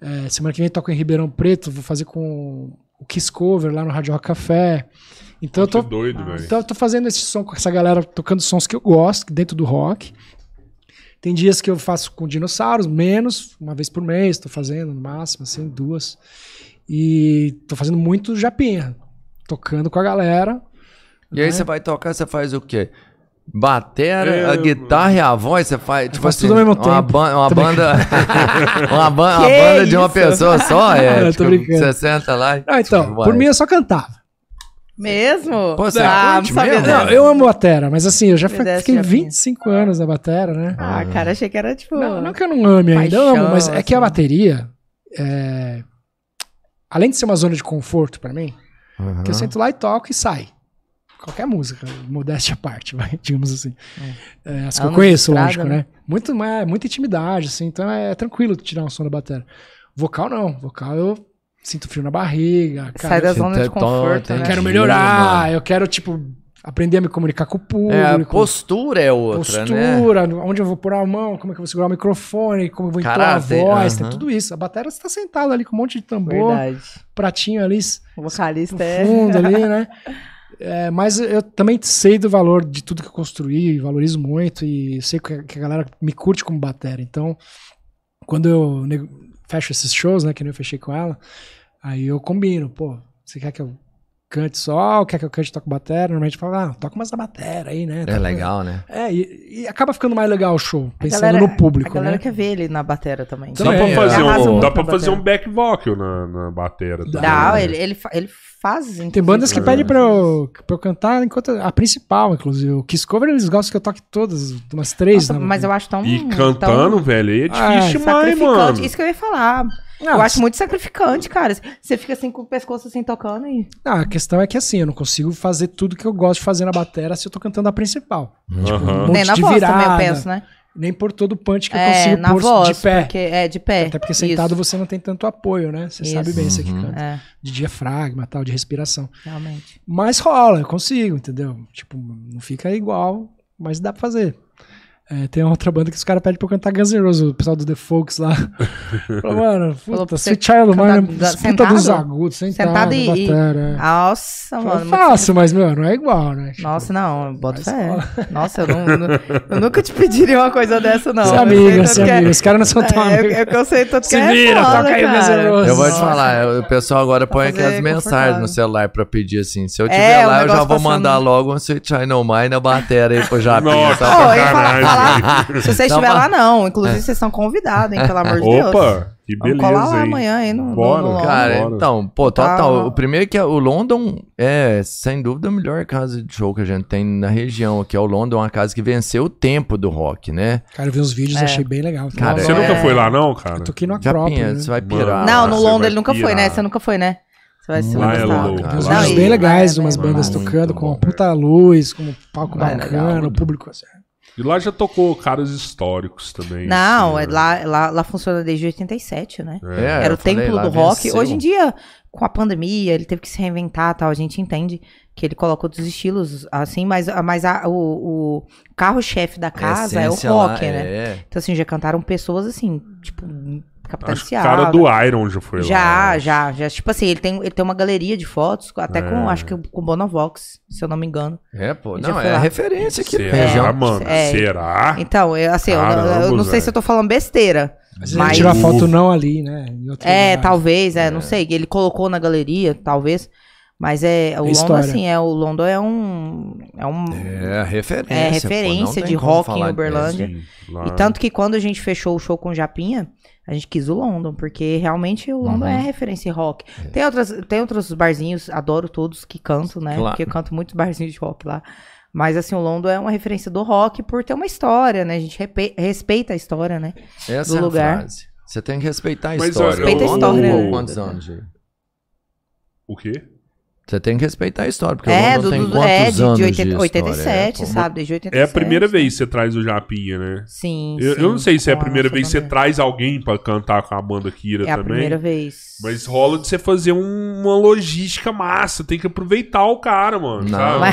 É, semana que vem toco em Ribeirão Preto, vou fazer com o Kiss Cover lá no Rádio Rock Café. Então eu tô, Que doido, velho. então eu tô fazendo esse som com essa galera, tocando sons que eu gosto, dentro do rock. Tem dias que eu faço com dinossauros, menos, uma vez por mês, tô fazendo, no máximo, assim, duas. E tô fazendo muito japinha, tocando com a galera. E Né? aí você vai tocar, você faz o quê? Batera, É, a guitarra e a voz, você faz. Tipo faço assim, tudo ao mesmo uma, tempo. ba- uma Tô banda. uma ba- uma Que banda de uma isso? pessoa só, é. Eu tipo, tô brincando. Você senta lá e. tipo, Ah, então, Vai. por mim eu só cantava. Mesmo? Pô, você ah, não curte sabia mesmo? dessa. Não, é eu amo batera, mas assim, eu já Me desce fiquei japinha. 25 anos na batera, né? Ah, cara, achei que era tipo. Não, não que eu não ame ainda, eu Paixão, amo, mas é que a assim. bateria, é, além de ser uma zona de conforto pra mim, Aham. que eu sento lá e toco e sai. Qualquer música, modéstia à parte, vai, digamos assim. É, as que eu Anos conheço, de estrada, lógico, né? né? Muito, é, muita intimidade, assim, então é tranquilo tirar um som da bateria. Vocal não, vocal eu sinto frio na barriga, cara, Sai eu da você zona de tá- conforto, tem né? que- quero Imagina, melhorar, mano. eu quero, tipo, aprender a me comunicar com o público. É, a postura é outra, né? postura, onde eu vou pôr a mão, como é que eu vou segurar o microfone, como eu vou entoar a Caráter, voz, tem aham. tudo isso. A bateria você tá sentada ali com um monte de tambor, Verdade. pratinho ali O no vocalista é. fundo ali, né? É, mas eu também sei do valor de tudo que eu construí, valorizo muito e sei que que a galera me curte como batera. Então, quando eu nego- fecho esses shows, né, que nem eu fechei com ela, aí eu combino, pô, você quer que eu cante só, ou quer que eu cante e toque batera? Normalmente eu falo, ah, toca mais a batera aí, né? É legal, né? É, e, e acaba ficando mais legal o show, A pensando galera- no A público, galera né? Então, quer ver ele na batera também. Dá Também, pra é. fazer, Arrasa um, muito dá na pra fazer batera. um back vocal na, na batera. também, Dá, né? ele, ele, fa- ele faz. inclusive. é, Tem bandas que É. pedem pra eu, pra eu cantar enquanto. A principal, inclusive. O Kiss Cover, eles gostam que eu toque todas, umas três, Nossa, né? mas eu acho tão. E tão cantando, velho, aí é Ah, difícil demais, Hum, então Sacrificante. mano. Isso que eu ia falar. Ah, eu acho muito sacrificante, cara. Você fica assim com o pescoço assim tocando e. Ah, a questão é que assim, eu não consigo fazer tudo que eu gosto de fazer na batera se eu tô cantando a principal. tipo Aham. monte Nem na de voz também, eu virada, penso, né? Nem por todo o punch que eu é, consigo na pôr voz. de pé. Porque, é, de pé. Até porque sentado você não tem tanto apoio, né? Você Isso. sabe bem isso aqui, Uhum. canta. É, De diafragma tal, de respiração. realmente. Mas rola, eu consigo, entendeu? Tipo, não fica igual, mas dá pra fazer. É, tem outra banda que os caras pedem pra eu cantar Guns N' Roses, o pessoal do The Folks lá. Fala, mano, Falou puta, pra você Sweet Child of cantar Mine, é da- puta dos sentado? agudos, sentado, Sentado e- e- batera. é. Nossa, Fala, mano. muito Fácil, mas, meu, não é igual, né? Nossa, não, bota Mas fé. Nossa, eu, não, não- eu nunca te pediria uma coisa dessa, não. Ser Eu sei amigo, tanto ser que é- amigo. Os caras não são tão É, eu, amigos. eu, eu sei tanto Se que é vira, foda, toca aí o cara. Gazelose. Eu vou te Nossa. falar, eu- o pessoal agora põe fazer é aquelas mensagens confortável. no celular pra pedir assim. Se eu É, tiver lá, eu já o tá negócio vou passando. mandar logo um Sweet China Mine na batera aí pro Japinha. Nossa, só pra- Ó, eu ia falar, Sacanagem. falar, se você Dá estiver uma- lá, não. Inclusive, vocês são convidados, hein, pelo amor de Deus. Opa, que Vamos beleza, colar lá hein? amanhã, hein, no- no- Bora, no- Cara, Bora. então, pô, Tá. total. O primeiro é que o London é, sem dúvida, a melhor casa de show que a gente tem na região aqui. É o London, uma casa que venceu o tempo do rock, né? Cara, eu vi uns vídeos, achei bem legal. Cara, Você é- nunca foi lá, não, cara? Eu toquei no Japinha, Acrópole. Né? você vai Mano. é. pirar. Não, no você Londres vai ele nunca foi, né? pirar. Você nunca foi, né? Você vai, você Lá vai é gostar. louco, Tem uns lá vídeos é- bem legais, é umas mesmo. bandas Muito tocando bom, com uma velho. puta luz, com um palco Lá é bacana, legal. o público assim. E lá já tocou caras históricos também. Não, assim, é né? lá, lá, lá funciona desde 87, né? É. É, Era eu o templo falei, lá um- do rock. venceu. Hoje em dia, com a pandemia, ele teve que se reinventar tal. A gente entende que ele coloca outros estilos, assim, mas, mas a- o, o carro-chefe da A casa é o essência lá rock, né? É. Então, assim, já cantaram pessoas assim, tipo, Acho que capitães o cara do Iron já foi lá. já, já, já. Tipo assim, ele tem, ele tem uma galeria de fotos, até com, É. acho que com o Bonovox, se eu não me engano. É, pô. Já Não, foi é lá. referência aqui na Será, região. mano? É. Será? Então, eu, assim, eu- eu, Caramba, não sei velho. se eu tô falando besteira. Mas ele Mas- tirou a foto não ali, né? Em outro É, lugar. talvez, é, não sei. Ele colocou na galeria, talvez. Mas é, o London, história. assim, é, o London é um. É um. É, referência. É, pô, referência não tem de como rock falar em disso. Uberlândia. Sim, lá. E tanto que quando a gente fechou o show com o Japinha, a gente quis o London, porque realmente o London é referência em rock. Tem, outras, tem outros barzinhos, adoro todos que cantam, né? Claro. Porque eu canto muitos barzinhos de rock lá. Mas assim, o London é uma referência do rock por ter uma história, né? A gente repe- respeita a história, né? Essa do é a lugar. frase. Você tem que respeitar a Mas, história. olha, Respeita a London história, tem né? Quantos anos, Gil? O quê? Você tem que respeitar a história, porque é, o London do, tem do- quantos é, de, de anos 80 de história? 87, É, pô. sabe? Desde 87. É a primeira vez que você traz o Japinha, né? né? Sim, Eu, sim, eu não sei se é a com primeira vez que você Sapamé. traz alguém pra cantar com a banda Kira É a também. primeira vez. Mas rola de você fazer um- uma logística massa. Tem que aproveitar o cara, mano. Não, sabe? mas... pô,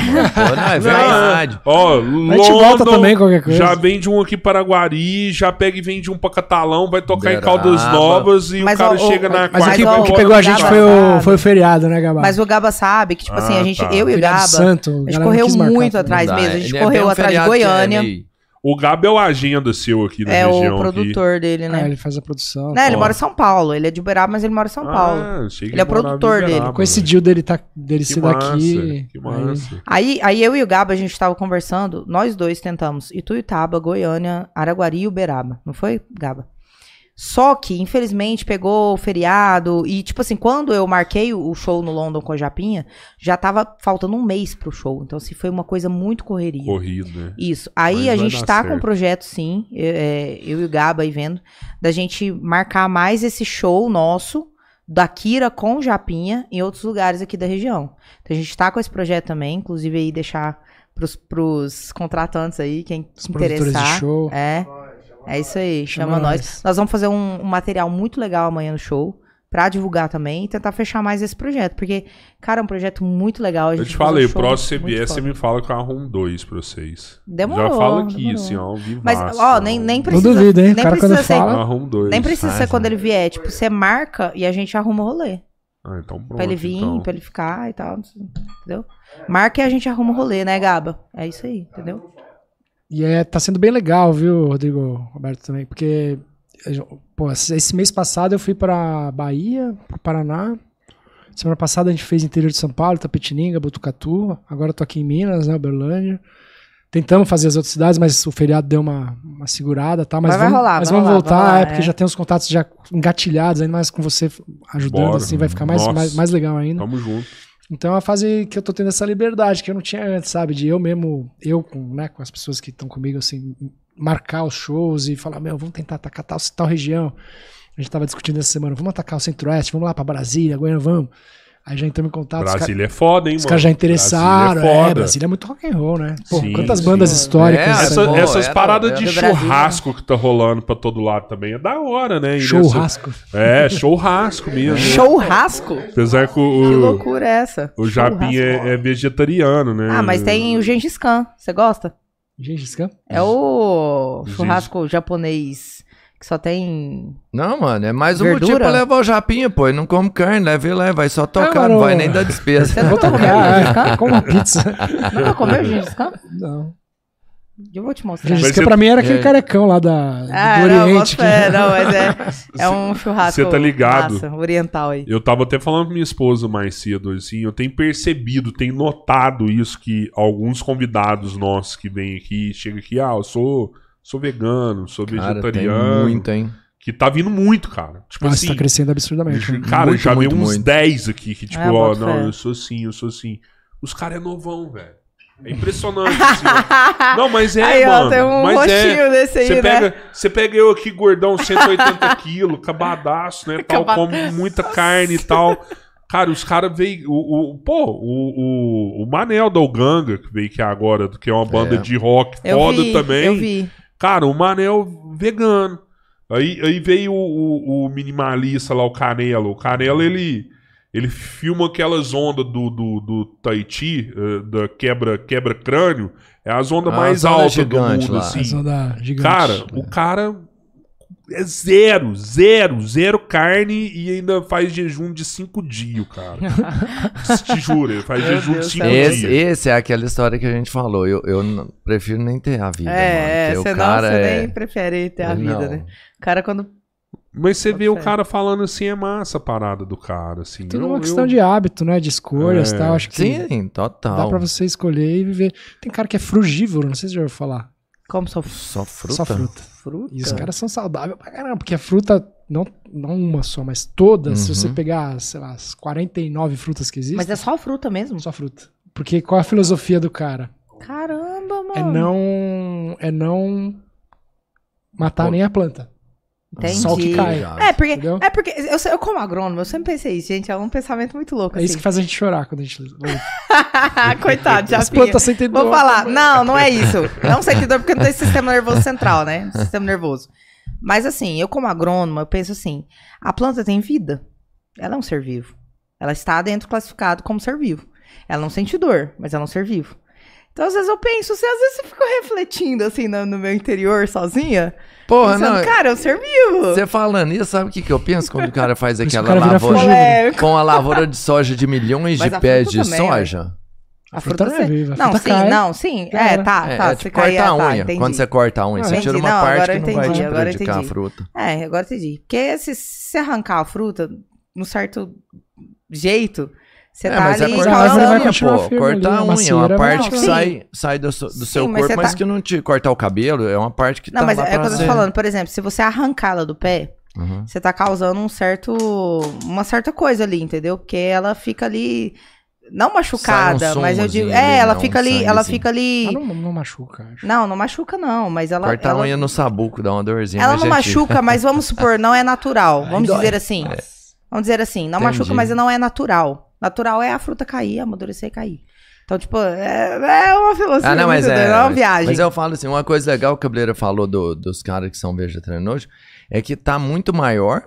não, é verdade. Ó, Mas a gente London, volta também qualquer coisa. Já vende um aqui para Guari, já pega e vende um pra Catalão, vai tocar em Uberaba. Caldas Novas e Mas, o cara ó, chega ó, na Mas Mas o que, ó, o que o quarta- pegou a gente Gabá foi o, sabe. foi o feriado, né, Gabá? Mas o Gaba sabe? Que, tipo assim, Ah, a gente, tá. eu e o Filha do Gaba, a Santo, gente galera não correu quis marcar muito também. atrás Não dá. mesmo. A gente Ele é correu bem um atrás de feriado que é Goiânia. meio- O Gabi é o agenda seu aqui é na É região. o produtor dele, Ah, né? ele faz a produção. Não, ele Ó. mora em São Paulo. Ele é de Uberaba, mas ele mora em Ah, São Paulo. Ele é produtor dele. Coincidiu dele, tá, dele Que ser massa, daqui. que aí- massa. Aí, aí eu e o Gaba, a gente tava conversando, nós dois tentamos Ituiutaba, Goiânia, Araguari e Uberaba, não foi, Gaba? Só que, infelizmente, pegou o feriado e, tipo assim, quando eu marquei o o show no London com a Japinha, já tava faltando um mês pro show. Então, assim, foi uma coisa muito correria. Corrido, né? Isso. Aí Mas a vai gente dar tá certo. com um projeto, sim, é, é, eu e o Gaba aí vendo, da gente marcar mais esse show nosso, da Kira com o Japinha, em outros lugares aqui da região. Então a gente tá com esse projeto também, inclusive aí deixar pros, pros contratantes aí, quem Os se produtores de interessar. show. É, é isso aí, chama, Chama nós. nós. Nós vamos fazer um, um material muito legal amanhã no show. Pra divulgar também e tentar fechar mais esse projeto. Porque, cara, é um projeto muito legal. a Eu gente te fez um falei, o show próximo muito CBS foda. você me fala que eu arrumo dois pra vocês. Demorou, Já fala aqui, demorou. assim, ó, vivaço, Mas, ó, nem, nem precisa. duvido, hein? O Nem cara precisa quando ser, Eu fala- arrumo dois. nem precisa Ah, ser quando ele vier. Tipo, você marca e a gente arruma o rolê. Ah, então pronto. pra ele vir, então. pra ele ficar e tal. Entendeu? Marca e a gente arruma o rolê, né, Gaba? É isso aí, entendeu? E é, tá sendo bem legal, viu, Rodrigo Roberto também, porque eh, pô, esse mês passado eu fui pra Bahia, pro Paraná. Semana passada a gente fez interior de São Paulo, Tapetininga, Botucatu. Agora eu tô aqui em Minas, né, Uberlândia. Tentamos fazer as outras cidades, mas o feriado deu uma, uma segurada, tá? Mas, Mas vai vamos, rolar, mas vai vamos rolar, voltar, vai rolar, é, porque é. já tem os contatos já engatilhados, ainda mais com você ajudando, Bora. assim, vai ficar mais, Nossa. mais, mais legal ainda. Tamo junto. Então é uma fase que eu tô tendo essa liberdade que eu não tinha antes, sabe? De eu mesmo, eu com, né, com as pessoas que estão comigo, assim, marcar os shows e falar, meu, vamos tentar atacar tal, tal região. A gente tava discutindo essa semana, vamos atacar o Centro-Oeste, vamos lá pra Brasília, Goiânia, vamos. Aí já entramos em contato, os caras- Brasília é foda, hein, os mano. caras já Brasília interessaram. é Brasília é, foda. Brasília é muito rock and roll, né? Pô, Sim, quantas sim. bandas históricas. É, sabe? Essa- Pô, essas era- paradas era de do Brasil, churrasco que tá rolando pra todo lado também é da hora, né? E nessa- Churrasco. É, churrasco mesmo. Show rasco? Apesar que Que o, loucura é essa? o Show Japinha rasco. é, é vegetariano, né? Ah, mas tem o Gengis Khan. Você gosta? Gengis Khan? É o Gengis- churrasco japonês que só tem. Não, mano, é mais um Verdura? motivo pra levar o Japinha, pô. Ele não come carne, leva e leva. Vai só tocar, mano, não vai eu- nem dar despesa. Você nunca comeu o Gengis Ah, Khan? é, como uma pizza. Nunca comeu o Gengis Khan? Não. Eu vou te mostrar. Gengis Mas Khan eu- pra mim era É. aquele carecão lá da, Ah, do não, Oriente. boto fé, não, mas é, Cê- é um churrasco. cê tá ligado. Massa, oriental aí. Eu tava até falando com minha esposa mais cedo, assim, eu tenho percebido, tenho notado isso, que alguns convidados nossos que vêm aqui, chegam aqui, ah, eu sou, sou vegano, sou Cara, tem vegetariano. muito, hein? Que tá vindo muito, cara. Tipo Nossa, assim, tá crescendo absurdamente. né? cara, Muito, já muito, veio uns muito. 10 aqui, que tipo, É, eu ó, boto não, fé. eu sou assim, eu sou assim. Os caras é novão, velho. É impressionante, assim, ó. Não, mas é, aí, mano. ó, tem um mas é. rostinho desse aí, Você né? pega, você pega eu aqui, gordão, 180 quilos, cabadaço, né? Tal, Caba- como muita carne e tal. Cara, os caras veio. O, o- pô, o, o, o Manel da Uganga, que veio aqui agora, que é uma banda É. de rock Eu foda vi, também. Eu vi. Cara, o Manel vegano. Aí, aí veio o, o- o minimalista lá, o Canelo. O Canelo, ele, ele filma aquelas ondas do, do, do Tahiti, eh, da quebra- quebra-crânio. é as ondas Ah, mais as ondas altas do gigantes mundo, lá. assim. Mas não dá gigante. Cara, o cara é zero, zero, zero carne e ainda faz jejum de cinco dias, cara. Te juro, ele faz Meu jejum Deus de do cinco céu. dias. Esse, esse é aquela história que a gente falou. Eu, eu não- prefiro nem ter a vida, É, é, mano. porque senão o cara você é... nem prefere ter a Ele vida, não. né? O cara quando... Mas você vê o Pode ser. cara falando assim, é massa a parada do cara, assim. Tudo Eu- uma questão eu- de hábito, né? De escolhas e É. tal. Acho que Sim, total. dá pra você escolher e viver. Tem cara que é frugívoro, não sei se já ouviu falar. Como só fruta? Só fruta? Só fruta. fruta? E os caras são saudáveis pra caramba, porque a fruta, não, não uma só, mas todas, se Uhum. você pegar, sei lá, as 49 frutas que existem, Mas é só fruta mesmo? só fruta. Porque qual a filosofia do cara? Caramba, mano. É não. É não matar Pô. nem a planta. Entendi. só o que cai. É, porque, Entendeu? é porque eu, sei- eu como agrônomo, eu sempre pensei isso, gente. É um pensamento muito louco, É isso assim. que faz a gente chorar quando a gente. Coitado, já As plantas sentem Vou dor. falar, não, não é isso. Não sei que dor, porque não tem sistema nervoso central, né? Sistema nervoso. Mas assim, eu como agrônoma, eu penso assim, a planta tem vida. Ela é um ser vivo. Ela está dentro classificado como ser vivo. Ela não sente dor, mas ela é um ser vivo. Então, às vezes eu penso, assim, às vezes eu fico refletindo assim no, no meu interior sozinha. Porra, pensando, não. cara, eu ser vivo. Você falando isso, sabe o que, que eu penso quando o cara faz isso que o aquela cara vira lavoura fugido. Polêmico. com a lavoura de soja de milhões Mas de a pés de fruta também, né? soja? A fruta não é se- viva, a Não, fruta sim, cai. não, sim. É, Cara. tá, É, tá. é você tipo cortar caía, a tá, unha. entendi. Quando você corta a unha, você Entendi. tira uma Não, parte agora que eu não vai entendi, te agora eu prejudicar a entendi. fruta. É, agora entendi. Porque se, se arrancar a fruta, num certo jeito, você É, tá mas é ali cortar cortar a árvore causando... a vai unha, continuar pô. firme Cortar ali, a a unha é uma macieira vai parte que continuar. sai, sai do seu, do seu Sim, mas corpo, você mas tá- que não te... Cortar o cabelo é uma parte que Não, tá mas lá é pra o que eu tô ser- falando. Por exemplo, se você arrancá-la do pé, Uhum. você tá causando um certo... Uma certa coisa ali, entendeu? Porque ela fica ali... Não machucada, mas eu digo... sumozinho É, um ali, ela né? Um fica ali... Ela sanguezinho. fica ali... Ah, não, não machuca, acho. Não, não machuca não, mas ela... Cortar ela- a unha no sabuco, dá uma dorzinha. Ela mas não é tipo- machuca, mas vamos supor, não é natural. Vamos dói. É. dizer assim. Vamos dizer assim, não Entendi. machuca, mas não é natural. Natural é a fruta cair, amadurecer e cair. Então, tipo, é, é uma filosofia. Ah, não, mas muito doida, é. uma mas- viagem. Mas eu falo assim, uma coisa legal que o Cabeleira falou do- dos caras que são vegetarianos hoje é que tá muito maior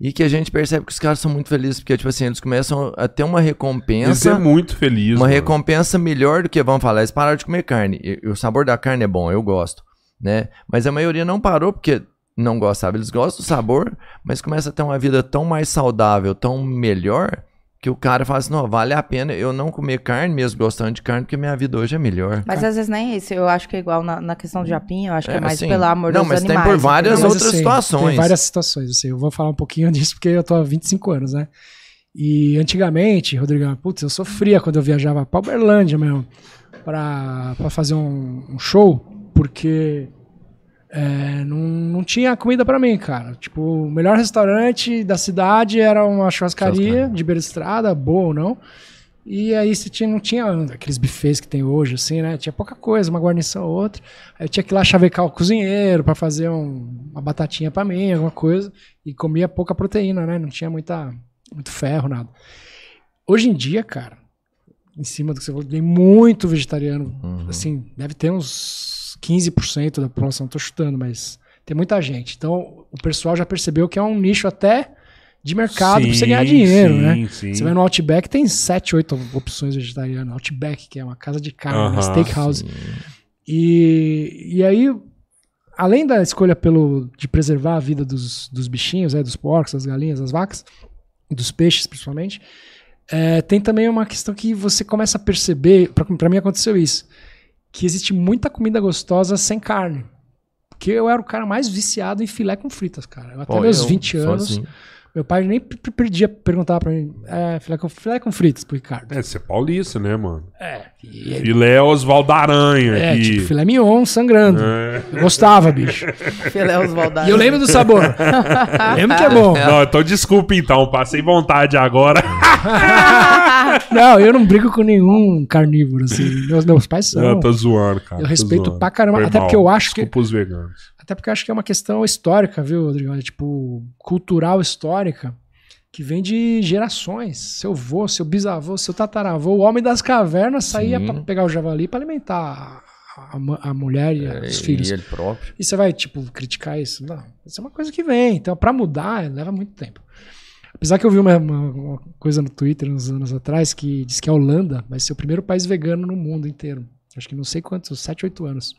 e que a gente percebe que os caras são muito felizes, porque, tipo assim, eles começam a ter uma Isso é recompensa. muito feliz. Uma mano. recompensa melhor do que, vamos falar, eles pararam de comer carne. E- e o sabor da carne é bom, eu gosto, né? Mas a maioria não parou porque não gostava. Eles gostam do sabor, mas começa a ter uma vida tão mais saudável, tão melhor, que o cara fala assim, não, vale a pena eu não comer carne mesmo gostando de carne, porque minha vida hoje é melhor. Mas às vezes nem isso. Eu acho que é igual na, na questão do Japinha, eu acho que é, mais assim, pelo amor Hum. Não, dos mas animais. tem por várias entendeu? mas outras eu sei, situações. Tem várias situações, eu sei. Eu vou falar um pouquinho disso porque eu tô há 25 anos, né? E antigamente, Rodrigão, putz, eu sofria quando eu viajava pra Uberlândia mesmo, pra, pra fazer um, um show, porque é, não, não tinha comida pra mim, cara. Tipo, o melhor restaurante da cidade era uma churrascaria Churrascaria. de beira de estrada, boa ou não. E aí você tinha, não tinha aqueles buffets que tem hoje, assim, né? Tinha pouca coisa, uma guarnição ou outra. Aí eu tinha que ir lá chavecar o cozinheiro pra fazer um- uma batatinha pra mim, alguma coisa. E comia pouca proteína, né? Não tinha muita, muito ferro, nada. Hoje em dia, cara, em cima do que você falou, tem muito vegetariano. Uhum. Assim, deve ter uns 15% da população, tô chutando, mas tem muita gente. Então, o pessoal já percebeu que é um nicho até de mercado pra você ganhar dinheiro, sim, né? Sim, Você vai no Outback, tem 7, 8 opções vegetarianas. Outback, que é uma casa de carne, Aham, né? steakhouse. Sim. E, e aí, além da escolha pelo, de preservar a vida dos, dos bichinhos, né, dos porcos, das galinhas, das vacas, dos peixes principalmente, é, tem também uma questão que você começa a perceber, pra- pra mim aconteceu isso, que existe muita comida gostosa sem carne. Porque eu era o cara mais viciado em filé com fritas, cara. Eu até Ó, meus eu 20 sou anos, assim. meu pai nem per- per- perdia perguntar pra mim, é, filé com, filé com fritas pro Ricardo. É, você é paulista, né, mano? É, E ele- Filé Oswaldo Aranha é, aqui. tipo, filé mignon sangrando. É. Eu gostava, bicho. Filé Oswaldo E eu lembro do sabor. Eu lembro que é bom. Não, então desculpa então, passei vontade agora. Não, eu não brigo com nenhum carnívoro, assim. Meus, meus pais são. Não, tô zoando, cara. eu tô respeito zoando. pra caramba. Foi até mal. porque eu acho que. Desculpa os veganos. Até porque eu acho que é uma questão histórica, viu, Rodrigo? É, tipo, cultural histórica, que vem de gerações. Seu avô, seu bisavô, seu tataravô, o homem das cavernas saía Sim. pra pegar o javali pra alimentar a, a- a mulher e É, os e filhos. ele próprio. E você vai, tipo, criticar isso? Não. Isso é uma coisa que vem. Então, pra mudar, leva muito tempo. Apesar que eu vi uma, uma- uma coisa no Twitter uns anos atrás que diz que a Holanda vai ser o primeiro país vegano no mundo inteiro. Acho que não sei quantos, 7, 8 anos.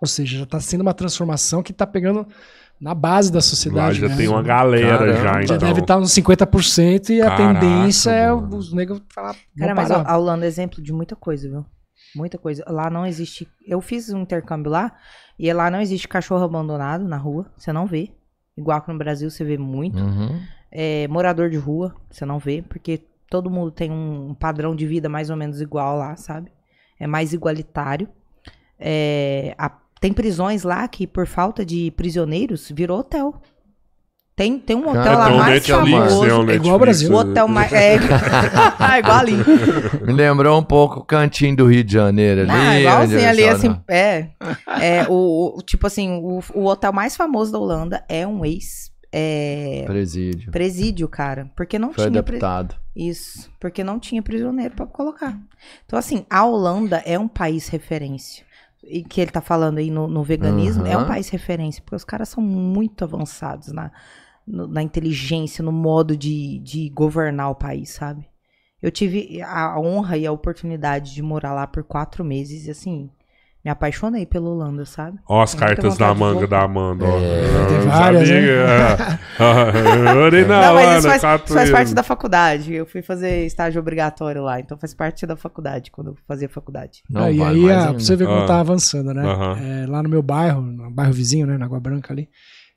Ou seja, já tá sendo uma transformação que tá pegando na base da Lá sociedade. já né? tem uma galera Caramba. já, Já então. deve tá estar uns 50% e a Caraca, tendência é mano. os negros falar. Cara, "Vou mas parar". a a Holanda é exemplo de muita coisa, viu? Muita coisa. Lá não existe. Eu fiz um intercâmbio lá e lá não existe cachorro abandonado na rua. Você não vê. Igual que no Brasil você vê muito. Uhum. é, morador de rua, você não vê, porque todo mundo tem um padrão de vida mais ou menos igual lá, sabe? É mais igualitário. É, a- tem prisões lá que, por falta de prisioneiros, virou hotel. Tem, tem um hotel Cara, lá tem um mais Netflix, um famoso. né, o É igual ao Brasil. O hotel mais. É, é igual ali. Me lembrou um pouco o cantinho do Rio de Janeiro ali. Ah, igual onde assim, eu ali, só- assim, é. é o, o- tipo assim, o, o hotel mais famoso da Holanda é um ex. é, Presídio. presídio, cara. Porque não Foi tinha. pre- adaptado. Isso, porque não tinha prisioneiro pra colocar. Então, assim, a Holanda é um país referência. E que ele tá falando aí no, no veganismo, é um Aham. país referência, porque os caras são muito avançados na, no- na inteligência, no modo de, de governar o país, sabe? Eu tive a honra e a oportunidade de morar lá por quatro meses e assim, me apaixonei pela Holanda, sabe? Ó as Muita cartas da vontade de manga voltar. da Amanda. ó. Eu tem sabia várias, né? que- é. Eu Orei na Não, mas hora, isso faz, quatro isso faz parte vezes. da faculdade. Eu fui fazer estágio obrigatório lá, então faz parte da faculdade, quando eu fazia faculdade. Não, Ah, e é, vale aí, mais um ah, pra ainda. você ver como Ah. tá avançando, né? Aham. É, lá no meu bairro, no bairro vizinho, né? Na Água Branca ali,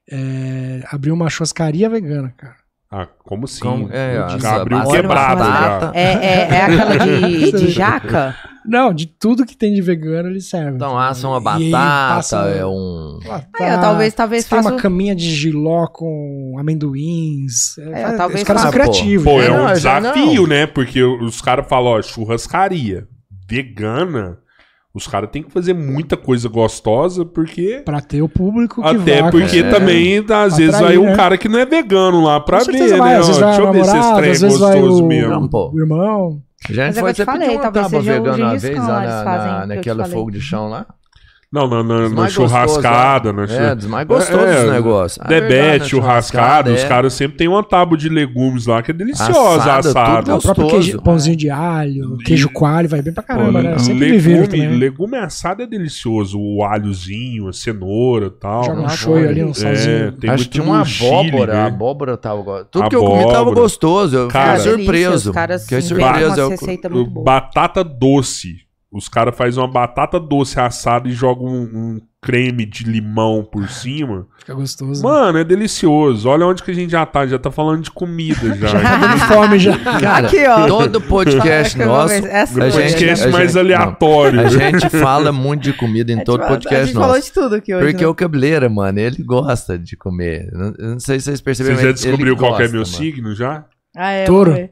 é, abriu uma churrascaria vegana, cara. Ah, como assim? Como- é, o as- Gabriel as- quebrado as- já. É, é, é aquela de, de jaca? Não, de tudo que tem de vegano, eles servem. Então, assa uma E aí batata, passa- é um. batata, Aí eu É, talvez, talvez Você tem faça. uma caminha de giló com amendoins. É, eu talvez os caras são faça- criativos. Pô, é Não, um eu já- desafio, não. né? Porque os caras falam, ó, churrascaria vegana, os caras têm que fazer muita coisa gostosa, porque... Pra ter o público que Até vai. porque É. também, dá- às Atrair, vezes, vai um né? cara que não é vegano lá pra Com certeza ver, vai, né? às Ó, vezes vai deixa o eu ver se namorado, às esse trem é vezes vai gostoso o- mesmo. Não, pô. O irmão. Já Mas é foi o que até eu te falei, pedir uma talvez tábua seja o vegana uma Gengis vez Khan lá, lá eles na, fazem, que eu na, te naquela falei. fogo de chão lá. Não, não, não, na mais churrascada, na gostoso, chu- né? É, dos mais gostosos É, do negócio. Ah, Debete, verdade, na churrascada, churrascada, os é. caras sempre tem uma tábua de legumes lá que é deliciosa, Assada, tudo assada. O próprio Tá Gostoso. queijo- pãozinho de alho, queijo coalho, vai bem pra caramba, né? Eu sempre me viro um legume, também. legume assado é delicioso. O alhozinho, a cenoura e tal. Joga um Nossa, shoyu ali, um É, salzinho. tem Acho muito que tinha uma no Chile, abóbora, a né? abóbora tava go- Tudo que eu comi tava Abóbora. gostoso, eu Cara, fiquei surpreso. Os assim, caras Fiquei inventam surpreso. é umas eu- receitas muito boas. Batata doce. Os caras fazem uma batata doce assada e jogam um, um creme de limão por cima. Fica gostoso. né? Mano, é delicioso. Olha onde que a gente já tá. Já tá falando de comida já. Tô com fome já. Cara, Aqui, ó. todo podcast Acho que eu vou nosso, ver essa a foi. gente- podcast a mais gente- aleatório. a gente fala muito de comida em todo Tipo, A gente podcast falou nosso. de tudo aqui hoje. Porque né? o Cabeleira, mano, ele gosta de comer. Não- Eu não sei se vocês perceberam. Você já mas ele descobriu qual que é gosta, meu mano. signo já? Ah, é, Touro. foi.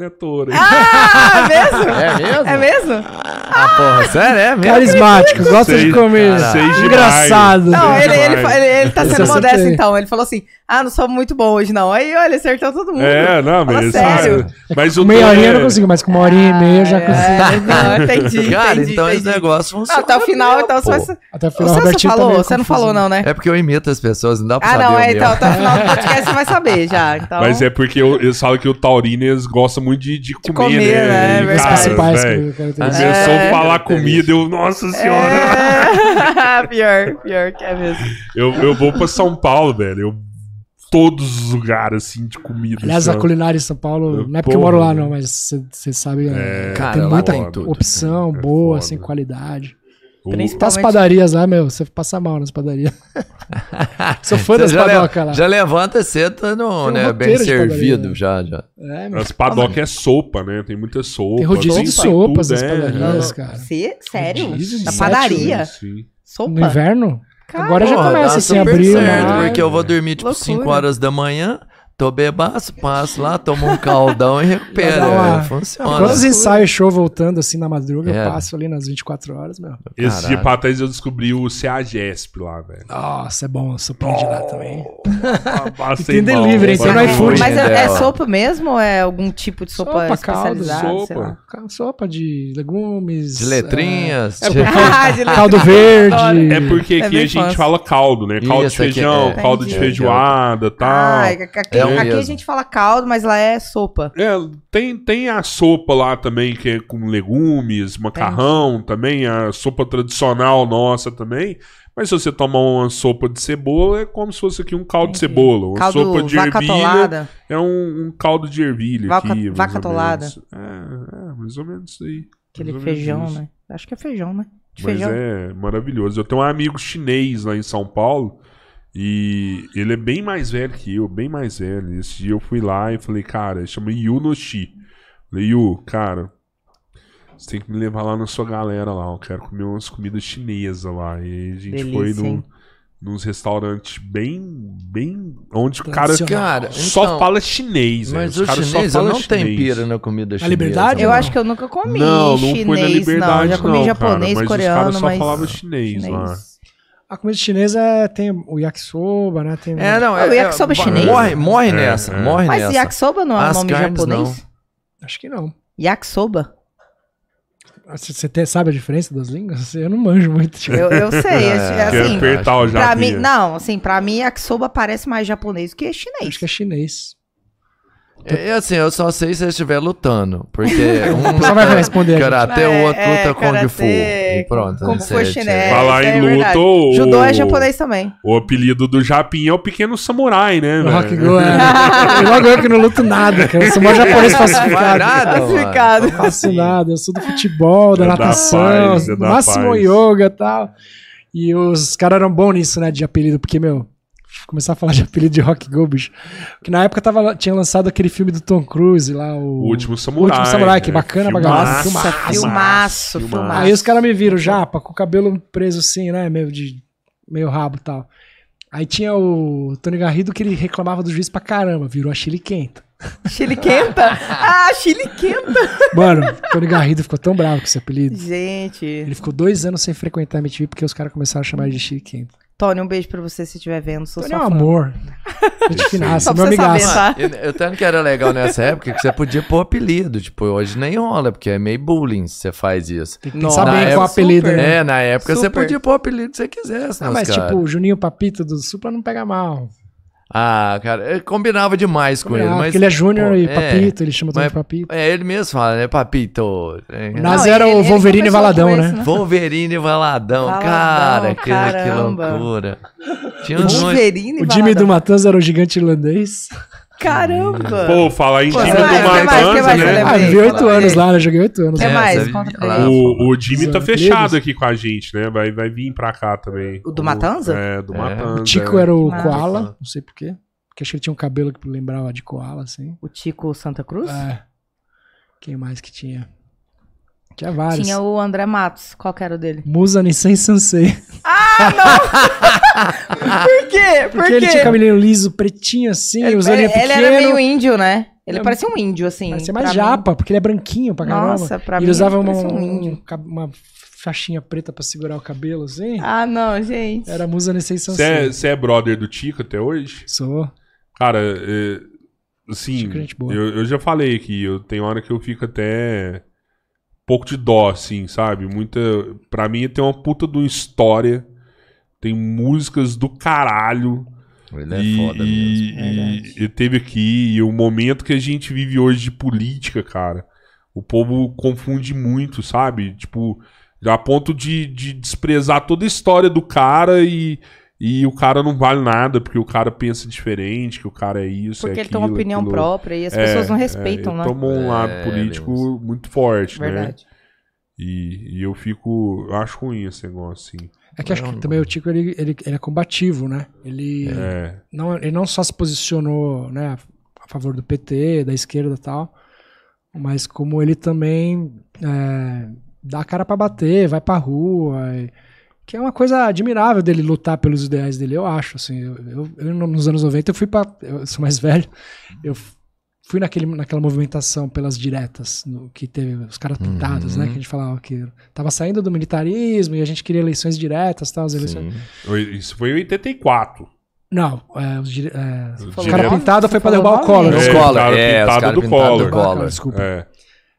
É touro. Ah, é mesmo? É mesmo? É mesmo? Ah, porra, sério, é mesmo? Carismático, gosta de Seis- comer. seis de Engraçado. é Não, Sim, ele, ele, demais. fa- ele, ele tá Esse sendo eu acertei. modesto, então. Ele falou assim: ah, não sou muito bom hoje, não. Aí, olha, acertou todo mundo. É, não, Fala mas. sério. Mas o Meia touro horinha eu é- não consigo, mas com uma horinha e meia eu já consigo. É, não, entendi. Cara, entendi, então entendi. Ah, esse negócio Não, funciona. até o final, mesmo, então. pô. Só essa... Até o O final, o Celso Robertinho falou, também é você não confuso. falou, não, né? É porque eu imito as pessoas, não dá pra Ah, saber não, o é, meu. então, até o final do podcast você vai saber já. Então, Mas é porque eu, eles falam que o taurino eles gostam muito de, de comer, comer, né? E, né, é As verdade. Cara, principais velho, que eu quero ter. Mas- começou É. a falar comida, eu, nossa senhora, É... pior, pior que é mesmo. eu, eu vou pra São Paulo, velho, eu, todos os lugares, assim, de comida. Aliás, a sabe? culinária em São Paulo, não é porque eu Porra. moro lá, não, mas você sabe, É, é, cara, tem lá muita tem tudo. opção É boa, foda. assim, qualidade. O- Principal- Tá as Principalmente- padarias lá, meu, você passa mal nas padarias. Sou fã das Você já, padocas lá. le... já levanta cedo, tá no, Tem um né, bem roteiro de servido padaria. já, já. É, meu. As padocas é sopa, né? Tem muita sopa. Tem rodízio de sopas tudo, nas é. padarias, cara. Se- Sério? Rodízio Na de padaria? Sim. No Sopa? inverno? Agora já Porra, começa dá assim, super abrir. certo, lá. Porque eu vou dormir tipo Loucura. 5 horas da manhã, tô bebaço, passo lá, tomo um caldão e recupero. Vai dar uma- é, Funciona. Quantos ensaios show voltando assim na madruga, É. eu passo ali nas 24 horas, meu. Esse Caralho. dia pra trás eu descobri o CAGESP lá, velho. Nossa, é bom, sopinha de lá também. Passei Ah, tem delivery, mal, tem no passei mal. iFood. Mas é, é Dela. sopa mesmo ou é algum tipo de sopa, Sopa, caldo, especializada? sei lá? Sopa. Sopa de legumes. De letrinhas. tipo, é, de- Ah, de é, caldo leite. verde. É porque É aqui bem a gente fácil. fala caldo, né? Caldo Isso, de aqui feijão, é- caldo de Entendi. feijoada e tal. Ah, aqui, É o aqui a mesmo. gente fala caldo, mas lá é sopa. É, tem, tem a sopa lá também, que é com legumes, macarrão também, a sopa tradicional nossa também. Mas se você tomar uma sopa de cebola, é como se fosse aqui um caldo de Entendi. cebola. Uma Caldo sopa de vaca ervilha atolada. é um, um caldo de ervilha Vaca- aqui. mais vaca ou atolada. menos. É, é, mais ou menos isso aí. Aquele Mais ou menos feijão, isso. né? Acho que é feijão, né? De Mas feijão. é maravilhoso. Eu tenho um amigo chinês lá em São Paulo e ele é bem mais velho que eu, bem mais velho. Esse dia eu fui lá e falei, cara, ele chama Yu Noshi. Falei, Yu, cara, você tem que me levar lá na sua galera lá. Eu quero comer umas comidas chinesas lá. E a gente Delícia, foi num, hein? nos restaurantes bem, bem. onde o cara Tradicional. Cara, só então, fala chinês. né? Mas Os o caras só chinês eu falam não tenho chinês. pira na comida chinesa. liberdade? Eu mano. acho que eu nunca comi Não, não chinês, foi na não. liberdade, Já comi não, japonês, cara, mas coreano, os caras só mas. falavam chinês, chinês. lá. A comida chinesa é- tem o yakisoba, né? Tem É, não, é. O yakisoba é- chinês? Morre, morre É, nessa, é. morre Mas nessa. yakisoba não é um As nome carnes, japonês? Acho que não. Yakisoba? Você você te- sabe a diferença das línguas? Eu não manjo muito. tipo, Eu, eu sei, é, Ah, Quer assim. per- apertar o Pra mim, japinha. não, assim, pra mim, yakisoba parece mais japonês do que Acho é chinês. que é chinês. É é assim, eu só sei se eles estiver lutando. Porque um Só vai luta responder, gente. Karatê, o outro É, luta Kung Fu. karatê, E pronto. Kung né, Fu é cê- chinês. Falar é em luta, verdade. o- Judô é japonês também. O apelido do Japim é o Pequeno Samurai, né? O velho? Rock Go é. Logo eu que não luto nada, cara. Eu sou mó japonês cê- Vai falsificado. nada, Tá mano. Classificado. Como faço assim? nada, eu sou do futebol, da É da natação, paz, é da máximo paz. yoga e tal. E os caras eram bons nisso, né, de apelido, porque, meu, começar a falar de apelido de Rock Go, bicho. Que na época tava, tinha lançado aquele filme do Tom Cruise lá, o... O Último Samurai. né? O Último Samurai, que bacana pra galera. Filmaço, Nossa, filmaço, filmaço. filmaço. Aí os caras me viram japa, com o cabelo preso assim, né, meio de... meio rabo e tal. Aí tinha o Tony Garrido que ele reclamava do juiz pra caramba, virou a Chile Quenta. Chile quenta? Ah, Chile quenta. Mano, o Tony Garrido ficou tão bravo com esse apelido. Gente. Ele ficou dois anos sem frequentar a MTV porque os caras começaram a chamar ele de Chile Quenta. Tony, um beijo pra você se estiver vendo. Sou Tony é sua um fã. amor. Gente Só finaça, pra é meu você saber, amigaço. tá? Eu, eu tanto que era legal nessa época que você podia pôr apelido. Tipo, hoje nem rola, porque é meio bullying se você faz isso. Tem que Nossa. pensar Na bem qual época, o apelido, super. né? É, na época você Super. podia pôr o apelido que você quisesse. Ah, nos mas cara. tipo, o Juninho Papito do Supla não pega mal. Ah, cara, eu combinava demais com ele. Ah, Mas, porque ele é Júnior pô, e é. Papito, ele chama todo de Mas- Papito. É, ele mesmo fala, né? Papito. É. Na- Mas era o Wolverine e Valadão, né? Wolverine e Valadão. Valadão, cara, que, que caramba. loucura. Tinha um uns nomes. Wolverine O Jimmy do Matanza era o gigante irlandês. Caramba. Pô, falar em Pô, time que do mais, que mais, que Matanza, É. mais você né? lembra? Ah, eu vivi oito fala aí. anos lá, né? Joguei oito anos. Que lá. mais? você Conta pra lá, gente. O, o Jimmy tá Zona fechado Trilhos. aqui com a gente, né? Vai, vai vir pra cá também. O do Matanza? É, do É. Matanza. O Tico era o Que massa. Koala, não sei porquê. Porque acho que ele tinha um cabelo que lembrava de Koala, assim. O Tico Santa Cruz? É. Quem mais que tinha? Tinha vários. Tinha o André Matos. Qual que era o dele? Musa Nissan Sansei. Por quê? Por Porque ele tinha o cabelinho liso, pretinho assim, os ele olhinhos pequenos. era meio índio, né? Ele Ele- parecia um índio, assim. É. Parecia pra mais mim. japa, porque ele é branquinho pra caramba. Nossa, pra ele mim, usava uma, parecia um um- índio. ca- uma faixinha preta pra segurar o cabelo, assim. Ah, não, gente. Era um musa nesse Você é, você é brother do Tico até hoje? Sou. Cara, é, assim, Tico é gente boa. eu, eu já falei aqui, eu, tem hora que eu fico até pouco de dó, assim, sabe? Muita, pra mim tem uma puta de uma história, tem músicas do caralho. Ele é e, foda mesmo. e- e teve aqui, e o momento que a gente vive hoje de política, cara, o povo confunde muito, sabe? Tipo, a ponto de, de desprezar toda a história do cara e, e o cara não vale nada, porque o cara pensa diferente, que o cara é isso, Porque é ele tem uma aquilo, opinião aquilo. própria e as É, pessoas não é, respeitam, ele né? Tomou um É, lado político Lemos. muito é. forte, né? Verdade. E, e eu fico. Eu acho ruim esse negócio, assim. É que acho Não, que não. também o Tico, ele, ele, ele é combativo, né? Ele, É. não, ele não só se posicionou né, a favor do PT, da esquerda e tal, mas como ele também é, dá a cara pra bater, vai pra rua, e- que é uma coisa admirável dele lutar pelos ideais dele, eu acho, assim, eu, eu- eu no- nos anos 90 eu fui pra, eu sou mais velho, eu f- fui naquele, naquela movimentação pelas diretas, no- que teve os caras pintados, Uhum. né, que a gente falava que tava saindo do militarismo e a gente queria eleições diretas, tal, as eleições... Sim. Isso foi em 84. Não, é, os dire- é, Os Falou o cara nome? pintado Você foi pra falou derrubar nome? o Collor. É, né? os É, Collor, cara é, os pintado caras do pintados do Collor. Collor, Collor. Desculpa. É.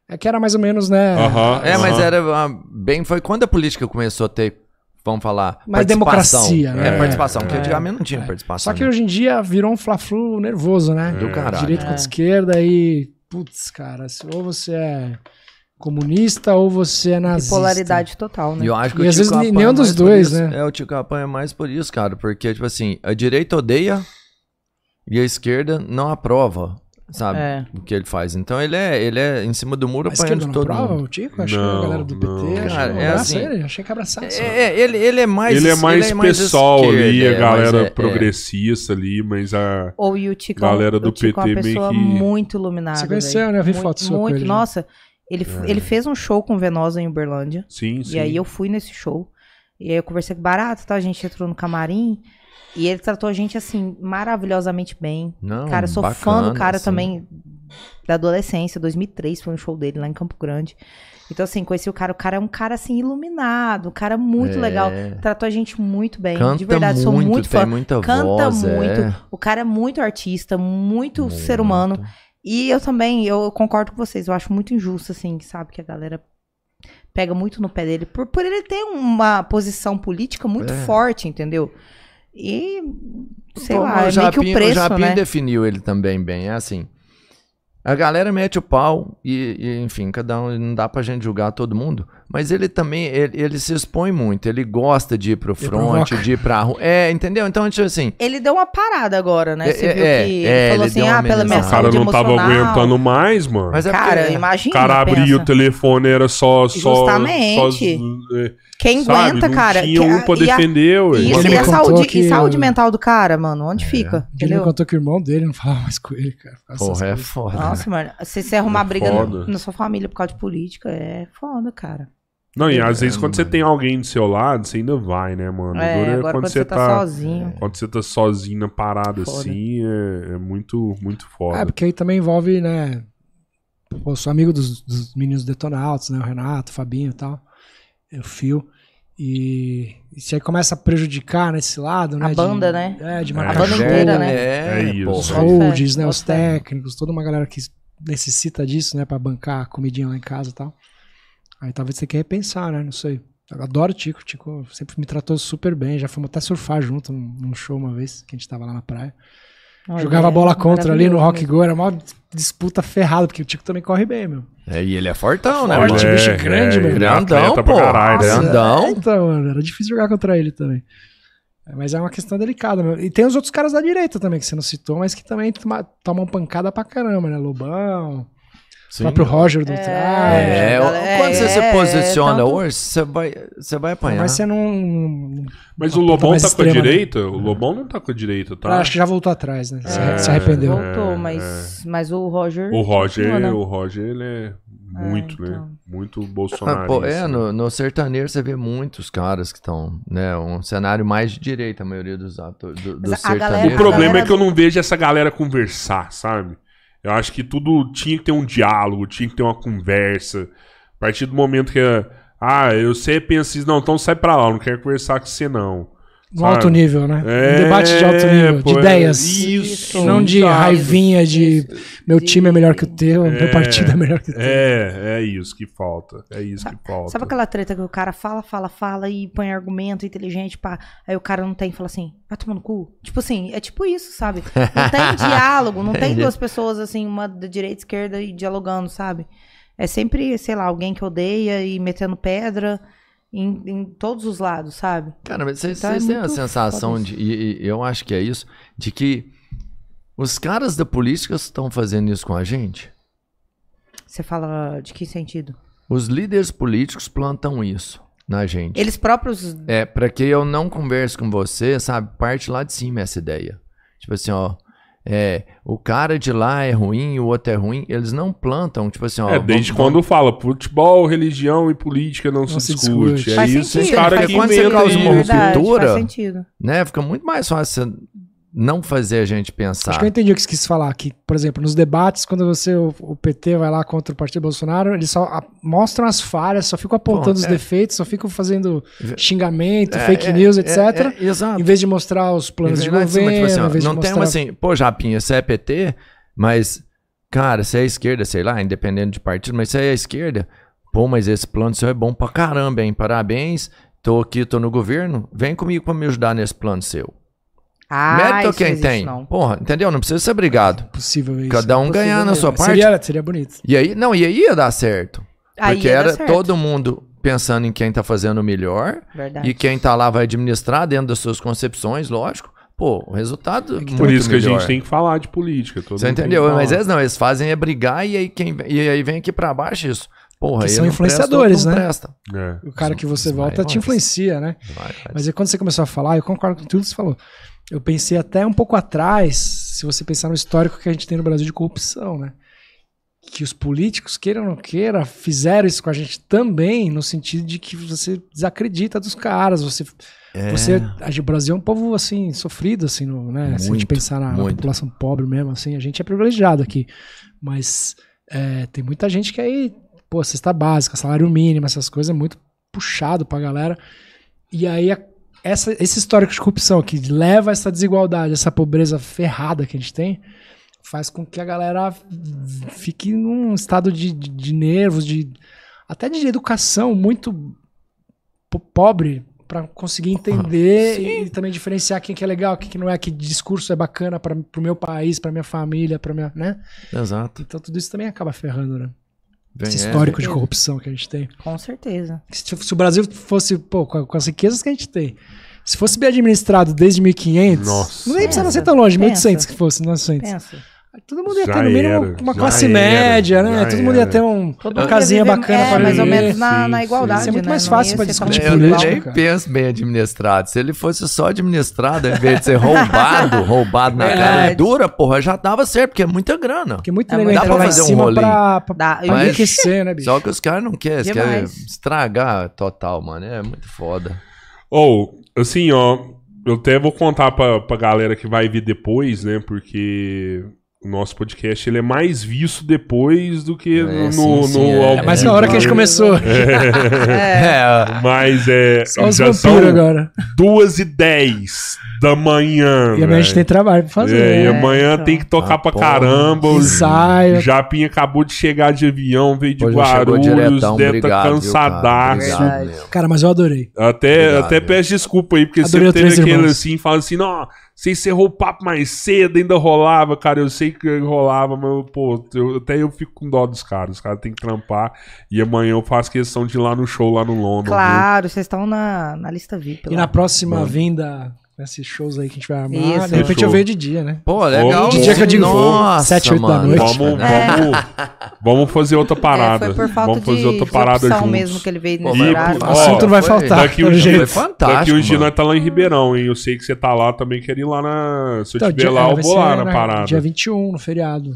É que era mais ou menos, né? Aham, É, mas aham. era uma- bem. Foi quando a política começou a ter, vamos falar, Mais participação. democracia, né? É, participação, É, porque é. antigamente não tinha É. participação. Só que né? hoje em dia virou um fla-flu nervoso, né? Do caralho. Direito É. contra esquerda e. Putz, cara, se- ou você é comunista ou você é nazista. Bipolaridade total, né? E eu acho que E o às Tico vezes apanha nenhum dos mais por dois, isso. né? É, o Tico apanha mais por isso, cara, porque, tipo assim, a direita odeia e a esquerda não aprova, sabe? É. O que ele faz. Então ele é, ele é em cima do muro A esquerda apanhando de não todo prova, mundo. o Tico? Achei Não, a galera do PT. não. achei Cara, um é abraço assim- ele, achei que abraçasse. É, é, ele, ele é mais. ele é mais pessoal esquerda, ali, é a mais- galera é, é. progressista ali, mas a. Ou e o Tico, Galera do o Tico é PT uma meio pessoa que- muito iluminada. Você conheceu, velho. né? Eu vi muito, foto sua com muito, ele, né? É. Nossa, ele, f- ele fez um show com o Venosa em Uberlândia. Sim, sim. E aí eu fui nesse show. E aí eu conversei com o Barato, tá? A gente entrou no camarim. E ele tratou a gente, assim, maravilhosamente bem. Não, cara, eu sou fã bacana, do cara assim. também da adolescência, 2003 foi um show dele lá em Campo Grande. Então, assim, conheci o cara. O cara é um cara, assim, iluminado. Um cara muito É. legal. Tratou a gente muito bem. Canta de verdade, muito, sou muito tem fã. muita Canta voz, muito. é. O cara é muito artista, muito, ser humano. E eu também, eu concordo com vocês. Eu acho muito injusto, assim, sabe? Que a galera pega muito no pé dele. Por, por ele ter uma posição política muito É. Então, forte, entendeu? E, sei Pô, lá, mas é meio que o preço, Japinho né? definiu ele também bem, é assim. A galera mete o pau e, e, enfim, cada um não dá pra gente julgar todo mundo. Mas ele também, ele, ele se expõe muito, ele gosta de ir pro front, provoca. de ir pra rua. É, entendeu? Então, tipo assim, Ele deu uma parada agora, né? É, Você viu é, que ele é, falou ele assim, deu uma ah, pela minha amenizada. O cara saúde não tava emocional. aguentando mais, mano. mas é Cara, porque- o imagina. cara abria pensa. o telefone, era só. só Justamente. só z- é, Quem sabe? aguenta, não cara? Tinha que- um pra e a- defender, ué. e isso, Ele e me a contou saúde, e que saúde o- mental do cara, mano, É, onde fica? Ele me Entendeu? contou que o irmão dele não falava mais com ele, cara. Faz essas Porra, é coisas. foda. né? assim, Nossa, mano, se você arrumar É briga foda. na, na sua família por causa de política, é foda, cara. Não, e às vezes É, quando você mano. tem alguém do seu lado, você ainda vai, né, mano? O duro É, agora quando você tá, sozinho. Quando você tá sozinho na parada Foda. assim, é, é muito, muito É, foda. porque aí também envolve, né? Pô, sou amigo dos, dos meninos detonautas, né? O Renato, o Fabinho e tal. é, O Fio. E, e se aí começa a prejudicar nesse lado, né? de- banda, né? É, de A marcar banda show, inteira, né? É É, isso. Os porra. Bota fé, holds, né? bota Os fé. técnicos, toda uma galera que necessita disso, né? Pra bancar a comidinha lá em casa e tal. Aí talvez você queira repensar, né? Não sei. Eu adoro o Tico. O Tico sempre me tratou super bem. Já fomos até surfar junto num num show uma vez, que a gente tava lá na praia. Olha, Jogava é bola contra ali no maravilhoso Rock mesmo. Go. Era uma disputa ferrada, porque o Tico também corre bem, meu. É, e ele é fortão, né, Forte, mano? bicho grande, é, ele velho. Grandão, atleta pô. pra caralho, Nossa, né? Grandão. É, então, mano, era difícil jogar contra ele também. É, Mas é uma questão delicada, meu. E tem os outros caras da direita também, que você não citou, mas que também toma- tomam pancada pra caramba, né? Lobão, o Sim. próprio Roger do Traje. É, É, quando você é, se posiciona tanto- hoje, você vai, você vai apanhar. é Mas você não. Mas o uma ponta Lobão mais tá com a extrema, né? direita? O Lobão não tá com a direita, Ah, tá? Acho que já voltou atrás, né? Se, É. se arrependeu. Voltou, mas, mas o Roger. O Roger, continua, né? o Roger, ele é muito, né? então. Muito Ah, Bolsonaro. pô, é, no, no sertanejo você vê muitos caras que estão, né? Um cenário mais de direita, a maioria dos atores do, do Mas a galera- sertanejo. O a problema galera- é que eu não vejo essa galera conversar, sabe? Eu acho que tudo tinha que ter um diálogo, tinha que ter uma conversa. A partir do momento que. Ah, eu sei, pensa isso, não, então sai pra lá, eu não quero conversar com você, não. No alto Sabe? nível, né? É, um debate de alto nível, pô, de é ideias. Isso. Não de sabe? raivinha de meu De- time é melhor que o teu, É. meu partido é melhor que o teu. É, é isso que falta. É isso que falta. Sabe aquela treta que o cara fala, fala, fala e põe argumento inteligente pra. Aí o cara não tem e fala assim, vai tomar no cu. Tipo assim, é tipo isso, sabe? Não tem diálogo, não tem Entendi. duas pessoas assim, uma da direita e esquerda e dialogando, sabe? É sempre, sei lá, alguém que odeia e metendo pedra em, em todos os lados, sabe? Cara, mas vocês Então é vocês têm a muito sensação foda de. E, e eu acho que é isso, de que os caras da política estão fazendo isso com a gente. Você fala de que sentido? Os líderes políticos plantam isso na gente. Eles próprios. É, pra que eu não converse com você, sabe? Parte lá de cima essa ideia. Tipo assim, ó. É, o cara de lá é ruim, o outro é ruim. Eles não plantam, tipo assim, ó. É, desde quando fala futebol, religião e política não, se discute. É faz isso, os sentido. caras faz que quando você inventam causa uma isso. verdade, ruptura- Faz sentido. Né? Fica muito mais fácil você não fazer a gente Acho pensar. que eu entendi o que você quis falar. Que, por exemplo, nos debates, quando você, o, o PT vai lá contra o partido Bolsonaro, eles só a- mostram as falhas, só ficam apontando Bom, os é. defeitos, só ficam fazendo Ve- xingamento, É, fake é, news, é, etc. é, exato. Em vez de mostrar os planos de Lá em cima, governo, tipo assim, ó, em vez de não tem uma mostrar... assim, pô, Japinha, você é PT, mas, cara, você é esquerda, sei lá, independente de partido, mas você é esquerda. Pô, mas esse plano seu é bom pra caramba, hein? Parabéns. Tô aqui, tô no governo. Vem comigo pra me ajudar nesse plano seu. Ah, Mérito é isso não quem existe, tem. não. Porra, entendeu? Não precisa ser obrigado. Possível ver isso. Cada um ganhar na sua parte. Seria, seria bonito. E aí, não, e aí ia dar certo. Aí porque ia dar era certo. todo mundo pensando em quem tá fazendo o melhor Verdade. e quem tá lá vai administrar dentro das suas concepções, lógico. Pô, o resultado. É Por isso que melhor. a gente tem que falar de política. todo Você mundo tem que entendeu? falar. Mas eles não, eles fazem é brigar e aí, quem, e aí vem aqui pra baixo isso. Porra, Que aí são não presta, influenciadores, outro não né? presta. É. O cara que você Vai, volta te vai. influencia, né? Vai, vai. Mas aí quando você começou a falar, eu concordo com tudo que você falou. Eu pensei até um pouco atrás, se você pensar no histórico que a gente tem no Brasil de corrupção, né? Que os políticos, queiram ou não queiram, fizeram isso com a gente também, no sentido de que você desacredita dos caras, você É, você, a- o Brasil é um povo assim sofrido assim, no, né? Se a gente Muito, pensar na, na muito. população pobre mesmo, assim, a gente é privilegiado aqui, mas é, tem muita gente que aí, pô, cesta básica, salário mínimo, essas coisas é muito puxado pra galera. E aí a- essa, esse histórico de corrupção que leva a essa desigualdade, essa pobreza ferrada que a gente tem, faz com que a galera fique num estado de, de, de nervos, de até de educação muito po- pobre, pra conseguir entender e, também diferenciar quem que é legal, quem que não é, que discurso é bacana para pro meu país, pra minha família, para minha, né? Exato. Então tudo isso também acaba ferrando, né? Vem, Esse é, histórico de certeza. corrupção que a gente tem. Com certeza. Se, se o Brasil fosse, pô, com, a- com as riquezas que a gente tem, se fosse bem administrado desde 1500, Nossa. não nem precisava Pensa, ser tão longe, É, pensa. 1800 que fosse, 900. Pensa. Todo mundo ia Já ter no mínimo era, uma já classe era, média, né? já Todo mundo ia era. ter um, Todo uma mundo casinha ia viver- bacana é, pra mais ou viver. menos na, Sim, na sim. igualdade. Isso é muito né? mais Não fácil ia pra ser discutir totalmente Eu igual. política. nem penso bem administrado. Se ele fosse só administrado, ao invés de ser roubado, roubado na cara Verdade. dura, porra, já dava certo, porque é muita grana. Porque muito Dá nego pra entra lá em fazer um cima rolinho. pra, pra, Dá, pra Mas- enriquecer, né, bicho? Só que os caras não querem, eles querem Demais. estragar total, mano. É muito foda. Ou, assim, ó, eu até vou contar pra, pra galera que vai ver depois, né? Porque o nosso podcast ele é mais visto depois do que É, no, sim, no- sim, no é. ao É, Mas vivo, na hora que a gente né? começou, É, Mas é. só os já são vampiros agora. duas e dez da manhã. E amanhã a gente tem velho. trabalho pra fazer. É, e né? amanhã então. tem que tocar Ah, pra pô, caramba. O É, Ensaio. Japinha acabou de chegar de avião, veio de Pô, já chegou Guarulhos, diretão, deve tá obrigado, viu, cara? cansadaço. Obrigado Verdade. mesmo. Cara, mas eu adorei. Até, Obrigado, até velho. peço desculpa aí, porque Adorei sempre o teve Três aquele Irmãos. assim, fala assim, não, você encerrou o papo mais cedo, ainda rolava, cara, eu sei que rolava, mas, pô, eu- até eu fico com dó dos caras, os caras têm que trampar, e amanhã eu faço questão de ir lá no show, lá no London. Claro, vocês estão na, na lista VIP. E lá. na próxima vinda, esses shows aí que a gente vai armar, Isso. de repente Fechou. eu venho de dia, né? Pô, legal. De dia que eu digo, Nossa, sete, oito da mano. viu? noite. Vamos, É. vamos, vamos fazer outra parada. É, foi por falta vamos fazer de outra parada opção juntos. mesmo que ele veio Pô, nesse E, horário. pô, O assunto ó, não vai foi- faltar. daqui um pelo dia- Foi jeito. fantástico. Daqui hoje mano. nós tá lá em Ribeirão, hein? Eu sei que você tá lá também, quero ir lá na. Se eu Então, tiver dia- lá, eu vai vou ser lá na na- parada. Dia 21, no feriado.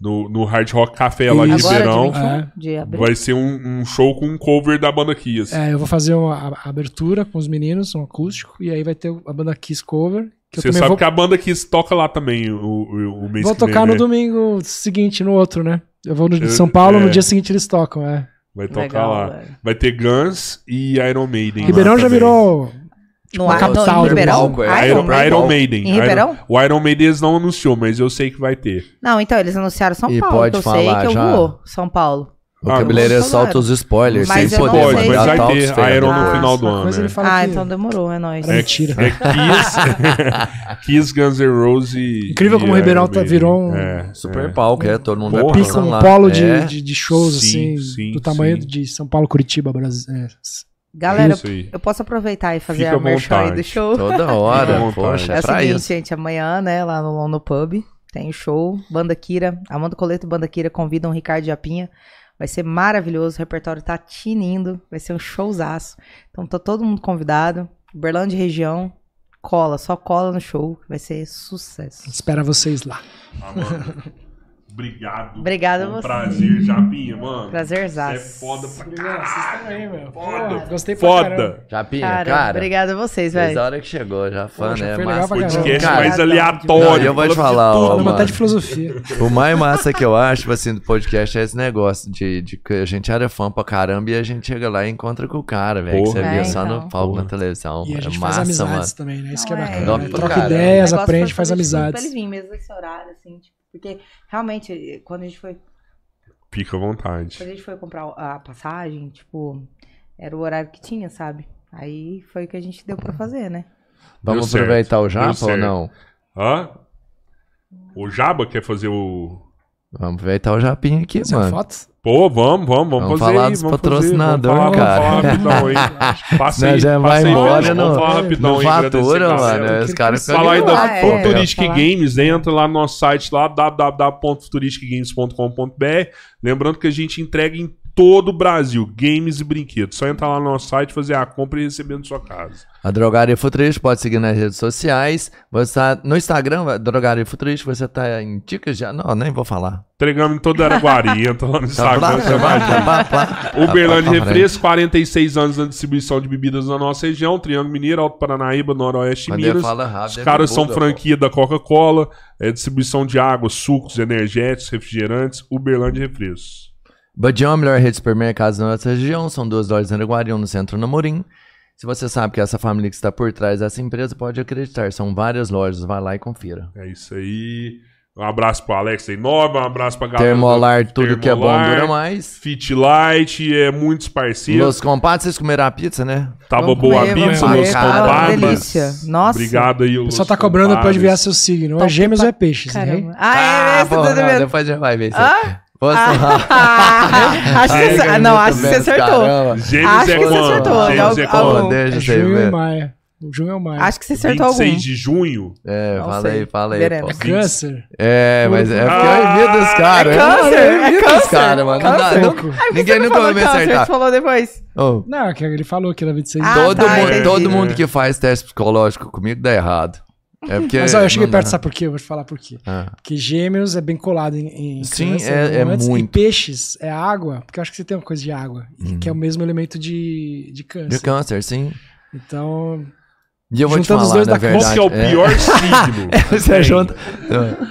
No, no Hard Rock Café lá em Isso. Agora, Ribeirão. dia 21 É. de abril. Vai ser um, um show com um cover da banda Kiss. É, eu vou fazer uma a- a abertura com os meninos, um acústico, e aí vai ter a banda Kiss Cover. Que eu Você também sabe vou, que a banda Kiss toca lá também o, o, o mês vou que vem, tocar no né? domingo seguinte, no outro, né? Eu vou no de Eu- São Paulo, é. no dia seguinte eles tocam, é. Vai tocar Legal, né? lá. velho. Vai ter Guns e Iron Maiden. lá Ribeirão já também. virou No uma ar- no- capital em do Ribeirão? palco, é. Iron, Iron, Iron Man? Maiden. Em Ribeirão? Iron- o Iron Maiden eles não anunciou, mas eu sei que vai ter. Não, então, eles anunciaram São E Paulo, pode que eu falar sei que eu já? vou. São Paulo. O Ah, cabeleireiro Bolsonaro. solta os spoilers, Mas sem eu não poder sei. tá Mas mandar vai tal ter desfeira Iron no depois. final do Uma ano. coisa né? ele fala ah, que então demorou, é nóis. era É- mentira. É Kiss, Kiss, Guns N' Roses e. Incrível como e o Ribeirão Iron tá- Maiden. virou um- É, Super é. palco, é, todo mundo Porra. vai pica, passando um lá. polo de, É. de, de shows, Sim, assim, sim, do tamanho sim. de São Paulo, Curitiba, Brasil. é. Galera, Isso aí. eu posso aproveitar e fazer Fica à a merchan aí vontade. do show? Toda Fica à hora, vontade. poxa, É é o pra seguinte, isso. gente, amanhã, né, lá no Lono Pub, tem show, Banda Kira, Amanda Coleto e Banda Kira convidam o Ricardo Japinha. Vai ser maravilhoso, o repertório tá tinindo, vai ser um showzaço. Então tá todo mundo convidado, Berlândia e região, cola, só cola no show, vai ser sucesso. Espera vocês lá. Amanda, obrigado. Obrigada a Foi um você. prazer, Japinha, mano. Prazerzaço. Você é foda pra Vocês também, meu. Foda. Gostei pra caramba. Foda. Japinha, Cara, cara, obrigada a vocês, desde a velho. hora que chegou, já fã, Poxa, né? foi legal Massa. pra caramba. Podcast Cara, mais não, aleatório. não, eu vou falando te de falar, tudo. ó, Falamos até mano. de filosofia. O mais massa que eu acho, tipo assim, do podcast é esse negócio de, de que a gente era fã pra caramba e a gente chega lá e encontra com o cara, velho. Que você Porra. via É, só então. no palco na Porra. televisão. E a gente é faz massa, amizades mano. também, né? Isso Não, que é é. bacana. Top né? pra Troca caralho. ideias, O negócio aprende, foi faz fazer isso Pra amizades. ele vir mesmo nesse horário, assim, tipo, porque realmente, quando a gente foi Fica à vontade. Quando a gente foi comprar a passagem, tipo, era o horário que tinha, sabe? Aí foi o que a gente deu pra fazer, né? Vamos certo, aproveitar o deu Japa ou certo. não? Hã? O Jaba quer fazer o. Vamos aproveitar o Japinha aqui, Isso é mano. foto? Pô, vamos, vamos, vamos, Vamos fazer falar aí, dos vamos fazer, patrocinadores, vamos falar, então, cara. Vamos falar rapidão aí. Passa Né, aí, já passa vai aí, embora vamos no- falar rapidão Não aí, agradecer fatura, a galera. mano. Os caras ficam Falar aí da Ah, é. Futuristic Falar. Games, né? entra lá no nosso site lá, www.futuristicgames.com.br. Lembrando que a gente entrega em todo o Brasil, games e brinquedos. Só entrar lá no nosso site, fazer a compra e receber na sua casa. A Drogaria Futurista pode seguir nas redes sociais. Você tá no Instagram, vai- Drogaria Futurista, você tá em dicas já? Não, nem vou falar. Entregamos em toda Araguari, entra lá no Tá Instagram. blá, você blá, vai ver. blá, blá, blá. Uberlândia Tá pra Refresco, 46 anos na distribuição de bebidas na nossa região, Triângulo Mineiro, Alto Paranaíba, Noroeste e Quando ele Minas. fala rápido, Os ele caras são buga, franquia da Coca-Cola, é distribuição de água, sucos, energéticos, refrigerantes, Uberlândia Refresco. pô. Badião é a melhor rede de supermercados da nossa região. São duas lojas em Araguari, um no centro no Morim. Se você sabe que essa família que está por trás dessa empresa, pode acreditar. São várias lojas. Vai lá e confira. É isso aí. Um abraço pro Alex aí, Nova, um abraço pra galera. Termolar, tudo que é bom Termolar, dura mais. Fit Light, é, muitos parceiros. Los Compadres, vocês comeram a pizza, né? Tava Vamos boa a comer, vamos pizza, comer, Los tá uma Compadres. delícia. Nossa. Obrigado aí, O pessoal tá cobrando pra adivinhar seu signo. Ou é Top gêmeos ou é pra peixes, Tá Caramba. né? Ah, é esse bom, tudo não, mesmo. Depois a gente vai ver isso. aí. Ah, Vou ah, assinar. acho que você, ah, não, Muito acho que você bem, acertou. caramba. Gêmeos Ah, Acho é que você quando? acertou, Gêmeos é algum- quando? algum. Deixa É eu ver. junho e maio. Junho ou maio. Acho que você acertou 26 algum. de junho. É, Não fala sei. aí, fala aí. Veremos. pô. Câncer. É, mas é porque eu envido dos caras. é câncer, eu eu é envido dos câncer, caras, mano. Não dá, Tá câncer. não- Pouco. Ai, por que Ninguém você não nunca vai falou me câncer? acertar. Você falou depois. Ô, Não, que ele falou que era 26. Ah, Todo- todo, tá, mundo, entendi. todo mundo que faz teste psicológico comigo dá errado. É porque Mas ó, eu cheguei não perto, dá. sabe por quê? Eu vou te falar por quê. Ah. Porque gêmeos é bem colado em, em Sim, câncer, é- né, é antes, muito. E peixes é água, porque eu acho que você tem uma coisa de água, que é o mesmo elemento de, de câncer. Uhum. De câncer, sim. Então, E eu vou assim. Juntando te os falar, dois na dá Qual câncer. que verdade. É, é o pior signo? que Você tem? junta.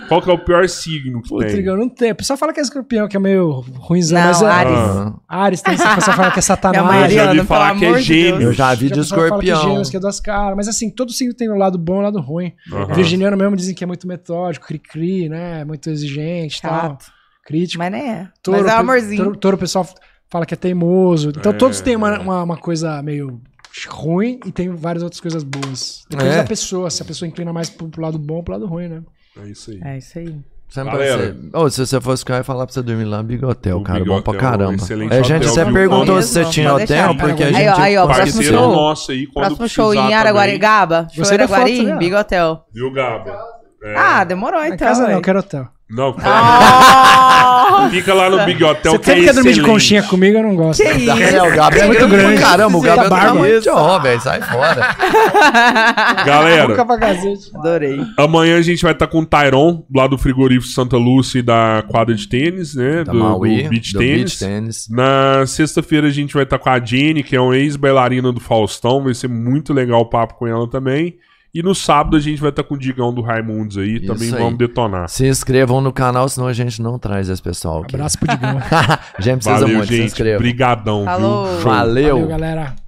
Qual que é o pior signo que putz, tem? Trigão, não tem. O pessoal fala que é escorpião, que é meio ruimzão, Não, mas é... Ares. Ah. Ares tem, o pessoal fala que é satanás. É uma Eu já Mariana, ouvi pelo falar que é amor de gêmeo. Deus. Eu já vi Já de o pessoal fala Que é ah, escorpião. gêmeos, que é duas caras. Mas assim, todo signo tem um lado bom e um lado ruim. Ah. Aham. Virginiano mesmo dizem que é muito metódico, cri-cri, né? Muito exigente e tal. Chato. Crítico. Mas nem é. Mas é um pe- amorzinho. Touro, touro, o pessoal fala que é teimoso. Então É, todos têm uma, é. uma, uma coisa meio ruim e tem várias outras coisas boas. Depende É. da pessoa, se a pessoa inclina mais pro, pro lado bom ou pro lado ruim, né? É isso aí. É isso aí. Sempre Galera. parece- Ô, se você fosse ficar, eu ia falar pra você dormir lá no Bigotel, O cara. bom pra Bigotel, caramba. excelente É, gente, hotel, você viu? perguntou Bom se você mesmo, tinha pode deixar. hotel, porque a Aí, gente. ó, aí, ó, o próximo Parceiro show. nosso aí, quando Próximo precisar show em também. Araguarigaba. Show Você deu foto, Araguari, né? Big Hotel. Viu, Gaba? É. Ah, demorou Na então. casa ué. não, quero hotel. Não, Ah. fala- Nossa! fica lá no Big Hotel Você que é quer dormir de excelente. conchinha comigo, eu não gosto. Que isso? É, o Gabi é muito muito grande. grande. pra Caramba, o Gabi é do Tá barba. tamanho de ó, velho. Sai fora. Nunca Galera, pra cacete. Adorei. amanhã a gente vai estar com o Tyron, lá do frigorífico Santa Lúcia e da quadra de tênis, né? Da do, Tá Maui, do beach do tênis. Beach Tennis. Na sexta-feira a gente vai estar com a Jenny, que é uma ex-bailarina do Faustão. Vai ser muito legal o papo com ela também. E no sábado a gente vai estar com o Digão do Raimundos aí. Isso também aí. vamos detonar. Se inscrevam no canal, senão a gente não traz esse pessoal aqui. Abraço pro Digão. a gente precisa Valeu, muito, se gente. inscrevam. Brigadão, viu? Falou. Show. Valeu. Valeu, galera.